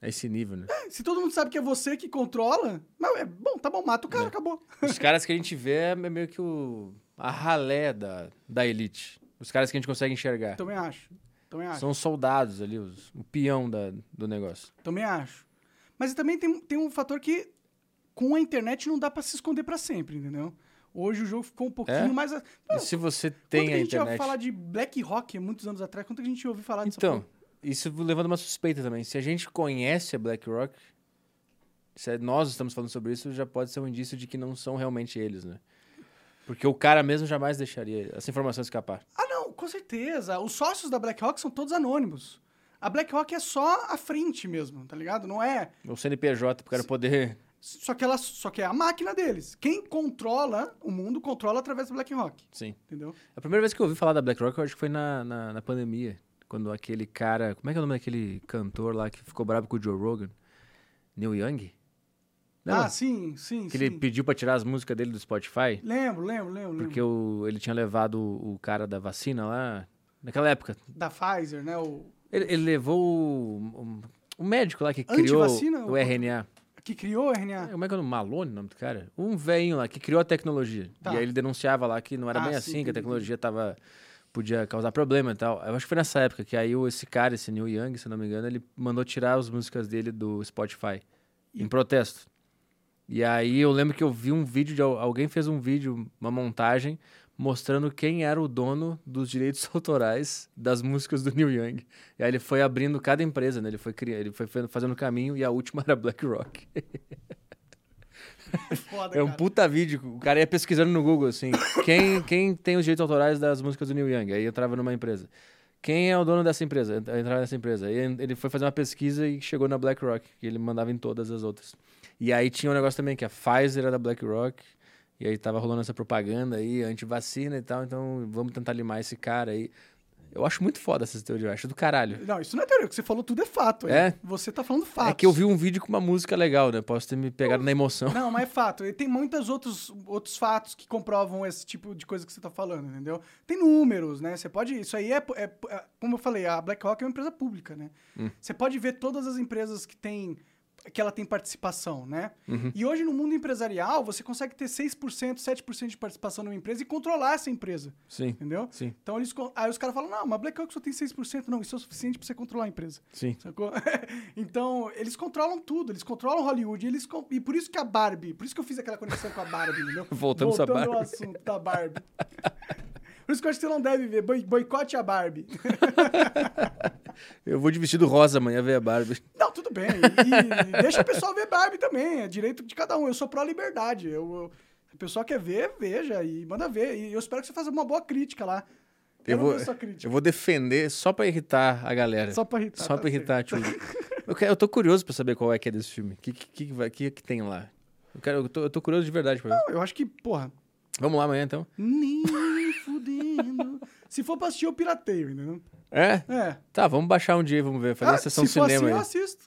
S2: a esse nível, né?
S1: Se todo mundo sabe que é você que controla, mas é bom, tá bom, mata o cara,
S2: É.
S1: acabou.
S2: Os caras que a gente vê é meio que o, a ralé da, da elite. Os caras que a gente consegue enxergar.
S1: Também acho. Também acho.
S2: São os soldados ali, os- o peão da, do negócio.
S1: Também acho. Mas também tem, tem um fator que com a internet não dá pra se esconder pra sempre, entendeu? Hoje o jogo ficou um pouquinho mais. a- Não,
S2: E se você
S1: quanto
S2: É? tem
S1: que
S2: a
S1: a gente ia
S2: internet...
S1: falar de Black Rock muitos anos atrás? Quanto que a gente ouviu falar disso?
S2: Então, isso levando uma suspeita também. Se a gente conhece a BlackRock, se é- nós estamos falando sobre isso, já pode ser um indício de que não são realmente eles, né? Porque o cara mesmo jamais deixaria essa informação escapar.
S1: Ah, não, com certeza. Os sócios da BlackRock são todos anônimos. A BlackRock é só a frente mesmo, tá ligado? Não é.
S2: O CNPJ, pro cara poder.
S1: Só que, ela, só que é a máquina deles. Quem controla o mundo, controla através do BlackRock,
S2: Sim.
S1: entendeu?
S2: A primeira vez que eu ouvi falar da BlackRock, eu acho que foi na, na, na pandemia. Quando aquele cara. Como é que é o nome daquele cantor lá que ficou bravo com o Joe Rogan? Neil Young? Lembra?
S1: ah, sim, sim,
S2: que ele
S1: sim.
S2: pediu pra tirar as músicas dele do Spotify?
S1: Lembro, lembro, lembro. lembro.
S2: Porque o- ele tinha levado o, o cara da vacina lá. Naquela época.
S1: Da Pfizer, né? O,
S2: Ele, ele levou o, o- o médico lá que criou
S1: Antivacina?
S2: o RNA.
S1: que criou o RNA.
S2: Como é que é o nome? Malone, o nome do cara? Um velhinho lá que criou a tecnologia.
S1: Tá.
S2: E aí ele denunciava lá que não era
S1: Ah,
S2: bem
S1: sim,
S2: assim, que
S1: entendi,
S2: a tecnologia tava, podia causar problema e tal. Eu acho que foi nessa época que aí o- esse cara, esse Neil Young, se eu não me engano, ele mandou tirar as músicas dele do Spotify.
S1: E-
S2: Em protesto. E aí eu lembro que eu vi um vídeo de al- alguém fez um vídeo, uma montagem, mostrando quem era o dono dos direitos [laughs] autorais das músicas do Neil Young. E aí ele foi abrindo cada empresa, né? Ele foi criando, ele foi fe- fazendo o caminho e a última [laughs] era BlackRock.
S1: Foda,
S2: É um
S1: cara.
S2: puta vídeo. O cara ia pesquisando no Google, assim. Quem, quem tem os direitos autorais das músicas do Neil Young? Aí entrava numa empresa. Quem é o dono dessa empresa? Ent- Entrava nessa empresa. Aí ele foi fazer uma pesquisa e chegou na BlackRock, que ele mandava em todas as outras. E aí tinha um negócio também que a Pfizer era da BlackRock. E aí tava rolando essa propaganda aí, anti-vacina e tal. Então vamos tentar limar esse cara aí. Eu acho muito foda essas teorias, eu acho do caralho.
S1: Não, isso não é teoria. O que você falou tudo é fato. hein?
S2: É?
S1: Você tá falando fato.
S2: É que eu vi um vídeo com uma música legal, né? Posso ter me pegado na emoção.
S1: Não, mas é fato. E tem muitos outros, outros fatos que comprovam esse tipo de coisa que você tá falando, entendeu? Tem números, né? Você pode. Isso aí é. é- é- como eu falei, a BlackRock é uma empresa pública, né? Você pode ver todas as empresas que tem. Que ela tem participação, né? E hoje no mundo empresarial, você consegue ter 6%, 7% de participação numa empresa e controlar essa empresa,
S2: Sim,
S1: entendeu?
S2: sim,
S1: Então eles. con- Aí os caras falam: não, mas BlackRock só tem 6%. Não, isso é o suficiente pra você controlar a empresa.
S2: sim.
S1: Sacou? [laughs] então, eles controlam tudo, eles controlam Hollywood, eles con- e por isso que a Barbie, por isso que eu fiz aquela conexão com a Barbie, entendeu?
S2: [laughs] Voltamos à
S1: Voltando ao
S2: Barbie.
S1: assunto da Barbie. por isso que eu acho que você não deve ver, boi- boicote a Barbie.
S2: Eu vou de vestido rosa amanhã ver a Barbie.
S1: Não, tudo bem, e, e deixa o pessoal ver Barbie também, é direito de cada um, eu sou pró-liberdade, eu... eu- se o pessoal quer ver, veja e manda ver. E eu espero que você faça uma boa crítica lá.
S2: Eu
S1: não
S2: vou,
S1: ver sua crítica.
S2: eu vou defender só pra irritar a galera.
S1: Só pra irritar.
S2: Só
S1: tá
S2: pra
S1: certo.
S2: irritar a Tchuli. Eu, quero- eu tô curioso pra saber qual é que é desse filme. O que, que, que, vai- que, que tem lá? Eu, quero, eu, tô, eu tô curioso de verdade pra ver.
S1: Eu acho que, porra,
S2: Vamos lá amanhã, então.
S1: nem [laughs] fudendo. Se for pra assistir, eu pirateio, entendeu?
S2: É?
S1: É.
S2: Tá, vamos baixar um dia e vamos ver. Fazer
S1: Ah,
S2: uma sessão
S1: se for
S2: cinema
S1: assim, eu
S2: aí.
S1: assisto.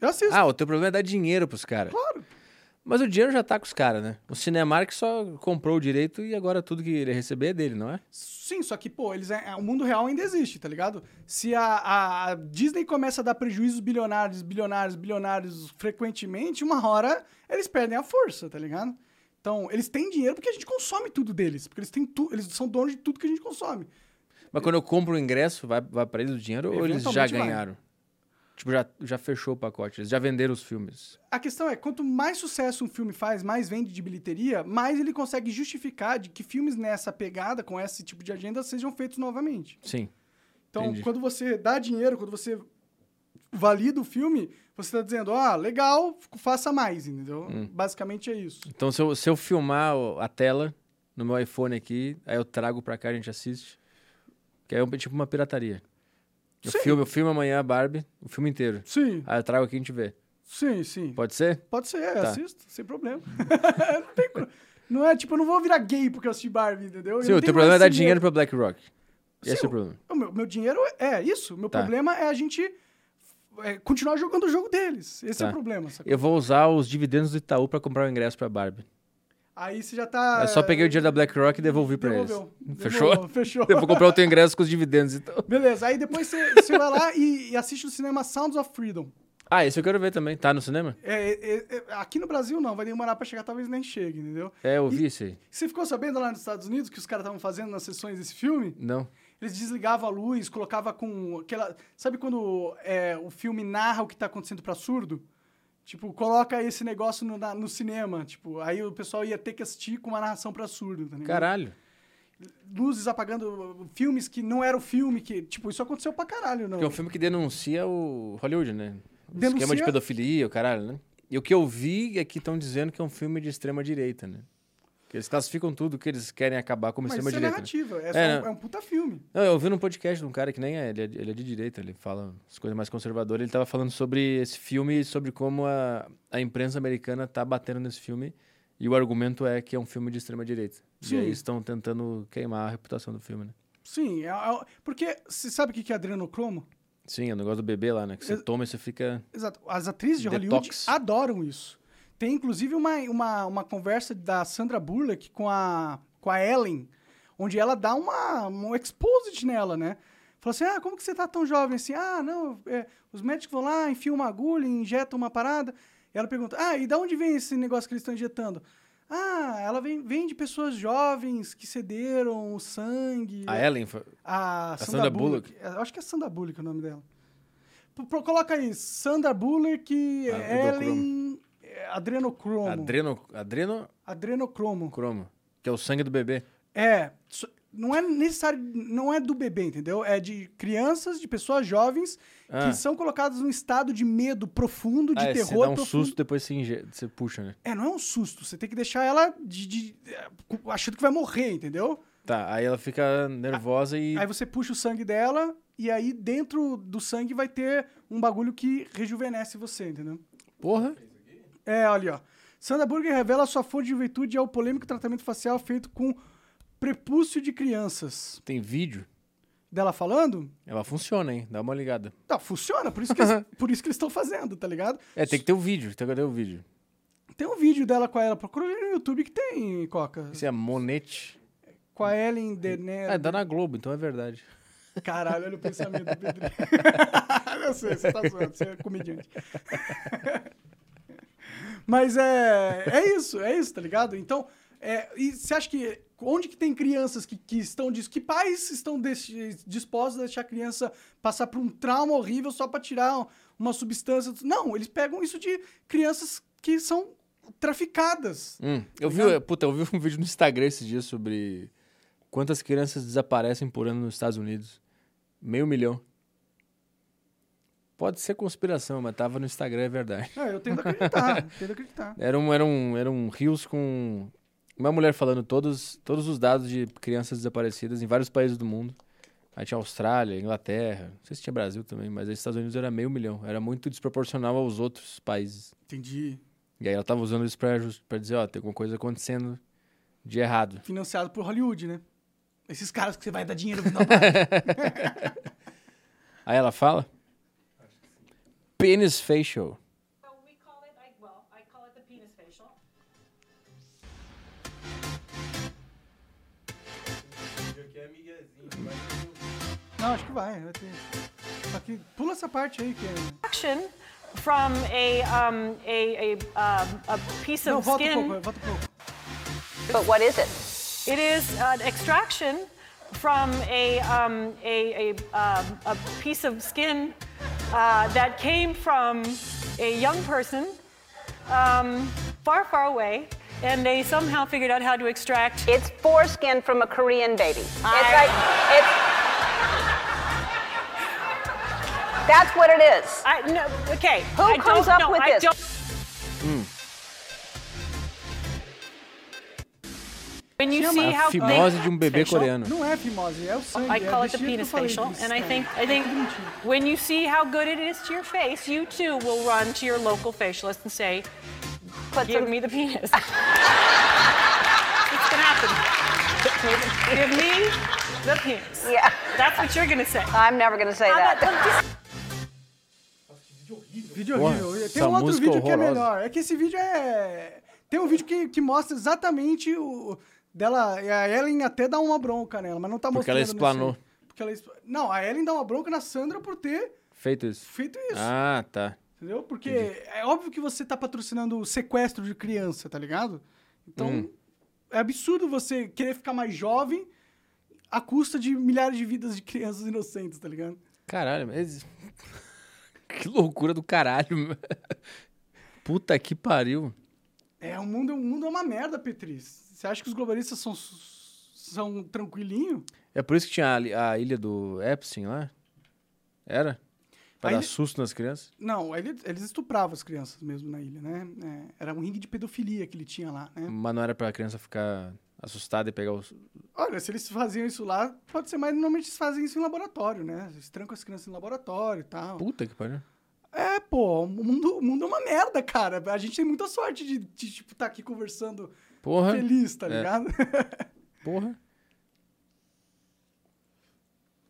S1: Eu assisto.
S2: Ah, o teu problema é dar dinheiro pros caras.
S1: Claro.
S2: Mas o dinheiro já tá com os caras, né? O Cinemark só comprou o direito e agora tudo que ele receber é dele, não é?
S1: Sim, só que, pô, eles, é- o mundo real ainda existe, tá ligado? Se a, a- a Disney começa a dar prejuízos bilionários, bilionários, bilionários frequentemente, uma hora eles perdem a força, tá ligado? Então, eles têm dinheiro porque a gente consome tudo deles. Porque eles têm tu, eles são donos de tudo que a gente consome.
S2: Mas quando eu compro o ingresso, vai, vai pra eles o dinheiro ou eles já
S1: Eventualmente vai.
S2: ganharam? Tipo, já, já fechou o pacote, eles já venderam os filmes.
S1: A questão é, quanto mais sucesso um filme faz, mais vende de bilheteria, mais ele consegue justificar de que filmes nessa pegada, com esse tipo de agenda, sejam feitos novamente.
S2: Sim.
S1: Então,
S2: Entendi.
S1: quando você dá dinheiro, quando você valida o filme, você tá dizendo, ah, legal, faça mais, entendeu?
S2: Hum.
S1: Basicamente é isso.
S2: Então, se eu, se eu filmar o- a tela no meu iPhone aqui, aí eu trago pra cá, a gente assiste. Que aí é um- tipo uma pirataria. Eu
S1: Sim.
S2: filmo, eu filmo amanhã a Barbie, o filme inteiro.
S1: Sim,
S2: Aí eu trago aqui e a gente vê.
S1: sim, sim.
S2: Pode ser?
S1: Pode ser,
S2: Tá.
S1: assisto, sem problema. [laughs] não, tem co- não é tipo, eu não vou virar gay porque eu assisti Barbie, entendeu? Eu
S2: Sim,
S1: não
S2: o teu
S1: tenho
S2: problema é
S1: mais
S2: dar dinheiro pra BlackRock. Esse
S1: Sim,
S2: é o problema.
S1: O meu, meu dinheiro é isso. O meu
S2: Tá.
S1: problema é a gente é, continuar jogando o jogo deles. Esse é
S2: Tá.
S1: o problema, sacou?
S2: Eu vou usar os dividendos do Itaú pra comprar o ingresso pra Barbie.
S1: Aí você já tá...
S2: Eu só peguei o dinheiro da BlackRock e devolvi pra
S1: Devolveu.
S2: eles. Fechou?
S1: Devolveu, Fechou.
S2: [laughs] Eu vou comprar o teu ingresso com os dividendos, então.
S1: Beleza, aí depois você, você vai lá e, e assiste o cinema Sounds of Freedom.
S2: Ah, esse eu quero ver também. Tá no cinema?
S1: É, é, é, aqui no Brasil não, vai demorar pra chegar, talvez nem chegue, entendeu?
S2: É, eu vi esse aí.
S1: Você ficou sabendo lá nos Estados Unidos que os caras estavam fazendo nas sessões desse filme?
S2: Não.
S1: Eles desligavam a luz, colocava com aquela. Sabe quando é, o filme narra o que tá acontecendo pra surdo? Tipo, coloca esse negócio no, na- no cinema. Tipo, aí o pessoal ia ter que assistir com uma narração pra surdo, tá ligado?
S2: Caralho.
S1: Luzes apagando filmes que não era o filme, que. Tipo, isso aconteceu pra caralho, não.
S2: Porque é um filme que denuncia o Hollywood, né? O
S1: Denuncia-
S2: esquema de pedofilia, o caralho, né? E o que eu vi é que estão dizendo que é um filme de extrema-direita, né? Que eles classificam tudo que eles querem acabar como
S1: Mas isso é
S2: extrema-direita. né?
S1: narrativa, é, só
S2: É,
S1: um-
S2: não.
S1: é um puta filme.
S2: Não, eu vi num podcast de um cara que nem é, ele é, de- ele é de direita, ele fala as coisas mais conservadoras. Ele tava falando sobre esse filme e sobre como a, a imprensa americana tá batendo nesse filme. E o argumento é que é um filme de extrema-direita. E
S1: Sim.
S2: aí estão tentando queimar a reputação do filme, né?
S1: Sim, é, é- porque você sabe o que que é adrenocromo?
S2: Sim, é o negócio do bebê lá, né? Que você
S1: Ex-
S2: toma e você fica.
S1: Exato. As atrizes de Hollywood
S2: Detox.
S1: adoram isso. Tem inclusive uma, uma, uma conversa da Sandra Bullock com a, com a Ellen, onde ela dá uma, um exposit nela, né? Fala assim: ah, como que você tá tão jovem assim? Ah, não, é, os médicos vão lá, enfiam uma agulha, injetam uma parada. E ela pergunta: ah, e da onde vem esse negócio que eles estão injetando? Ah, ela vem, vem de pessoas jovens que cederam o sangue.
S2: A Ellen foi.
S1: A Sandra,
S2: Sandra
S1: Bullock. Eu acho que é Sandra Bullock o nome dela. P- pro- coloca aí, Sandra Bullock, Ellen... é, Adrenocromo.
S2: Adreno, adrenocromo,
S1: Adrenocromo.
S2: que é o sangue do bebê.
S1: É, so- não é necessário... Não é do bebê, entendeu? É de crianças, de pessoas jovens,
S2: Ah.
S1: que são colocadas num estado de medo profundo, de
S2: ah, é,
S1: terror
S2: você dá um
S1: profundo.
S2: susto, depois você, inje... você puxa, né?
S1: É, não é um susto. Você tem que deixar ela de- de- é, cu- achando que vai morrer, entendeu?
S2: Tá, aí ela fica nervosa e.
S1: Aí você puxa o sangue dela e aí dentro do sangue vai ter um bagulho que rejuvenesce você, entendeu?
S2: Porra!
S1: É, olha, ó. Sandra Burger revela sua fonte de juventude é ao polêmico tratamento facial feito com prepúcio de crianças.
S2: Tem vídeo?
S1: dela falando,
S2: Ela funciona, hein? Dá uma ligada.
S1: tá, funciona, por isso que
S2: [laughs]
S1: eles, por isso que eles estão fazendo, tá ligado?
S2: É, tem que ter o vídeo. Tem que ter o vídeo.
S1: Tem um vídeo dela com ela, procura no YouTube que tem, Coca.
S2: Isso é Monete.
S1: Com a Ellen DeNero.
S2: É, dá na Globo, então é verdade.
S1: Caralho, olha o pensamento do Pedro. [laughs] eu sei, você tá zoando, você é comediante. [laughs] Mas é, é isso, é isso, tá ligado? Então, é, e você acha que onde que tem crianças que, que estão disso? Que pais estão desse- dispostos a deixar a criança passar por um trauma horrível só pra tirar um- uma substância? do- Não, eles pegam isso de crianças que são traficadas.
S2: Hum, eu vi,
S1: Legal.
S2: puta, eu vi um [laughs] vídeo no Instagram esses dias sobre quantas crianças desaparecem por ano nos Estados Unidos. Meio milhão. Pode ser conspiração, mas tava no Instagram, é verdade.
S1: Não, eu tento [laughs] acreditar, tento acreditar.
S2: Era um, era um, era um rios com uma mulher falando todos, todos os dados de crianças desaparecidas em vários países do mundo. Aí tinha Austrália, Inglaterra, não sei se tinha Brasil também, mas aí Estados Unidos era meio milhão. Era muito desproporcional aos outros países.
S1: Entendi.
S2: E aí ela tava usando isso pra, jus- pra dizer, ó, tem alguma coisa acontecendo de errado.
S1: financiado por Hollywood, né? Esses caras que você vai dar dinheiro no final. pra-
S2: Aí ela fala? Penis facial.
S4: So we call it, I, well, I call it the penis facial.
S3: Aqui é miguezinho. mas
S1: Não, acho que vai. vai ter. Só que pula essa parte aí que é...
S4: Action from a, um, a, a, um, a piece
S1: Não,
S4: of
S1: volta um pouco,
S4: skin.
S1: volta um pouco.
S5: But what is it?
S4: It is an extraction from a, um, a, a, um, a piece of skin uh, that came from a young person um, far, far away. And they somehow figured out how to extract
S5: It's foreskin from a Korean baby. It's
S4: I-
S5: like it's. That's what it is.
S4: I no okay.
S5: Who
S4: I
S5: comes
S4: don't,
S5: up
S4: know.
S5: with
S4: I
S5: this?
S4: Don't... When you see
S2: A
S4: how
S2: fimose
S4: big-
S2: de um bebê
S4: facial.
S2: coreano.
S1: Não é fimose, é o sangue.
S4: I
S1: é
S4: call it
S1: desse jeito
S4: the
S1: que eu
S4: penis
S1: falei
S4: facial,
S1: disso,
S4: and I
S1: cara.
S4: think I think
S1: um
S4: when you see how good it is to your face, you too will run to your local facialist and say,
S5: Put
S4: "Give
S5: some-
S4: me the penis." it's gonna happen. Give me the penis.
S5: [laughs] Yeah.
S4: That's what you're gonna say.
S5: I'm never gonna say
S4: How
S5: that.
S4: about this?
S1: Vídeo
S2: Porra,
S1: horrível. Tem
S2: essa
S1: um outro
S2: música
S1: vídeo que é
S2: horrorosa.
S1: melhor. É que esse vídeo é... Tem um vídeo que, que mostra exatamente o... Dela, e a Ellen até dá uma bronca nela, mas não tá
S2: Porque
S1: mostrando.
S2: ela
S1: nesse-
S2: explanou.
S1: Porque ela expl- Não, a Ellen dá uma bronca na Sandra por ter
S2: Feito isso.
S1: feito isso.
S2: Ah, tá.
S1: Entendeu? Porque é óbvio que você tá patrocinando o sequestro de criança, tá ligado? Então, é absurdo você querer ficar mais jovem à custa de milhares de vidas de crianças inocentes, tá ligado?
S2: Caralho, mas... [laughs] que loucura do caralho. [laughs] meu. Puta que pariu.
S1: É, o mundo, o mundo é uma merda, Petris. Você acha que os globalistas são, são tranquilinho?
S2: É por isso que tinha a, li- a ilha do Epstein lá? Era? Pra
S1: A
S2: dar
S1: ilha-
S2: susto nas crianças?
S1: Não, ele- eles estupravam as crianças mesmo na ilha, né? É, era um ringue de pedofilia que ele tinha lá, né?
S2: Mas não era pra criança ficar assustada e pegar os...
S1: Olha, se eles faziam isso lá, pode ser, mas normalmente eles fazem isso em laboratório, né? Eles trancam as crianças em laboratório e tal.
S2: Puta que pariu.
S1: É, pô, o mundo, o mundo é uma merda, cara. A gente tem muita sorte de, de, tipo, estar aqui conversando
S2: Porra,
S1: feliz, tá
S2: É.
S1: ligado? [laughs]
S2: porra.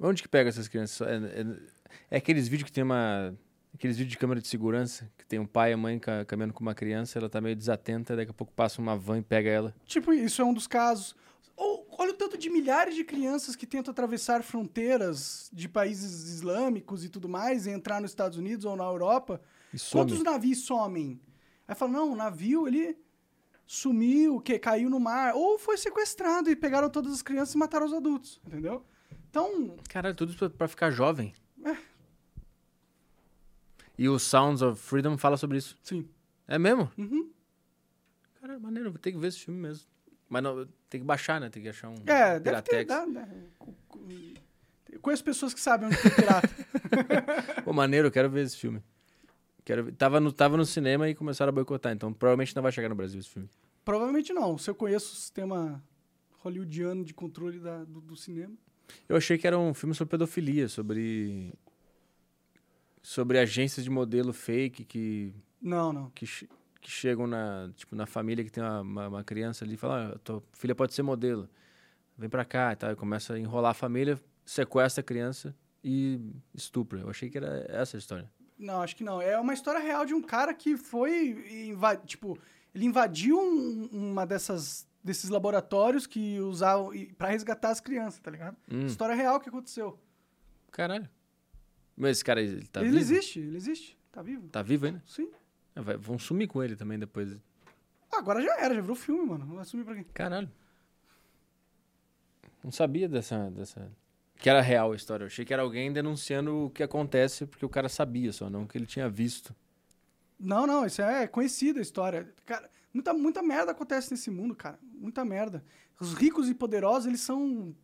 S2: Onde que pega essas crianças? É, é- é aqueles vídeos que tem uma... Aqueles vídeos de câmera de segurança, que tem um pai e a mãe ca- caminhando com uma criança, ela tá meio desatenta, daqui a pouco passa uma van e pega ela.
S1: tipo, isso é um dos casos. Ou olha o tanto de milhares de crianças que tentam atravessar fronteiras de países islâmicos e tudo mais, e entrar nos Estados Unidos ou na Europa.
S2: E some.
S1: Quantos navios somem? Aí fala, não, o navio, ele sumiu, que caiu no mar, ou foi sequestrado e pegaram todas as crianças e mataram os adultos, entendeu? Então,
S2: Caralho, tudo isso pra, pra ficar jovem.
S1: É.
S2: E o Sounds of Freedom fala sobre isso.
S1: sim.
S2: É mesmo?
S1: Uhum.
S2: Caralho, maneiro, vou ter que ver esse filme mesmo. Mas não, tem que baixar, né? Tem que achar um
S1: É, deve ter.
S2: Piratex.
S1: Dá, dá. Co- co- Eu conheço pessoas que sabem onde tem pirata.
S2: [laughs] Pô, maneiro, eu quero ver esse filme. Quero ver. Tava, no, tava no cinema e começaram a boicotar, então provavelmente não vai chegar no Brasil esse filme.
S1: Provavelmente não, se eu conheço o sistema hollywoodiano de controle da- do, do cinema.
S2: Eu achei que era um filme sobre pedofilia, sobre. sobre agências de modelo fake que,
S1: Não, não.
S2: que, che- que chegam na, tipo, na família que tem uma, uma, uma criança ali e falam: ah, tua filha pode ser modelo, vem pra cá e tal. E começa a enrolar a família sequestra a criança e estupra. Eu achei que era essa a história.
S1: Não, acho que não. É uma história real de um cara que foi. inva- Tipo, ele invadiu um- uma dessas. Desses laboratórios que usavam e- pra resgatar as crianças, tá ligado?
S2: Hum.
S1: História real que aconteceu.
S2: Caralho. Mas esse cara, ele tá
S1: ele
S2: vivo?
S1: existe, ele existe. Tá vivo?
S2: Tá vivo ainda?
S1: Sim.
S2: Ah, vai- vão sumir com ele também depois.
S1: Agora já era, já virou filme, mano. Vai sumir pra quem?
S2: Caralho. Não sabia dessa, dessa... Que era real a história. Eu achei que era alguém denunciando o que acontece porque o cara sabia só, não que ele tinha visto.
S1: Não, não, isso é conhecida a história. Cara, muita, muita merda acontece nesse mundo, cara. Muita merda. Os ricos e poderosos, eles são...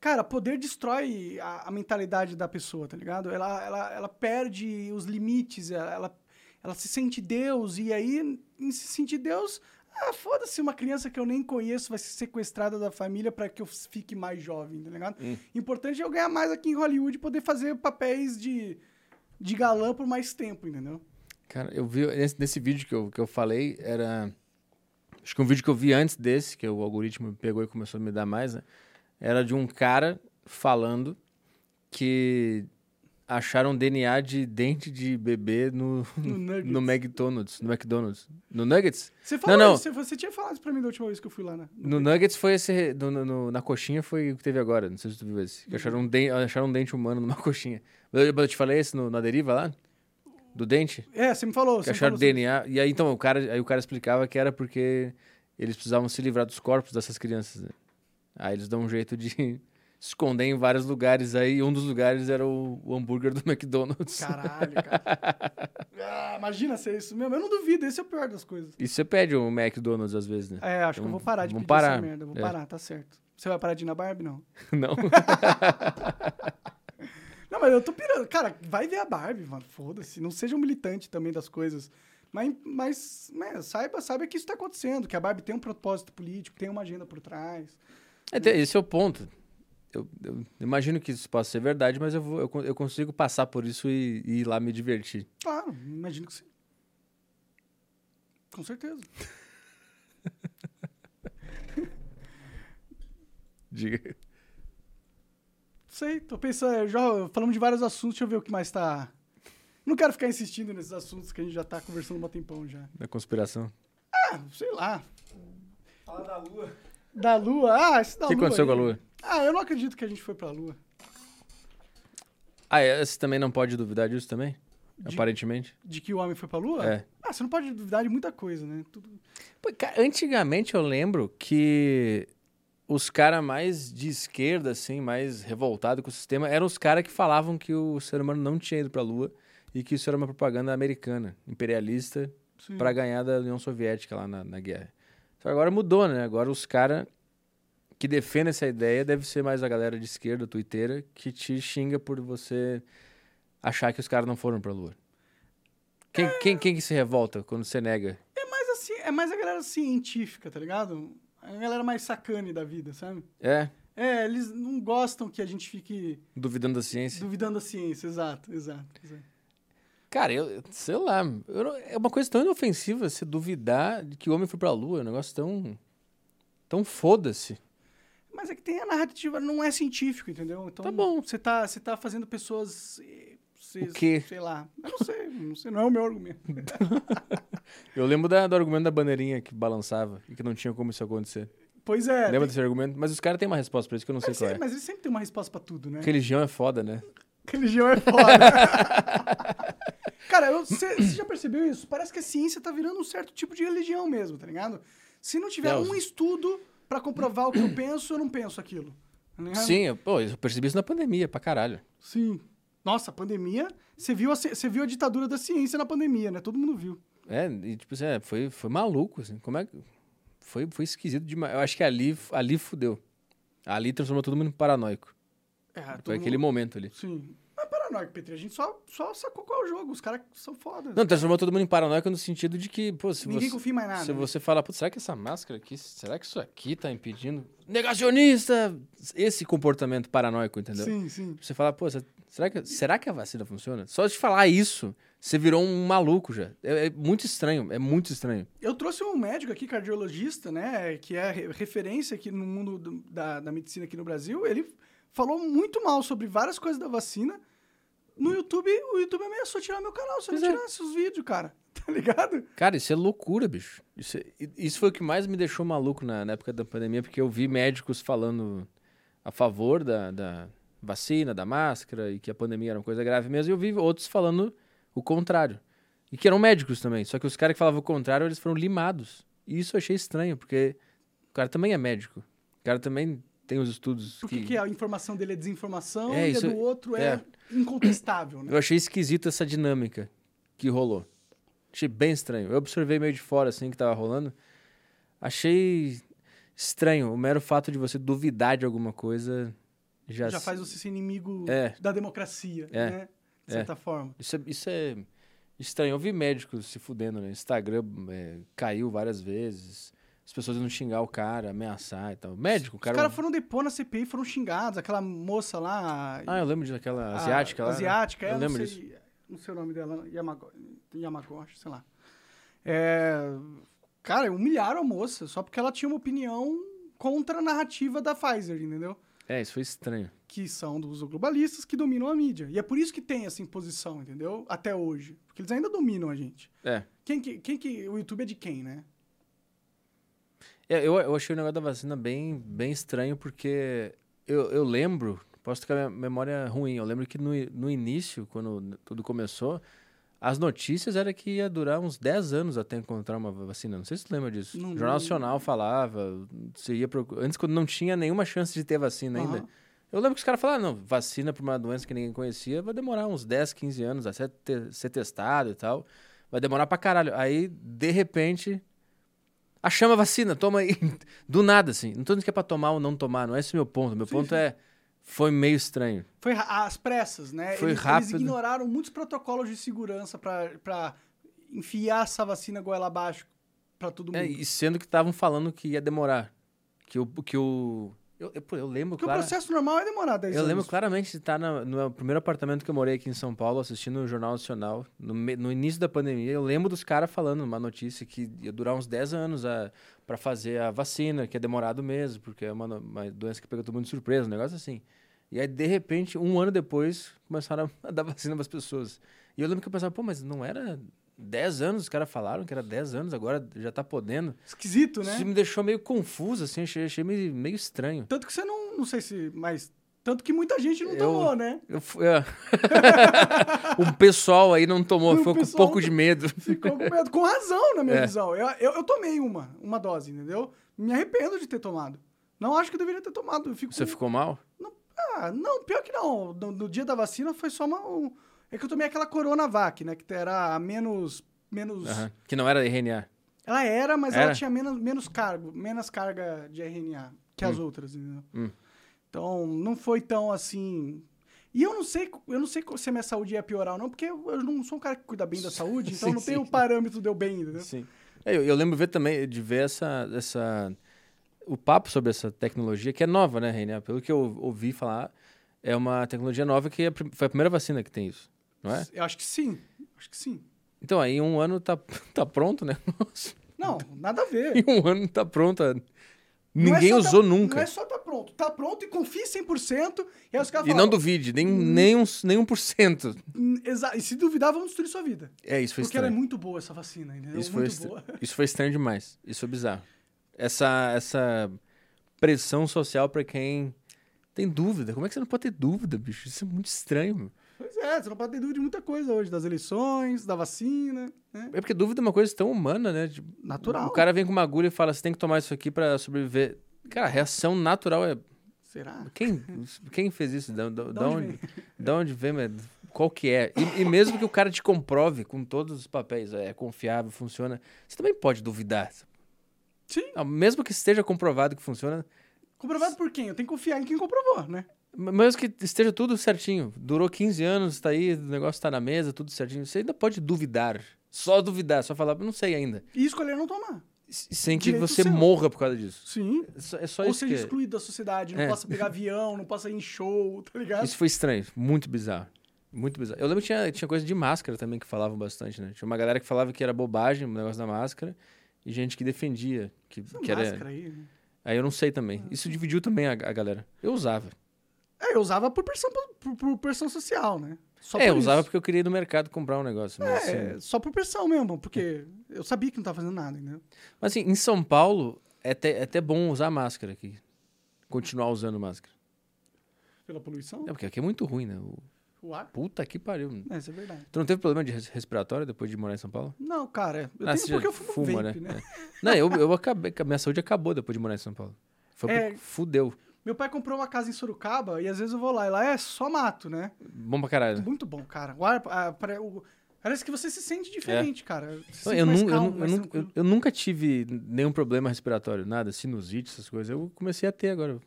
S1: Cara, poder destrói a, a mentalidade da pessoa, tá ligado? Ela, ela, ela perde os limites, ela, ela, ela se sente Deus, e aí, em se sentir Deus, ah, foda-se, uma criança que eu nem conheço vai ser sequestrada da família pra que eu fique mais jovem, tá ligado? Importante é eu ganhar mais aqui em Hollywood e poder fazer papéis de, de galã por mais tempo, entendeu?
S2: Cara, eu vi... Nesse, nesse vídeo que eu, que eu falei, era... Acho que um vídeo que eu vi antes desse, que o algoritmo pegou e começou a me dar mais, né? Era de um cara falando que acharam DNA de dente de bebê no,
S1: No Nuggets.
S2: no McDonald's. No McDonald's. No Nuggets?
S1: Você falou
S2: não.
S1: isso, você tinha falado isso pra mim da última vez que eu fui lá, né?
S2: No Nuggets foi esse. re- no- no- no- na coxinha foi o que teve agora. Não sei se tu viu esse. Que acharam um, den- acharam um dente humano numa [laughs] coxinha. Mas Eu, mas eu te falei esse no- na deriva lá? Do dente?
S1: É, você me falou.
S2: Que
S1: Você me
S2: acharam
S1: falou
S2: DNA. E aí então o cara, aí o cara explicava que era porque eles precisavam se livrar dos corpos dessas crianças. né? Aí eles dão um jeito de [laughs] se esconder em vários lugares. Aí um dos lugares era o, o hambúrguer do [laughs] McDonald's.
S1: Caralho, cara. Ah, imagina ser isso mesmo. Eu não duvido, esse é o pior das coisas.
S2: E você pede o McDonald's às vezes, né?
S1: É, acho que eu
S2: Então,
S1: vou parar de
S2: vamos
S1: pedir
S2: parar.
S1: essa merda. Vou
S2: É.
S1: parar, tá certo. Você vai parar de ir na Barbie? Não. [laughs]
S2: Não.
S1: Não, mas eu tô pirando. Cara, vai ver a Barbie, mano. Foda-se. Não seja um militante também das coisas. Mas, mas né, saiba, saiba que isso tá acontecendo. Que a Barbie tem um propósito político, tem uma agenda por trás.
S2: É, te- Esse é o ponto. Eu, eu imagino que isso possa ser verdade, mas eu, vou- eu, con- eu consigo passar por isso e, e ir lá me divertir.
S1: Claro, imagino que sim. Com certeza.
S2: [laughs] Diga.
S1: Sei, tô pensando, já falamos de vários assuntos, deixa eu ver o que mais tá. Não quero ficar insistindo nesses assuntos que a gente já tá conversando há um tempão já.
S2: Da conspiração.
S1: Ah, sei lá.
S3: Fala da lua.
S1: Da Lua, ah, esse da
S2: O que
S1: Lua.
S2: aconteceu
S1: aí.
S2: com a Lua?
S1: Ah, eu não acredito que a gente foi pra Lua.
S2: Ah, é, você também não pode duvidar disso também? Aparentemente.
S1: De que o homem foi pra Lua?
S2: É.
S1: Ah, você não pode duvidar de muita coisa, né? Tudo...
S2: Pô, cara, antigamente eu lembro que os caras mais de esquerda, assim, mais revoltado com o sistema, eram os caras que falavam que o ser humano não tinha ido pra Lua e que isso era uma propaganda americana, imperialista,
S1: Sim.
S2: pra ganhar da União Soviética lá na, na guerra. Só que agora mudou, né? Agora os caras que defendem essa ideia deve ser mais a galera de esquerda, tuiteira, que te xinga por você achar que os caras não foram pra Lua. Quem, quem, quem que se revolta quando você nega?
S1: É mais assim, é mais a galera científica, tá ligado? A galera mais sacane da vida, sabe?
S2: É,
S1: É, eles não gostam que a gente fique
S2: duvidando da ciência.
S1: duvidando da ciência, exato, exato. exato.
S2: Cara, eu eu- sei lá. eu não- é uma coisa tão inofensiva você duvidar de que o homem foi pra Lua. É um negócio tão. tão foda-se.
S1: Mas é que tem a narrativa, não é científico, entendeu? Então,
S2: Tá bom.
S1: Você tá, você tá fazendo pessoas. eh, se-
S2: O quê?
S1: Sei lá. Eu não sei, não sei, não é o meu
S2: [laughs]
S1: argumento.
S2: Eu lembro da- do argumento da bandeirinha que balançava e que não tinha como isso acontecer.
S1: Pois é.
S2: Lembra
S1: tem-
S2: desse argumento? Mas os caras têm uma resposta pra isso que eu não sei
S1: mas,
S2: qual é.
S1: ele- mas ele sempre tem uma resposta pra tudo, né?
S2: Religião é foda, né?
S1: Religião é foda.
S2: [laughs]
S1: Cara, você já percebeu isso? Parece que a ciência tá virando um certo tipo de religião mesmo, tá ligado? Se não tiver
S2: Deus.
S1: um estudo pra comprovar o que eu penso, eu não penso aquilo. tá ligado?
S2: Sim, eu, pô, eu percebi isso na pandemia, pra caralho.
S1: Sim. Nossa, a pandemia. Você viu, a, ci- você viu a ditadura da ciência na pandemia, né? Todo mundo viu.
S2: É, e tipo assim, é, foi, foi maluco, assim. Como é que. Foi, foi esquisito demais. Eu acho que ali, ali fudeu. Ali transformou todo mundo em paranoico.
S1: É,
S2: Foi
S1: todo
S2: aquele
S1: mundo-
S2: momento ali.
S1: Sim. Mas paranoico, Petri. A gente só, só sacou qual é o jogo. Os caras são foda.
S2: Não, transformou todo mundo em paranoico no sentido de que, pô, se
S1: Ninguém
S2: você.
S1: confia em mais nada. né?
S2: Se você falar, putz, será que essa máscara aqui, será que isso aqui tá impedindo? Negacionista! Esse comportamento paranoico, entendeu?
S1: Sim, sim.
S2: Você fala, pô, se- será que, será que a vacina funciona? Só de falar isso, você virou um maluco já. É, é muito estranho, é muito estranho.
S1: Eu trouxe um médico aqui, cardiologista, né? Que é re- referência aqui no mundo do- da, da medicina aqui no Brasil. Ele falou muito mal sobre várias coisas da vacina. No YouTube, o YouTube ameaçou tirar meu canal se eu não
S2: Pois é.
S1: tirasse os vídeos, cara. [laughs] Tá ligado?
S2: Cara, isso é loucura, bicho. Isso, é- i- isso foi o que mais me deixou maluco na, na época da pandemia, porque eu vi médicos falando a favor da, da vacina, da máscara, e que a pandemia era uma coisa grave mesmo, e eu vi outros falando o contrário. E que eram médicos também, só que os caras que falavam o contrário, eles foram limados. E isso eu achei estranho, porque o cara também é médico. O cara também tem os estudos
S1: Por que que a informação dele é desinformação
S2: É,
S1: e
S2: isso-
S1: a do outro é,
S2: é.
S1: incontestável, né?
S2: Eu achei esquisita essa dinâmica que rolou. Achei bem estranho. Eu observei meio de fora, assim, que tava rolando. Achei estranho. O mero fato de você duvidar de alguma coisa já...
S1: Já faz você ser inimigo
S2: É.
S1: da democracia,
S2: É.
S1: né? De
S2: É.
S1: certa forma.
S2: Isso é, isso é estranho. Eu vi médicos se fudendo, né? Instagram é, caiu várias vezes. As pessoas indo xingar o cara, ameaçar e tal. Médico, o cara... é um
S1: Os caras foram depor na CPI, foram xingados. Aquela moça lá...
S2: Ah, eu lembro daquela
S1: a-
S2: asiática lá. né?
S1: Asiática,
S2: Eu
S1: é,
S2: lembro
S1: não
S2: disso.
S1: sei, Não sei o nome dela. Yamago, Yamagoshi, sei lá. É, cara, humilharam a moça só porque ela tinha uma opinião contra a narrativa da Pfizer, entendeu?
S2: É, isso foi estranho.
S1: que são dos globalistas que dominam a mídia. E é por isso que tem essa imposição, entendeu? Até hoje. Porque eles ainda dominam a gente.
S2: É.
S1: Quem que, quem que o YouTube é de quem, né?
S2: É, eu, eu achei o negócio da vacina bem, bem estranho, porque eu, eu lembro, posso ter com a minha memória ruim, eu lembro que no, i- no início, quando tudo começou, as notícias era que ia durar uns 10 anos até encontrar uma va- vacina. Não sei se você lembra disso.
S1: Não
S2: o Jornal
S1: lembro.
S2: Nacional falava, você ia procu- Antes, quando não tinha nenhuma chance de ter vacina ainda.
S1: Aham.
S2: Eu lembro que os caras falaram, "Ah, não, vacina para uma doença que ninguém conhecia vai demorar uns 10, 15 anos até ter- ser testado e tal. Vai demorar pra caralho. Aí, de repente, Achamos a vacina, toma aí. [laughs] Do nada, assim. Não tô dizendo que é pra tomar ou não tomar, não é esse o meu ponto. Meu ponto é. Foi meio estranho.
S1: Foi ra- às pressas, né?
S2: Foi
S1: eles, eles
S2: rápido.
S1: ignoraram muitos protocolos de segurança pra- pra enfiar essa vacina goela abaixo pra todo mundo.
S2: É, e sendo que estavam falando que ia demorar. Que o. Que o eu, eu, pô, eu lembro,
S1: Porque
S2: claro.
S1: o processo normal é demorar 10
S2: Eu
S1: anos.
S2: lembro claramente de estar na- no meu primeiro apartamento que eu morei aqui em São Paulo, assistindo o Jornal Nacional, no, me- no início da pandemia. Eu lembro dos caras falando uma notícia que ia durar uns 10 anos para fazer a vacina, que é demorado mesmo, porque é uma, no- uma doença que pega todo mundo de surpresa, um negócio assim. E aí, de repente, um ano depois, começaram a dar [laughs] vacina para as pessoas. E eu lembro que eu pensava, pô, mas não era 10 anos? Os caras falaram que era 10 anos, agora já tá podendo.
S1: Esquisito, né?
S2: Isso me deixou meio confuso, assim, achei, achei meio, meio estranho.
S1: Tanto que você não... Não sei se... Mas... Tanto que muita gente não
S2: Eu-
S1: tomou, né?
S2: Eu fui- é. [laughs] o pessoal aí não tomou,
S1: O
S2: ficou com um
S1: pessoal
S2: pouco de medo.
S1: Ficou com medo. Com razão, na minha
S2: É.
S1: visão. Eu, eu, eu tomei uma, uma dose, entendeu? Me arrependo de ter tomado. Não acho que eu deveria ter tomado. Eu fico...
S2: Você ficou mal?
S1: Não, ah, não, pior que não. No, no dia da vacina foi só uma... um- É que eu tomei aquela Coronavac, né? Que era a menos... menos...
S2: Aham. Que não era RNA.
S1: Ela era, mas ela
S2: Era?
S1: tinha menos, menos cargo, menos carga de RNA que as outras, entendeu?
S2: Hum.
S1: Então, não foi tão assim... E eu não sei, eu não sei se a minha saúde ia piorar ou não, porque eu eu não sou um cara que cuida bem
S2: [laughs]
S1: da saúde, então
S2: Sim,
S1: não tem
S2: sim.
S1: o parâmetro deu bem, entendeu?
S2: Sim. É, Eu, eu lembro ver também de ver essa, essa o papo sobre essa tecnologia que é nova, né, RNA? Pelo que eu ouvi falar, é uma tecnologia nova que é a prim- foi a primeira vacina que tem isso, não é?
S1: Eu acho que sim. Acho que sim.
S2: Então aí em um ano tá [laughs] tá pronto, né? Nossa,
S1: Não, nada a ver.
S2: [laughs] em um ano tá pronta.
S1: Não é
S2: Ninguém
S1: só tá-
S2: usou
S1: Não é
S2: nunca.
S1: só tá pronto. Tá pronto e confie 100%. E aí os caras
S2: E não
S1: falam,
S2: duvide, nem, nem, uns, nem 1%.
S1: "Hum, exa- E se duvidar, vamos destruir sua vida.
S2: É, isso foi
S1: Porque ela é
S2: estranho.
S1: muito boa, essa vacina, entendeu?
S2: Isso foi,
S1: muito
S2: estra-
S1: boa.
S2: isso foi estranho demais. Isso foi bizarro. Essa, essa pressão social pra quem tem dúvida. Como é que você não pode ter dúvida, bicho? Isso é muito estranho. Meu.
S1: Pois é, você não pode ter dúvida de muita coisa hoje. Das eleições, da vacina, né?
S2: É porque dúvida é uma coisa tão humana, né? Tipo,
S1: Natural.
S2: O cara vem com uma agulha e fala, você tem que tomar isso aqui pra sobreviver. Cara, a reação natural é...
S1: Será?
S2: Quem, quem fez isso? Da, da, da
S1: onde
S2: onde, da onde vem, mas qual que é? E, e mesmo que o cara te comprove com todos os papéis, é confiável, funciona, você também pode duvidar.
S1: Sim.
S2: Ah, Mesmo que esteja comprovado que funciona,
S1: Comprovado por quem? Eu tenho que confiar em quem comprovou, né?
S2: M- Mesmo que esteja tudo certinho, durou 15 anos, tá aí, o negócio tá na mesa, tudo certinho, você ainda pode duvidar. Só duvidar, só falar, não sei ainda.
S1: E escolher não tomar.
S2: S- Sem que
S1: Direito
S2: você
S1: seu.
S2: morra por causa disso.
S1: Sim.
S2: É só, é só
S1: Ou
S2: isso
S1: seja
S2: que...
S1: excluído da sociedade, não
S2: É.
S1: possa pegar avião, não possa ir em show, tá ligado?
S2: Isso foi estranho, muito bizarro. Muito bizarro. Eu lembro que tinha, tinha coisa de máscara também que falavam bastante, né? Tinha uma galera que falava que era bobagem o negócio da máscara e gente que defendia. Que,
S1: Essa
S2: que era...
S1: é máscara Ah. aí. né?
S2: Aí eu não sei também. Isso dividiu também a, a galera. Eu usava.
S1: É, eu usava por pressão, por, por pressão social, né? Só
S2: é,
S1: por
S2: eu usava
S1: isso.
S2: porque eu queria ir no mercado comprar um negócio. Mas,
S1: É,
S2: assim,
S1: só por pressão mesmo, porque eu sabia que não tava fazendo nada, entendeu?
S2: mas, assim, em São Paulo, é até, é até bom usar máscara aqui. Continuar usando máscara.
S1: Pela poluição,
S2: É porque aqui é muito ruim, né? O-
S1: o ar.
S2: Puta que pariu.
S1: É, isso é verdade.
S2: Tu não teve problema de res- respiratório depois de morar em São Paulo?
S1: Não, cara, eu
S2: Ah,
S1: tenho
S2: você
S1: porque
S2: já
S1: eu fumo vape, né?
S2: É. Não, eu, eu acabei. Minha saúde acabou depois de morar em São Paulo. Foi
S1: É.
S2: porque fudeu.
S1: Meu pai comprou uma casa em Sorocaba e às vezes eu vou lá e lá é só mato, né?
S2: Bom pra caralho.
S1: Muito bom, cara. O ar, a- pare- o- parece que você se sente diferente, cara. Você se
S2: É. Eu,
S1: sente
S2: eu
S1: mais
S2: nun- eu
S1: calmo,
S2: nun- eu
S1: mais
S2: nun-
S1: tranquilo.
S2: eu- eu nunca tive nenhum problema respiratório, nada, sinusite, essas coisas. Eu comecei a ter agora.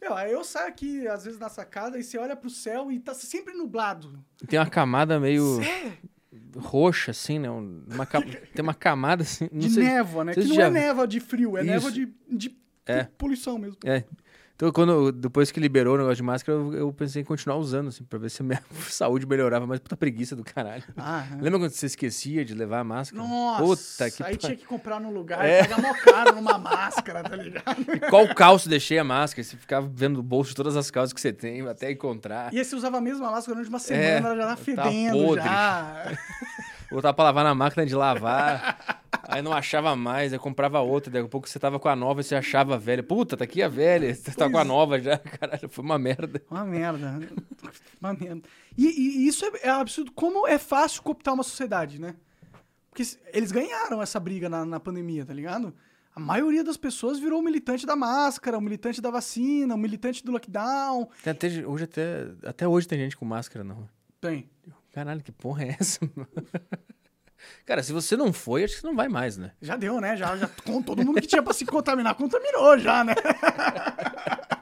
S1: Meu, aí eu saio aqui, às vezes, na sacada e você olha pro céu e tá sempre nublado.
S2: Tem uma camada meio
S1: É,
S2: roxa, assim, né? Um- uma ca- Tem uma camada assim. Não
S1: de
S2: sei...
S1: névoa, né?
S2: vocês
S1: Que não
S2: já-
S1: é névoa de frio, é
S2: Isso.
S1: névoa de, de
S2: É.
S1: poluição mesmo.
S2: É. Então, quando, depois que liberou o negócio de máscara, eu, eu pensei em continuar usando, assim, pra ver se a minha [laughs] saúde melhorava, mas puta preguiça do caralho.
S1: Ah, é.
S2: Lembra quando você esquecia de levar a máscara?
S1: Nossa,
S2: Puta que
S1: aí
S2: pa-
S1: tinha que comprar num lugar,
S2: É.
S1: pagar mó caro numa máscara, tá ligado?
S2: [laughs] Qual calço deixei a máscara? Você ficava vendo o bolso de todas as calças que você tem até encontrar.
S1: E aí você usava a mesma máscara durante uma semana,
S2: É,
S1: ela já
S2: tá
S1: tava fedendo,
S2: podre.
S1: já.
S2: Botar pra lavar na máquina de lavar.
S1: [laughs]
S2: aí não achava mais, aí comprava outra. Daqui a pouco você tava com a nova e você achava a velha. Puta, tá aqui a velha. Você tá com
S1: é.
S2: a nova já. [laughs] Caralho, foi uma merda.
S1: Uma merda. [laughs] Uma merda. E, e isso é, é absurdo. Como é fácil cooptar uma sociedade, né? Porque s- eles ganharam essa briga na, na pandemia, tá ligado? A maioria das pessoas virou um militante da máscara, um militante da vacina, um militante do lockdown.
S2: Tem até- hoje até, até hoje tem gente com máscara, não.
S1: Tem.
S2: Caralho, que porra é essa, [laughs] mano? Cara, se você não foi, acho que você não vai mais, né?
S1: Já deu, né? Já, já com todo mundo que tinha pra se contaminar, contaminou já, né? [laughs]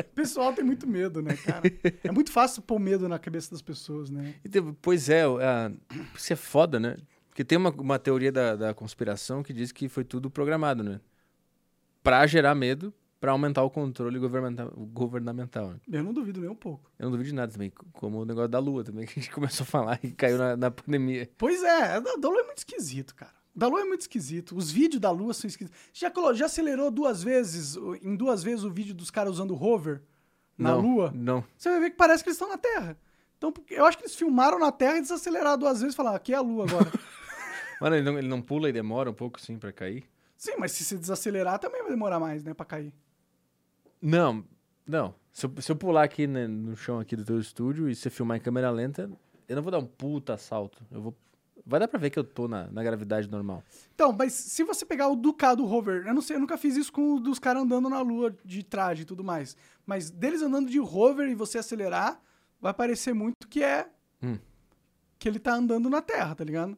S1: O pessoal tem muito medo, né, cara? É muito fácil pôr medo na cabeça das pessoas, né?
S2: E teve- pois é, a, isso é foda, né? Porque tem uma, uma teoria da, da conspiração que diz que foi tudo programado, né? Pra gerar medo, pra aumentar o controle governamental, governamental né?
S1: Eu não duvido nem um pouco.
S2: Eu não duvido de nada também, co- como o negócio da lua também, [laughs] que a gente começou a falar e caiu na, na pandemia.
S1: Pois é, a da da Lua é muito esquisito, cara. Da Lua é muito esquisito. Os vídeos da Lua são esquisitos. Já, colo- já acelerou duas vezes, o- em duas vezes, o vídeo dos caras usando rover na
S2: não,
S1: Lua?
S2: Não.
S1: Você vai ver que parece que eles estão na Terra. Então, porque- eu acho que eles filmaram na Terra e desaceleraram duas vezes e falaram, aqui é a Lua agora.
S2: Mano, ele não, ele não pula e demora um pouco, assim, pra cair?
S1: Sim, mas se você desacelerar, também vai demorar mais, né, pra cair.
S2: Não, não. Se eu, se eu pular aqui né, no chão aqui do teu estúdio e você filmar em câmera lenta, eu não vou dar um puta salto. Eu vou... Vai dar pra ver que eu tô na, na gravidade normal.
S1: Então, mas se você pegar o Ducado do rover, eu não sei, eu nunca fiz isso com o dos caras andando na Lua de traje e tudo mais. Mas deles andando de rover e você acelerar, vai parecer muito que é.
S2: Hum.
S1: Que ele tá andando na Terra, tá ligado?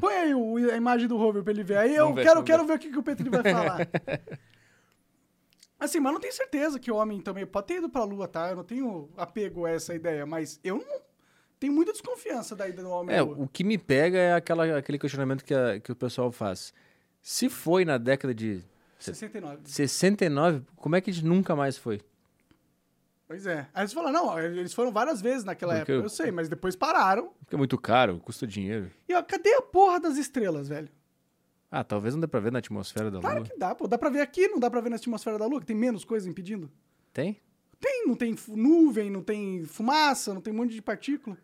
S1: Põe aí o- a imagem do rover pra ele ver. Aí eu
S2: Hum. Vamos ver,
S1: quero,
S2: vamos
S1: quero ver o que, que o Petri vai
S2: [laughs]
S1: falar. Assim, mas eu não tenho certeza que o homem também pode ter ido pra Lua, tá? Eu não tenho apego a essa ideia, mas eu não tenho muita desconfiança da ida do homem
S2: É,
S1: à Lua.
S2: o que me pega é aquela, aquele questionamento que, a- que o pessoal faz. Se foi na década de
S1: 69.
S2: 69, como é que a gente nunca mais foi?
S1: Pois é. Aí eles falaram, não, eles foram várias vezes naquela
S2: Porque
S1: época,
S2: eu-
S1: eu sei, mas depois pararam.
S2: Porque é muito caro, custa dinheiro.
S1: E ó, cadê a porra das estrelas, velho?
S2: Ah, talvez não dê pra ver na atmosfera da
S1: Claro
S2: Lua.
S1: que dá, pô. Dá pra ver aqui, não dá pra ver na atmosfera da Lua, que tem menos coisa impedindo?
S2: Tem?
S1: Tem, não tem fu- nuvem, não tem fumaça, não tem um monte de partícula.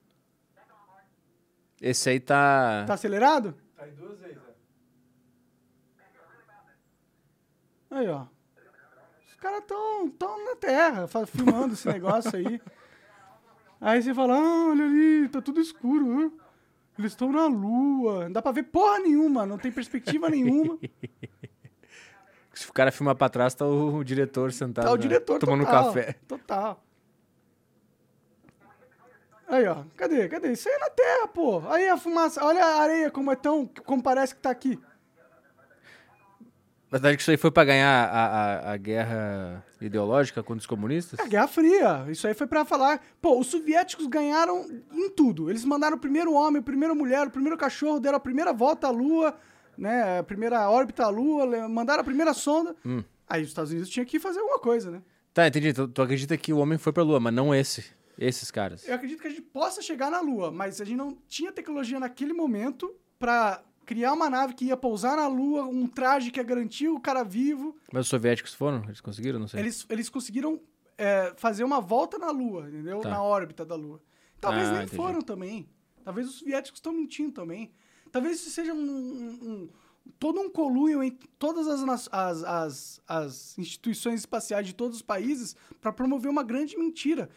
S2: Esse aí tá.
S1: Tá acelerado?
S3: Cai duas vezes, né?
S1: Aí, ó. Os caras tão, tão na Terra, fa- filmando esse negócio aí. Aí você fala, ah, olha ali, tá tudo escuro. hã? Eles estão na Lua. Não dá pra ver porra nenhuma, não tem perspectiva
S2: [laughs]
S1: nenhuma.
S2: Tá Se o cara filmar pra trás, tá o, o diretor sentado.
S1: Tá o
S2: né?
S1: diretor
S2: Tomando
S1: total,
S2: café.
S1: Total. Aí, ó. Cadê? Cadê? Isso aí é na terra, pô. Aí a fumaça. Olha a areia como é tão. Como parece que tá aqui.
S2: Na verdade, que isso aí foi pra ganhar a, a, a guerra ideológica contra os comunistas?
S1: É a Guerra Fria. Isso aí foi pra falar. Pô, os soviéticos ganharam em tudo. Eles mandaram o primeiro homem, a primeira mulher, o primeiro cachorro, deram a primeira volta à Lua, né? A primeira órbita à Lua, le- mandaram a primeira sonda. Aí os Estados Unidos tinham que fazer alguma coisa, né?
S2: Tá, entendi. Tu, tu acredita que o homem foi pra lua, mas não esse. Esses caras.
S1: Eu acredito que a gente possa chegar na Lua, mas a gente não tinha tecnologia naquele momento pra criar uma nave que ia pousar na Lua, um traje que ia garantir o cara vivo.
S2: Mas os soviéticos foram? Eles conseguiram? Não sei.
S1: Eles, eles conseguiram é, fazer uma volta na Lua, entendeu?
S2: Tá.
S1: Na órbita da Lua. Talvez
S2: Ah,
S1: nem
S2: entendi.
S1: foram também. Talvez os soviéticos estão mentindo também. Talvez isso seja um, um- um- todo um colunho entre todas as, nas- as, as, as instituições espaciais de todos os países para promover uma grande mentira.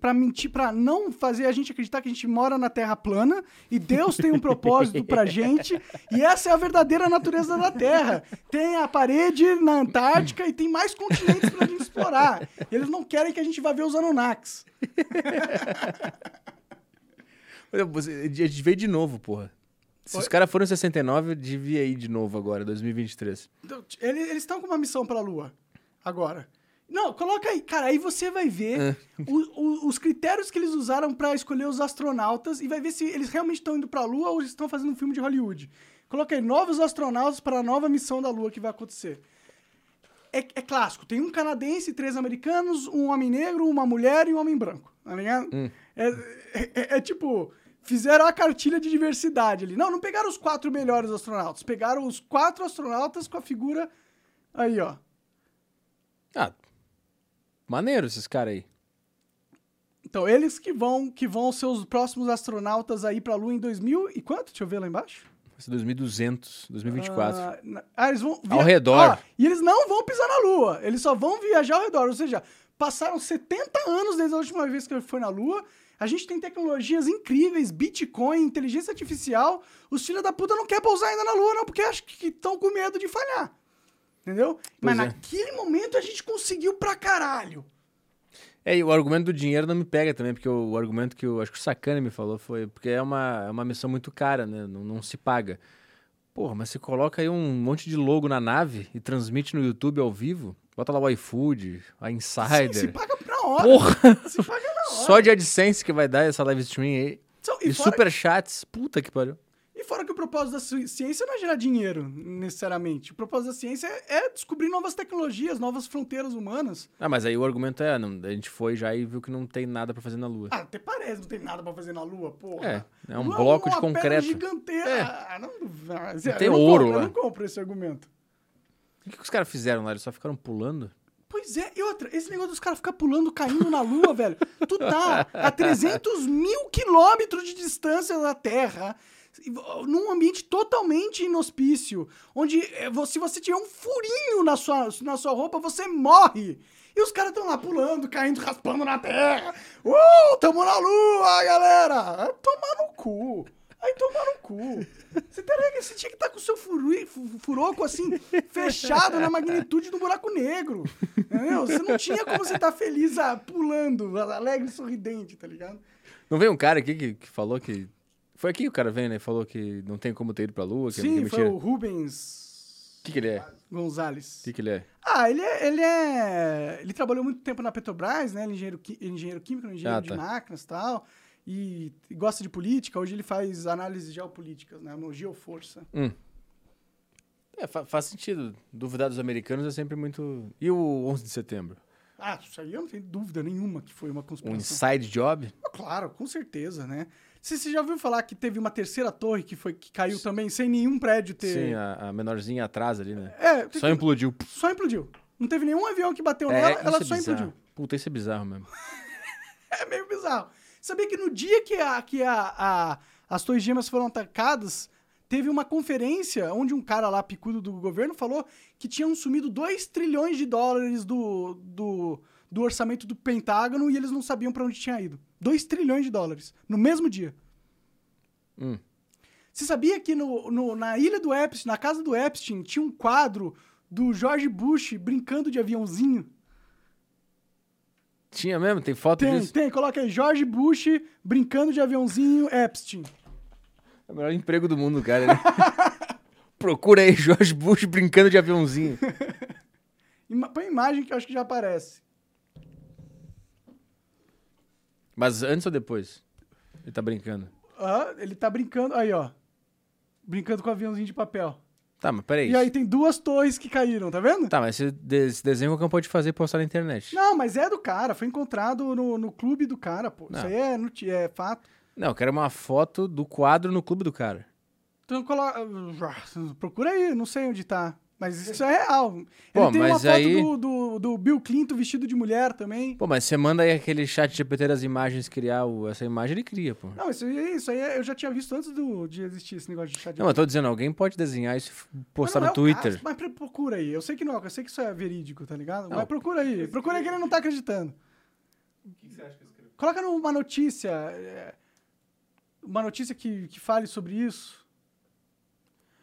S1: Para mentir, para não fazer a gente acreditar que a gente mora na Terra plana e Deus tem um propósito para
S2: [laughs]
S1: gente e essa é a verdadeira natureza da Terra. Tem a parede na Antártica e tem mais continentes para gente explorar. Eles não querem que a gente vá ver os Anunnakis.
S2: Olha, você- A gente veio de novo, porra. Se os caras foram em 69, eu devia ir de novo agora, 2023.
S1: Então, t- ele- Eles estão com uma missão pra Lua agora. Não, coloca aí, cara, aí você vai ver o- o- os critérios que eles usaram pra escolher os astronautas e vai ver se eles realmente estão indo pra Lua ou eles estão fazendo um filme de Hollywood. Coloca aí novos astronautas para a nova missão da Lua que vai acontecer. É, é clássico, tem um canadense, três americanos, um homem negro, uma mulher e um homem branco. Tá ligado? É, é- é- é tipo, fizeram a cartilha de diversidade ali. Não, não pegaram os quatro melhores astronautas, pegaram os quatro astronautas com a figura aí, ó.
S2: Ah, maneiro esses caras aí.
S1: Então, eles que vão que vão ser os próximos astronautas aí pra Lua em 2000 e quanto? Deixa eu ver lá embaixo.
S2: Vai ser 2200, 2024.
S1: Ah, na- ah, eles vão
S2: Ao redor.
S1: Ó, e eles não vão pisar na Lua, eles só vão viajar ao redor, ou seja, passaram 70 anos desde a última vez que foi na Lua. A gente tem tecnologias incríveis, Bitcoin, inteligência artificial. Os filhos da puta não querem pousar ainda na Lua, não, porque acham que estão com medo de falhar. Entendeu? Mas
S2: é.
S1: naquele momento a gente conseguiu pra caralho.
S2: É, e o argumento do dinheiro não me pega também, porque o, o argumento que eu acho que o Sacani me falou foi porque é uma, é uma missão muito cara, né? Não, não se paga. Porra, mas você coloca aí um monte de logo na nave e transmite no YouTube ao vivo. Bota lá o iFood, a Insider.
S1: Sim, se paga na hora.
S2: Tá, Porra!
S1: Se paga na hora.
S2: Só de AdSense que vai dar essa live stream aí.
S1: Então,
S2: E,
S1: e, fora,
S2: super chats. Puta que pariu.
S1: e fora que o propósito da ci- ciência não é gerar dinheiro, necessariamente. O propósito da ciência é é descobrir novas tecnologias, novas fronteiras humanas.
S2: Ah, mas aí o argumento é, não, a gente foi já e viu que não tem nada pra fazer na Lua.
S1: Ah, até parece, não tem nada pra fazer na Lua, porra.
S2: É, é um
S1: Lua
S2: bloco de
S1: uma pedra
S2: concreto.
S1: Giganteira.
S2: É.
S1: Ah, não, ah,
S2: tem
S1: eu não
S2: ouro
S1: compro,
S2: lá.
S1: Eu não compro esse argumento.
S2: O que, que os caras fizeram lá? Eles só ficaram pulando?
S1: Pois é, e outra, esse negócio dos caras ficar pulando, caindo na lua, velho. Tu tá a 300 mil quilômetros de distância da Terra, e vo- num ambiente totalmente inhospício, onde eh, vo- se você tiver um furinho na sua, na sua roupa, você morre. E os caras estão lá pulando, caindo, raspando na Terra. Uh, tamo na lua, galera! Vai tomar no cu. Aí tomar no cu. Você, teria, que- você tinha que estar com o seu furui- fu- furoco assim, fechado na magnitude do buraco negro. Entendeu? Você não tinha como você estar feliz ah, pulando, alegre e sorridente, tá ligado?
S2: Não veio um cara aqui que, que falou que. Foi aqui que o cara veio, né? Falou que não tem como ter ido pra lua, que é
S1: Sim, foi
S2: mentira.
S1: o Rubens
S2: O que, que ele é? O
S1: Gonzalez.
S2: que, que ele é?
S1: Ah, ele é, ele é. Ele trabalhou muito tempo na Petrobras, né? Ele é engenheiro, qui- ele é engenheiro químico, ele é engenheiro
S2: Ah,
S1: de
S2: tá.
S1: máquinas e tal. E e gosta de política. Hoje ele faz análises geopolíticas, né? No Geoforça.
S2: É, fa- faz sentido. Duvidar dos americanos é sempre muito. E o 11 de setembro?
S1: Ah, isso aí eu não tenho dúvida nenhuma que foi uma
S2: Um
S1: conspiração.
S2: inside job?
S1: Ah, Claro, com certeza, né? Você, você já ouviu falar que teve uma terceira torre que, foi, que caiu também sem nenhum prédio ter.
S2: Sim, a, a menorzinha atrás ali, né?
S1: É,
S2: Só implodiu.
S1: só implodiu. Não teve nenhum avião que bateu
S2: É,
S1: nela,
S2: isso
S1: um ela só
S2: é bizarro.
S1: implodiu.
S2: Puta, isso é bizarro mesmo.
S1: É meio bizarro. Sabia que no dia que, a, que a, a- as Torres Gêmeas foram atacadas, teve uma conferência onde um cara lá, picudo do governo, falou que tinham sumido 2 trilhões de dólares do, do, do orçamento do Pentágono e eles não sabiam pra onde tinha ido. 2 trilhões de dólares, no mesmo dia.
S2: Hum.
S1: Você sabia que no, no- na ilha do Epstein, na casa do Epstein, tinha um quadro do George Bush brincando de aviãozinho?
S2: Tinha mesmo? Tem foto
S1: Tem,
S2: disso?
S1: tem. Coloca aí, George Bush brincando de aviãozinho Epstein.
S2: É o melhor emprego do mundo,
S1: [laughs]
S2: cara, né? Procura aí George Bush brincando de aviãozinho.
S1: Ima põe a imagem que eu acho que já aparece.
S2: Mas antes ou depois? Ele tá brincando.
S1: Ah, ele tá brincando. Aí, ó. Brincando com o aviãozinho de papel.
S2: Tá, mas peraí.
S1: E aí tem duas torres que caíram, tá vendo?
S2: Tá, mas esse, de- esse desenho qualquer um pode fazer e postar na internet. Não,
S1: Não, mas é do cara. Foi encontrado no, no clube do cara, pô. Isso
S2: Não.
S1: aí é, noti- é fato.
S2: eu quero uma foto do quadro no clube do cara.
S1: Então coloca. Procura aí, ah, não sei onde tá. Mas isso é real.
S2: Pô,
S1: Ele tem uma
S2: mas
S1: foto
S2: aí-
S1: do, do, do Bill Clinton vestido de mulher também.
S2: Pô, mas você manda aí aquele chat GPT das imagens criar o- essa imagem, ele cria, pô.
S1: Não, isso aí, isso aí eu já tinha visto antes do, de existir esse negócio de chat
S2: Não, eu tô dizendo, alguém pode desenhar isso e f-
S1: Mas
S2: postar
S1: não
S2: no
S1: é o
S2: Twitter.
S1: caso, mas pre- procura aí. Eu sei que não, eu sei que isso é verídico, tá ligado? Mas procura aí. Procura aí que ele não tá acreditando.
S3: que você acha que eu escrevi?
S1: Coloca numa notícia. é, Uma notícia que, que fale sobre isso.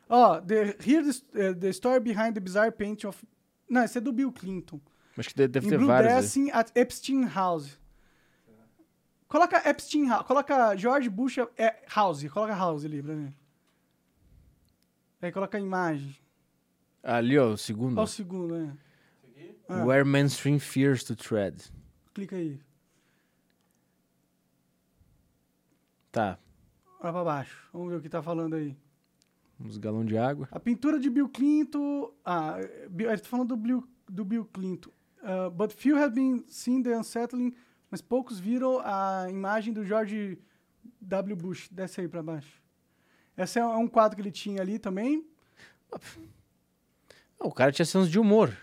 S1: Ó, the, here is, eh, the story behind the bizarre painting of. Não, esse é do Bill Clinton.
S2: Acho que de- deve
S1: Em
S2: ter
S1: Blue
S2: vários. aí.
S1: Dressing at Epstein House. Coloca Epstein House. Coloca George Bush é, House. Coloca House ali pra mim. Aí coloca a imagem.
S2: Ali, ó, o segundo.
S1: Olha o segundo, né? ah.
S2: Where mainstream fears to tread.
S1: Clica aí.
S2: Tá,
S1: Olha pra baixo. Vamos ver o que tá falando aí.
S2: uns galão de água.
S1: A pintura de Bill Clinton. Ah, Bill, ele tá falando do Bill, do Bill Clinton. Ah, but few have been seen the unsettling, mas poucos viram a imagem do George W. Bush. Desce aí pra baixo. Esse é um quadro que ele tinha ali também.
S2: Ah, o cara tinha senso de humor.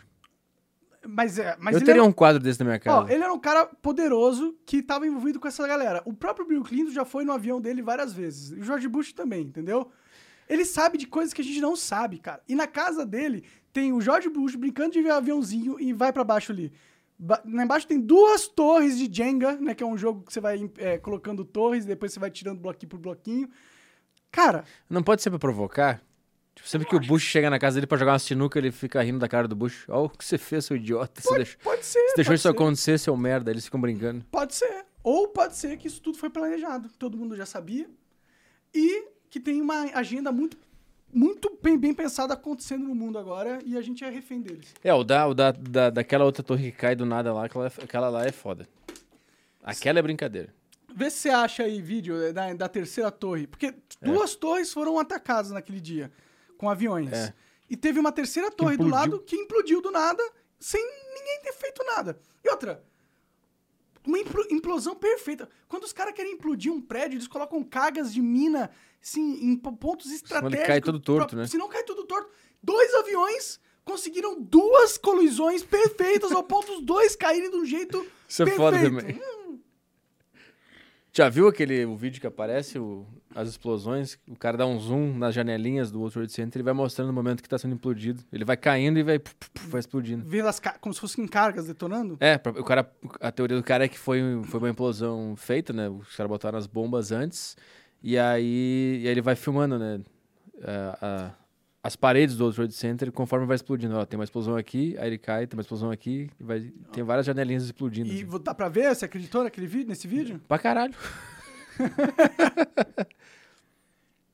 S1: Mas, é, mas
S2: eu
S1: ele
S2: teria
S1: era,
S2: um quadro desse na minha
S1: ó,
S2: casa.
S1: ele era um cara poderoso que estava envolvido com essa galera. O próprio Bill Clinton já foi no avião dele várias vezes. E o George Bush também, entendeu? Ele sabe de coisas que a gente não sabe, cara. E na casa dele tem o George Bush brincando de ver aviãozinho e vai pra baixo ali. Ba- lá embaixo tem duas torres de Jenga, né? Que é um jogo que você vai é, colocando torres e depois você vai tirando bloquinho por bloquinho. Cara,
S2: Não pode ser pra provocar? Tipo, sempre que o Bush chega na casa dele pra jogar uma sinuca, ele fica rindo da cara do Bush. Ó, o que você fez, seu idiota. Você, deixou-
S1: pode ser.
S2: você deixou
S1: pode
S2: isso
S1: ser.
S2: acontecer, seu merda. Eles ficam brincando.
S1: Pode ser. Ou pode ser que isso tudo foi planejado, que todo mundo já sabia. E que tem uma agenda muito, muito bem, bem pensada acontecendo no mundo agora e a gente é refém deles.
S2: É, o, da, o da, da- daquela outra torre que cai do nada lá, aquela, aquela lá é foda. Aquela é brincadeira.
S1: Vê se você acha aí vídeo eh, da, da terceira torre.
S2: É.
S1: Porque duas torres foram atacadas naquele dia com aviões.
S2: É.
S1: E teve uma terceira torre do
S2: Implodiu.
S1: lado que implodiu do nada, sem ninguém ter feito nada. E outra, uma impl- implosão perfeita. Quando os caras querem implodir um prédio, eles colocam cargas de mina, assim, em po- pontos estratégicos.
S2: cai todo torto, né?
S1: Se não cai todo torto. Dois aviões conseguiram duas colisões perfeitas ao ponto dos dois caírem de um jeito
S2: Isso é
S1: perfeito.
S2: foda também. Já viu aquele o vídeo que aparece, o- as explosões? O cara dá um zoom nas janelinhas do World Trade Center, ele vai mostrando o momento que tá sendo implodido. Ele vai caindo e vai, pu- pu- pu- vai explodindo.
S1: Vendo as ca- como se fossem cargas detonando.
S2: É, pra- o cara, a teoria do cara é que foi, foi uma implosão feita, né? Os caras botaram as bombas antes e aí, e aí ele vai filmando, né? a- a- as paredes do World Trade Center conforme vai explodindo. Ó, tem uma explosão aqui, aí ele cai, tem uma explosão aqui, e vai, tem várias janelinhas explodindo.
S1: E
S2: assim.
S1: vo- dá pra ver? Você acreditou naquele vídeo, nesse vídeo?
S2: Pra caralho.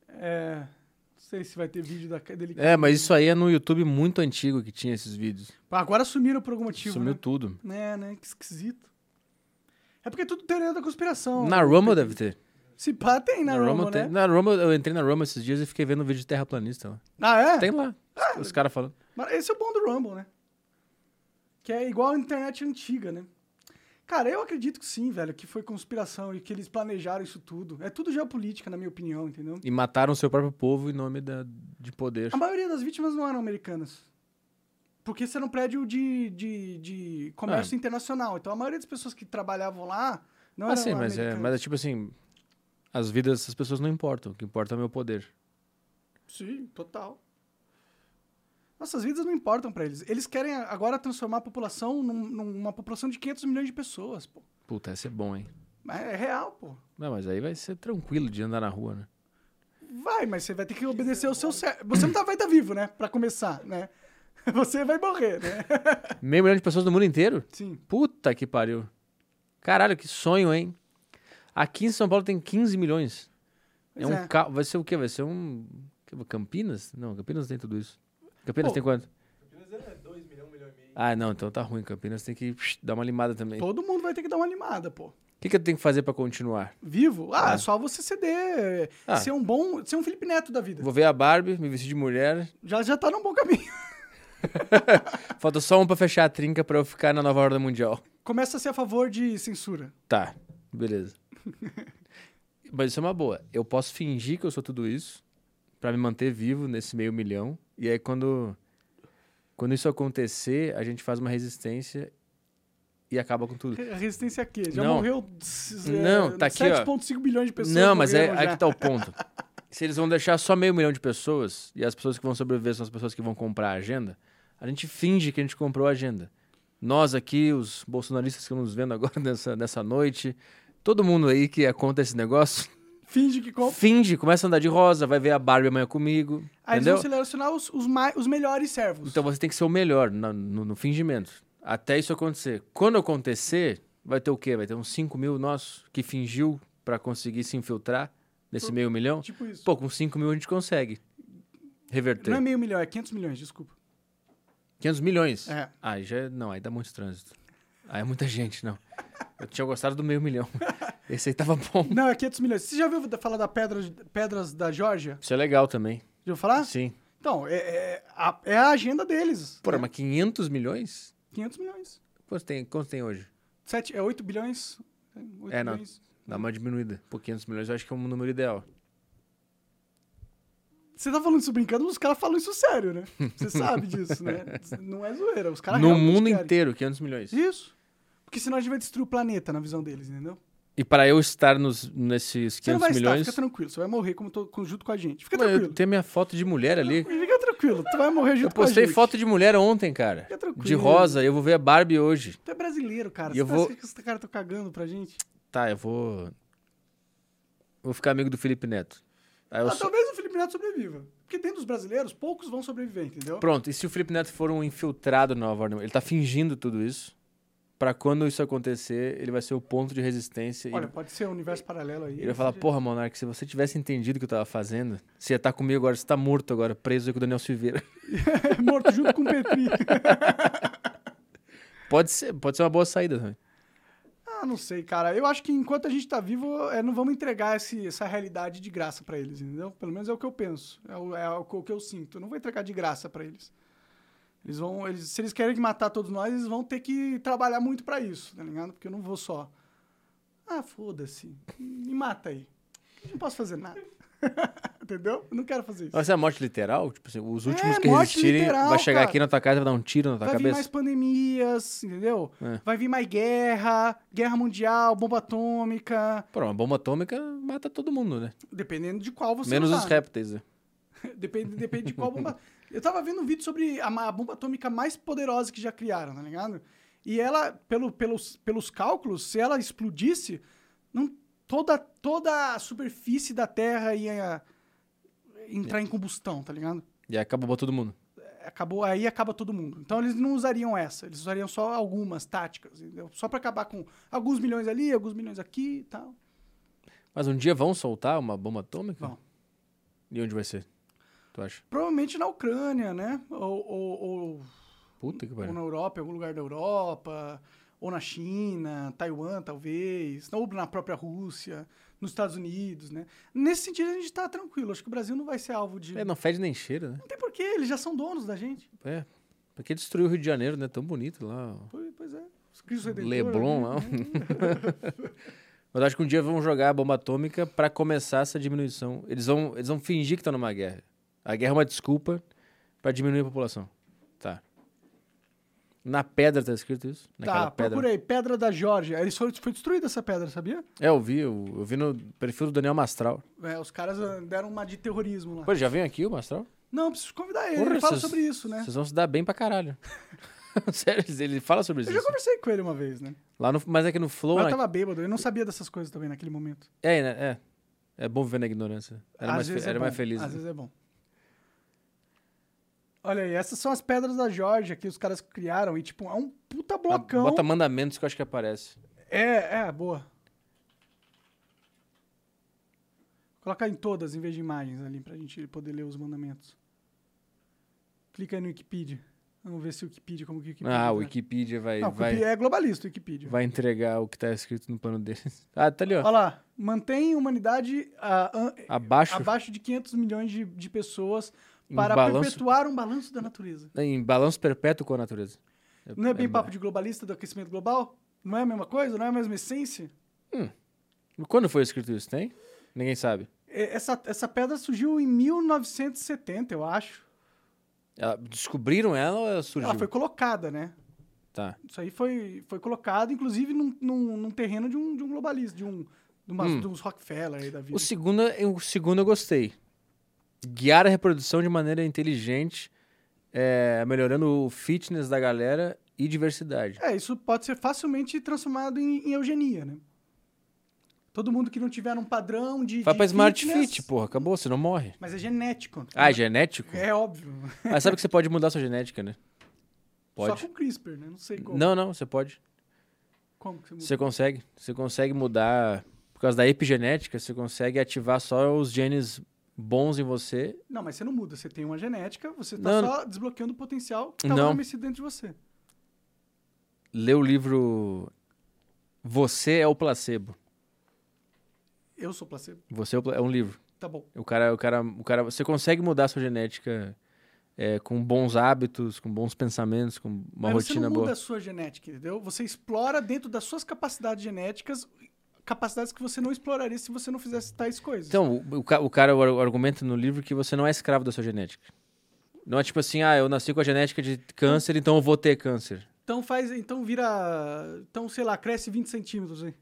S1: É. Não sei se vai ter vídeo da, dele.
S2: [laughs] É, mas isso aí é no YouTube muito antigo que tinha esses vídeos.
S1: Ah, Agora sumiram por algum motivo.
S2: Sumiu
S1: né?
S2: tudo.
S1: É, né? Que esquisito. É porque é tudo teoria da conspiração.
S2: Na Roma deve ter.
S1: Se pá, tem na, Roma,
S2: tem.
S1: né?
S2: Na Roma, eu entrei na Roma esses dias e fiquei vendo um vídeo de terraplanista lá.
S1: Ah, é?
S2: Tem lá. os- Os caras falando.
S1: Mas esse é o bom do Rumble, né? Que é igual a internet antiga, né? Cara, eu acredito que sim, velho, que foi conspiração e que eles planejaram isso tudo. É tudo geopolítica, na minha opinião, entendeu?
S2: E mataram seu próprio povo em nome da, de poder.
S1: A maioria das vítimas não eram americanas. Porque isso era um prédio de, de, de comércio internacional. Então a maioria das pessoas que trabalhavam lá não
S2: É. ah,
S1: eram
S2: sim, mas é,
S1: americanas.
S2: mas é tipo assim. As vidas dessas pessoas não importam. O que importa é o meu poder.
S1: Sim, total. Nossas vidas não importam pra eles. Eles querem agora transformar a população num- numa população de 500 milhões de pessoas, pô.
S2: Puta, essa é bom, hein?
S1: Mas É real, pô.
S2: Não, mas aí vai ser tranquilo de andar na rua, né?
S1: Vai, mas você vai ter que obedecer ao seu cérebro. Você não tá, vai estar vivo, né? Pra começar, né? [laughs] Você vai morrer, né? [laughs]
S2: Meio milhão de pessoas no mundo inteiro?
S1: Sim.
S2: Puta que pariu. Caralho, que sonho, hein? Aqui em São Paulo tem 15 milhões.
S1: Pois
S2: é um
S1: é.
S2: ca- Vai ser o quê? Vai ser um. Campinas? Não, Campinas tem tudo isso. Campinas
S1: Pô.
S2: tem quanto?
S3: Campinas é 2 milhões, 1 milhão e meio.
S2: Ah, não, então tá ruim. Campinas tem que psh, dar uma limada também. O
S1: Todo mundo vai ter que dar uma animada, pô.
S2: que, que eu tenho que fazer pra continuar?
S1: Vivo? Ah,
S2: É.
S1: é só você ceder.
S2: Ah.
S1: Ser um bom. Ser um Felipe Neto da vida.
S2: Vou ver a Barbie, me vestir de mulher.
S1: Já, já tá num bom caminho. [laughs]
S2: Falta só um pra fechar a trinca pra eu ficar na nova ordem mundial.
S1: Começa a ser a favor de censura.
S2: Tá, beleza. [laughs] Mas isso é uma boa. Eu posso fingir que eu sou tudo isso pra me manter vivo nesse meio milhão. E aí quando Quando isso acontecer, a gente faz uma resistência e acaba com tudo.
S1: A resistência é aqui. Já
S2: Não.
S1: morreu s-
S2: Não,
S1: eh,
S2: tá aqui, ó.
S1: 7,5 bilhões de pessoas.
S2: Não, mas é,
S1: morreram
S2: aí
S1: já.
S2: que tá o ponto. Se eles vão deixar só meio milhão de pessoas, e as pessoas que vão sobreviver são as pessoas que vão comprar a agenda, a gente finge que a gente comprou a agenda. Nós aqui, os bolsonaristas que estão nos vendo agora [laughs] nessa, nessa noite, todo mundo aí que conta esse negócio,
S1: Finge que compra.
S2: finge, começa a andar de rosa, vai ver a Barbie amanhã comigo,
S1: Aí eles
S2: entendeu?
S1: vão selecionar os, os, mai- os melhores servos.
S2: Então você tem que ser o melhor na- no, no fingimento. Até isso acontecer. Quando acontecer, vai ter o quê? Vai ter uns 5 mil nossos que fingiu pra conseguir se infiltrar nesse meio milhão?
S1: tipo isso.
S2: Pô, com 5 mil a gente consegue reverter.
S1: Não é meio milhão, é 500 milhões, desculpa.
S2: 500 milhões?
S1: É.
S2: Aí já. Não, aí dá muito trânsito. Aí é muita gente, não. Eu tinha gostado do
S1: [laughs]
S2: meio milhão. Esse aí tava bom.
S1: Não, é 500 milhões. Você já ouviu da- falar da pedra, Pedras da Geórgia?
S2: Isso é legal também.
S1: Já ouviu falar?
S2: Sim.
S1: Então, é, é, a, é a agenda deles.
S2: Pô, mas 500 milhões?
S1: 500 milhões.
S2: Quanto tem, quanto tem hoje?
S1: Sete, é 8 bilhões? Oito
S2: É, não.
S1: bilhões.
S2: Dá uma diminuída. Pô, 500 milhões eu acho que é um número ideal.
S1: Você tá falando isso brincando, mas os caras falam isso sério, né?
S2: [laughs]
S1: Você sabe disso, né? Não é zoeira. Os caras
S2: no
S1: realmente
S2: mundo
S1: querem.
S2: inteiro, 500 milhões.
S1: Isso. Porque senão a gente vai destruir o planeta na visão deles, entendeu?
S2: E para eu estar nos, nesses
S1: Você não
S2: 500
S1: vai estar,
S2: milhões.
S1: fica tranquilo. Você vai morrer como to- com- junto com a gente. Fica
S2: Mano, eu
S1: tranquilo.
S2: tenho minha foto de mulher ali.
S1: Fica tranquilo. Tu vai morrer junto
S2: Eu postei
S1: com a gente.
S2: foto de mulher ontem, cara.
S1: Fica tranquilo.
S2: De rosa. Eu vou ver a Barbie hoje.
S1: Tu é brasileiro, cara.
S2: E eu
S1: você
S2: vou-
S1: tá achando que esse cara tá cagando pra gente?
S2: Tá, eu vou. Vou ficar amigo do Felipe Neto. Aí eu
S1: Ah,
S2: sou-
S1: Talvez o Felipe Neto sobreviva. Porque dentro dos brasileiros, poucos vão sobreviver, entendeu?
S2: Pronto, e se o Felipe Neto for um infiltrado na Nova Ordem? Ele tá fingindo tudo isso. Pra quando isso acontecer, ele vai ser o ponto de resistência. e
S1: Olha, pode ser um universo paralelo aí.
S2: ele vai falar: Porra, Monark, se você tivesse entendido o que eu tava fazendo, você ia estar comigo agora, você tá morto agora, preso aí com o Daniel Silveira. [laughs]
S1: É [laughs] morto junto com o Petri.
S2: pode ser, pode ser uma boa saída também.
S1: ah, não sei, cara. Eu acho que enquanto a gente tá vivo, é, não vamos entregar esse- essa realidade de graça pra eles, entendeu? Pelo menos é o que eu penso. É o, é o que eu- o que eu sinto. Eu não vou entregar de graça pra eles. Eles vão. Eles, se eles querem matar todos nós, eles vão ter que trabalhar muito pra isso, tá ligado? Porque eu não vou só. Ah, foda-se. Me mata aí. Eu não posso fazer nada. [laughs] entendeu? Eu não quero fazer isso.
S2: Mas é a morte literal? Tipo assim, os últimos
S1: É,
S2: que
S1: morte
S2: resistirem
S1: literal,
S2: vai chegar
S1: cara.
S2: aqui na tua casa e vai dar um tiro na tua
S1: Vai vir mais
S2: cabeça.
S1: pandemias, entendeu?
S2: É.
S1: Vai vir mais guerra, guerra mundial, bomba atômica.
S2: Pô, uma bomba atômica mata todo mundo, né?
S1: Dependendo de qual você
S2: Menos
S1: usar,
S2: os
S1: né?
S2: répteis. né?
S1: Depende, depende de qual bomba. Eu tava vendo um vídeo sobre a, ma- a bomba atômica mais poderosa que já criaram, tá ligado? E ela, pelo, pelos, pelos cálculos, se ela explodisse, não, toda, toda a superfície da Terra ia entrar em combustão, tá ligado?
S2: E aí acabou todo mundo.
S1: acabou, aí acaba todo mundo. Então eles não usariam essa, eles usariam só algumas táticas, entendeu? Só pra acabar com alguns milhões ali, alguns milhões aqui e tal.
S2: Mas um dia vão soltar uma bomba atômica?
S1: Vão.
S2: E onde vai ser? Tu acha?
S1: Provavelmente na Ucrânia, né? Ou, ou, ou-
S2: Puta que
S1: ou na
S2: pariu.
S1: Europa, em algum lugar da Europa, ou na China, Taiwan, talvez, ou na própria Rússia, nos Estados Unidos, né? Nesse sentido, a gente tá tranquilo. Acho que o Brasil não vai ser alvo de.
S2: É, não fede nem cheira, né?
S1: Não tem porquê, eles já são donos da gente.
S2: É. Pra que destruir o Rio de Janeiro, né? Tão bonito lá. ó.
S1: Pois pois é. Cristo Redentor,
S2: Leblon
S1: né?
S2: lá. [laughs] Mas eu acho que um dia vão jogar a bomba atômica pra começar essa diminuição. Eles vão, eles vão fingir que estão numa guerra. A guerra é uma desculpa pra diminuir a população. Tá. Na pedra tá escrito isso? Naquela
S1: Tá,
S2: pedra.
S1: procurei. Pedra da Georgia. Eles foram, foi destruída essa pedra, sabia?
S2: É, eu vi, eu, eu vi no perfil do Daniel Mastral.
S1: É, os caras ah, deram uma de terrorismo lá.
S2: Pô, já vem aqui o Mastral?
S1: Não, preciso convidar ele.
S2: Porra,
S1: ele fala
S2: vocês-
S1: sobre isso, né?
S2: Vocês vão se dar bem pra caralho. [laughs] Sério, ele fala sobre isso.
S1: Eu já conversei com ele uma vez, né?
S2: Lá no, mas é que no Flow.
S1: Mas eu
S2: na-
S1: tava bêbado, eu não sabia dessas coisas também naquele momento.
S2: É, né? é. É bom viver na ignorância. Era,
S1: Às
S2: mais, fe-
S1: vezes é
S2: era mais
S1: bom,
S2: feliz.
S1: Às
S2: né?
S1: vezes é bom. Olha aí, essas são as pedras da Georgia que os caras criaram e, tipo, é um puta
S2: Ah,
S1: blocão.
S2: Bota mandamentos que eu acho que aparece.
S1: É, é, boa. Colocar em todas em vez de imagens ali pra gente poder ler os mandamentos. Clica aí no Wikipedia. Vamos ver se o Wikipedia, como que o Wikipedia.
S2: ah, o
S1: né?
S2: Wikipedia vai,
S1: Não, o
S2: vai,
S1: Wikipedia é globalista o Wikipedia.
S2: vai entregar o que tá escrito no pano deles. [laughs] Ah, tá ali, ó.
S1: Olha lá, mantém a humanidade ah, an-
S2: Abaixo,
S1: abaixo de 500 milhões de, de pessoas
S2: Em
S1: para
S2: balanço-
S1: perpetuar um balanço da natureza.
S2: né, em balanço perpétuo com a natureza.
S1: Não é bem
S2: ba-
S1: papo de globalista do aquecimento global? Não é a mesma coisa? Não é a mesma essência?
S2: Quando foi escrito isso, tem? Ninguém sabe.
S1: É, Essa, essa pedra surgiu em 1970, eu acho.
S2: Ela- descobriram ela ou ela surgiu?
S1: Ela foi colocada, né?
S2: Tá.
S1: Isso aí foi, foi colocado, inclusive, num, num, num terreno de um, de um globalista, de um. De, umas, de uns Rockefeller aí da vida.
S2: Hum. O segundo, o segundo eu gostei. Guiar a reprodução de maneira inteligente, é, melhorando o fitness da galera e diversidade.
S1: É, isso pode ser facilmente transformado em, em eugenia, né? Todo mundo que não tiver um padrão de.
S2: Vai
S1: de
S2: pra Smart
S1: fitness,
S2: Fit, porra, acabou, você não morre.
S1: Mas é genético.
S2: Ah, é genético?
S1: É óbvio.
S2: Mas sabe que você pode mudar sua genética, né? Pode.
S1: Só com CRISPR, né? Não sei como.
S2: Não, não, você pode.
S1: Como que você muda?
S2: Você consegue. Você consegue mudar. Por causa da epigenética, você consegue ativar só os genes bons em você.
S1: Não, mas você não muda. Você tem uma genética, você tá
S2: Não.
S1: só desbloqueando o potencial que tá
S2: Não.
S1: adormecido dentro de você.
S2: Lê o livro Você é o Placebo.
S1: Eu sou placebo.
S2: Você é, o pla- é um livro.
S1: Tá bom.
S2: O cara, o cara, o cara, você consegue mudar sua genética é, com bons hábitos, com bons pensamentos, com uma
S1: mas você não
S2: rotina
S1: muda
S2: boa.
S1: a sua genética, entendeu? Você explora dentro das suas capacidades genéticas capacidades que você não exploraria se você não fizesse tais coisas.
S2: Então, o, o ca- o cara ar- argumenta no livro que você não é escravo da sua genética. Não é tipo assim, ah, eu nasci com a genética de câncer, então eu vou ter câncer.
S1: Então faz, então vira, então sei lá, cresce 20 centímetros aí.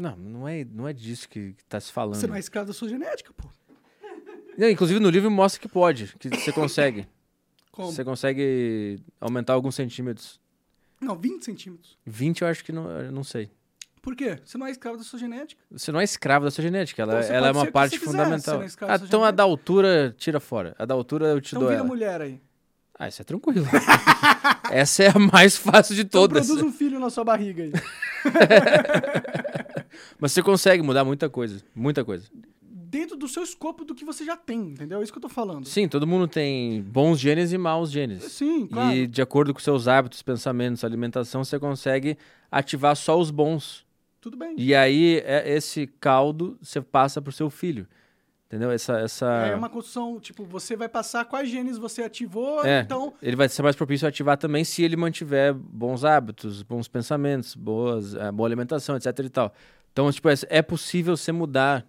S2: Não, não é, não é disso que, que tá se falando.
S1: Você não é escravo da sua genética, pô.
S2: Não, inclusive no livro mostra que pode, que você consegue.
S1: Como?
S2: Você consegue aumentar alguns centímetros.
S1: Não, 20 centímetros.
S2: 20 eu acho que não, eu não sei.
S1: Por quê? Você não é escravo da sua genética.
S2: Você não é escravo da sua genética, ela,
S1: Então, você
S2: ela é
S1: pode ser o
S2: uma
S1: que
S2: parte
S1: você quiser, você
S2: fundamental.
S1: não é escravo
S2: Ah,
S1: da sua
S2: então a
S1: genética.
S2: da altura tira fora. A da altura eu te
S1: Então
S2: dou
S1: vira
S2: ela.
S1: mulher aí.
S2: Ah, isso é tranquilo. [laughs] Essa é a mais fácil de
S1: Então
S2: todas.
S1: produz um filho na sua barriga aí.
S2: Mas você consegue mudar muita coisa, muita coisa.
S1: dentro do seu escopo do que você já tem, entendeu? É isso que eu tô falando.
S2: Sim, todo mundo tem bons genes e maus genes.
S1: Sim, claro.
S2: E de acordo com seus hábitos, pensamentos, alimentação, você consegue ativar só os bons.
S1: Tudo bem.
S2: E aí, é- esse caldo você passa pro seu filho. Entendeu? Essa. essa...
S1: É uma construção, tipo, você vai passar quais genes você ativou,
S2: É,
S1: então...
S2: ele vai ser mais propício a ativar também se ele mantiver bons hábitos, bons pensamentos, boas, eh, boa alimentação, etc e tal. Então, tipo, é, é possível você mudar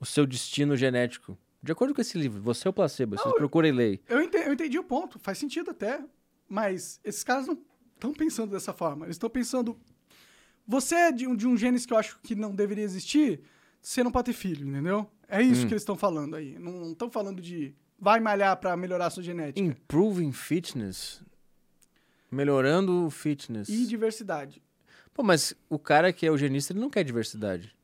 S2: o seu destino genético. De acordo com esse livro, Você é o Placebo, vocês procurem ler.
S1: Eu entendi, eu entendi o ponto, faz sentido até, mas esses caras não estão pensando dessa forma. Eles estão pensando... Você é de um, de um genes que eu acho que não deveria existir, você não pode ter filho, entendeu? É isso
S2: Hum.
S1: que eles estão falando aí. Não estão falando de vai malhar pra melhorar a sua genética.
S2: Improving Fitness. Melhorando o fitness.
S1: E diversidade.
S2: Pô, mas o cara que é eugenista, ele não quer diversidade.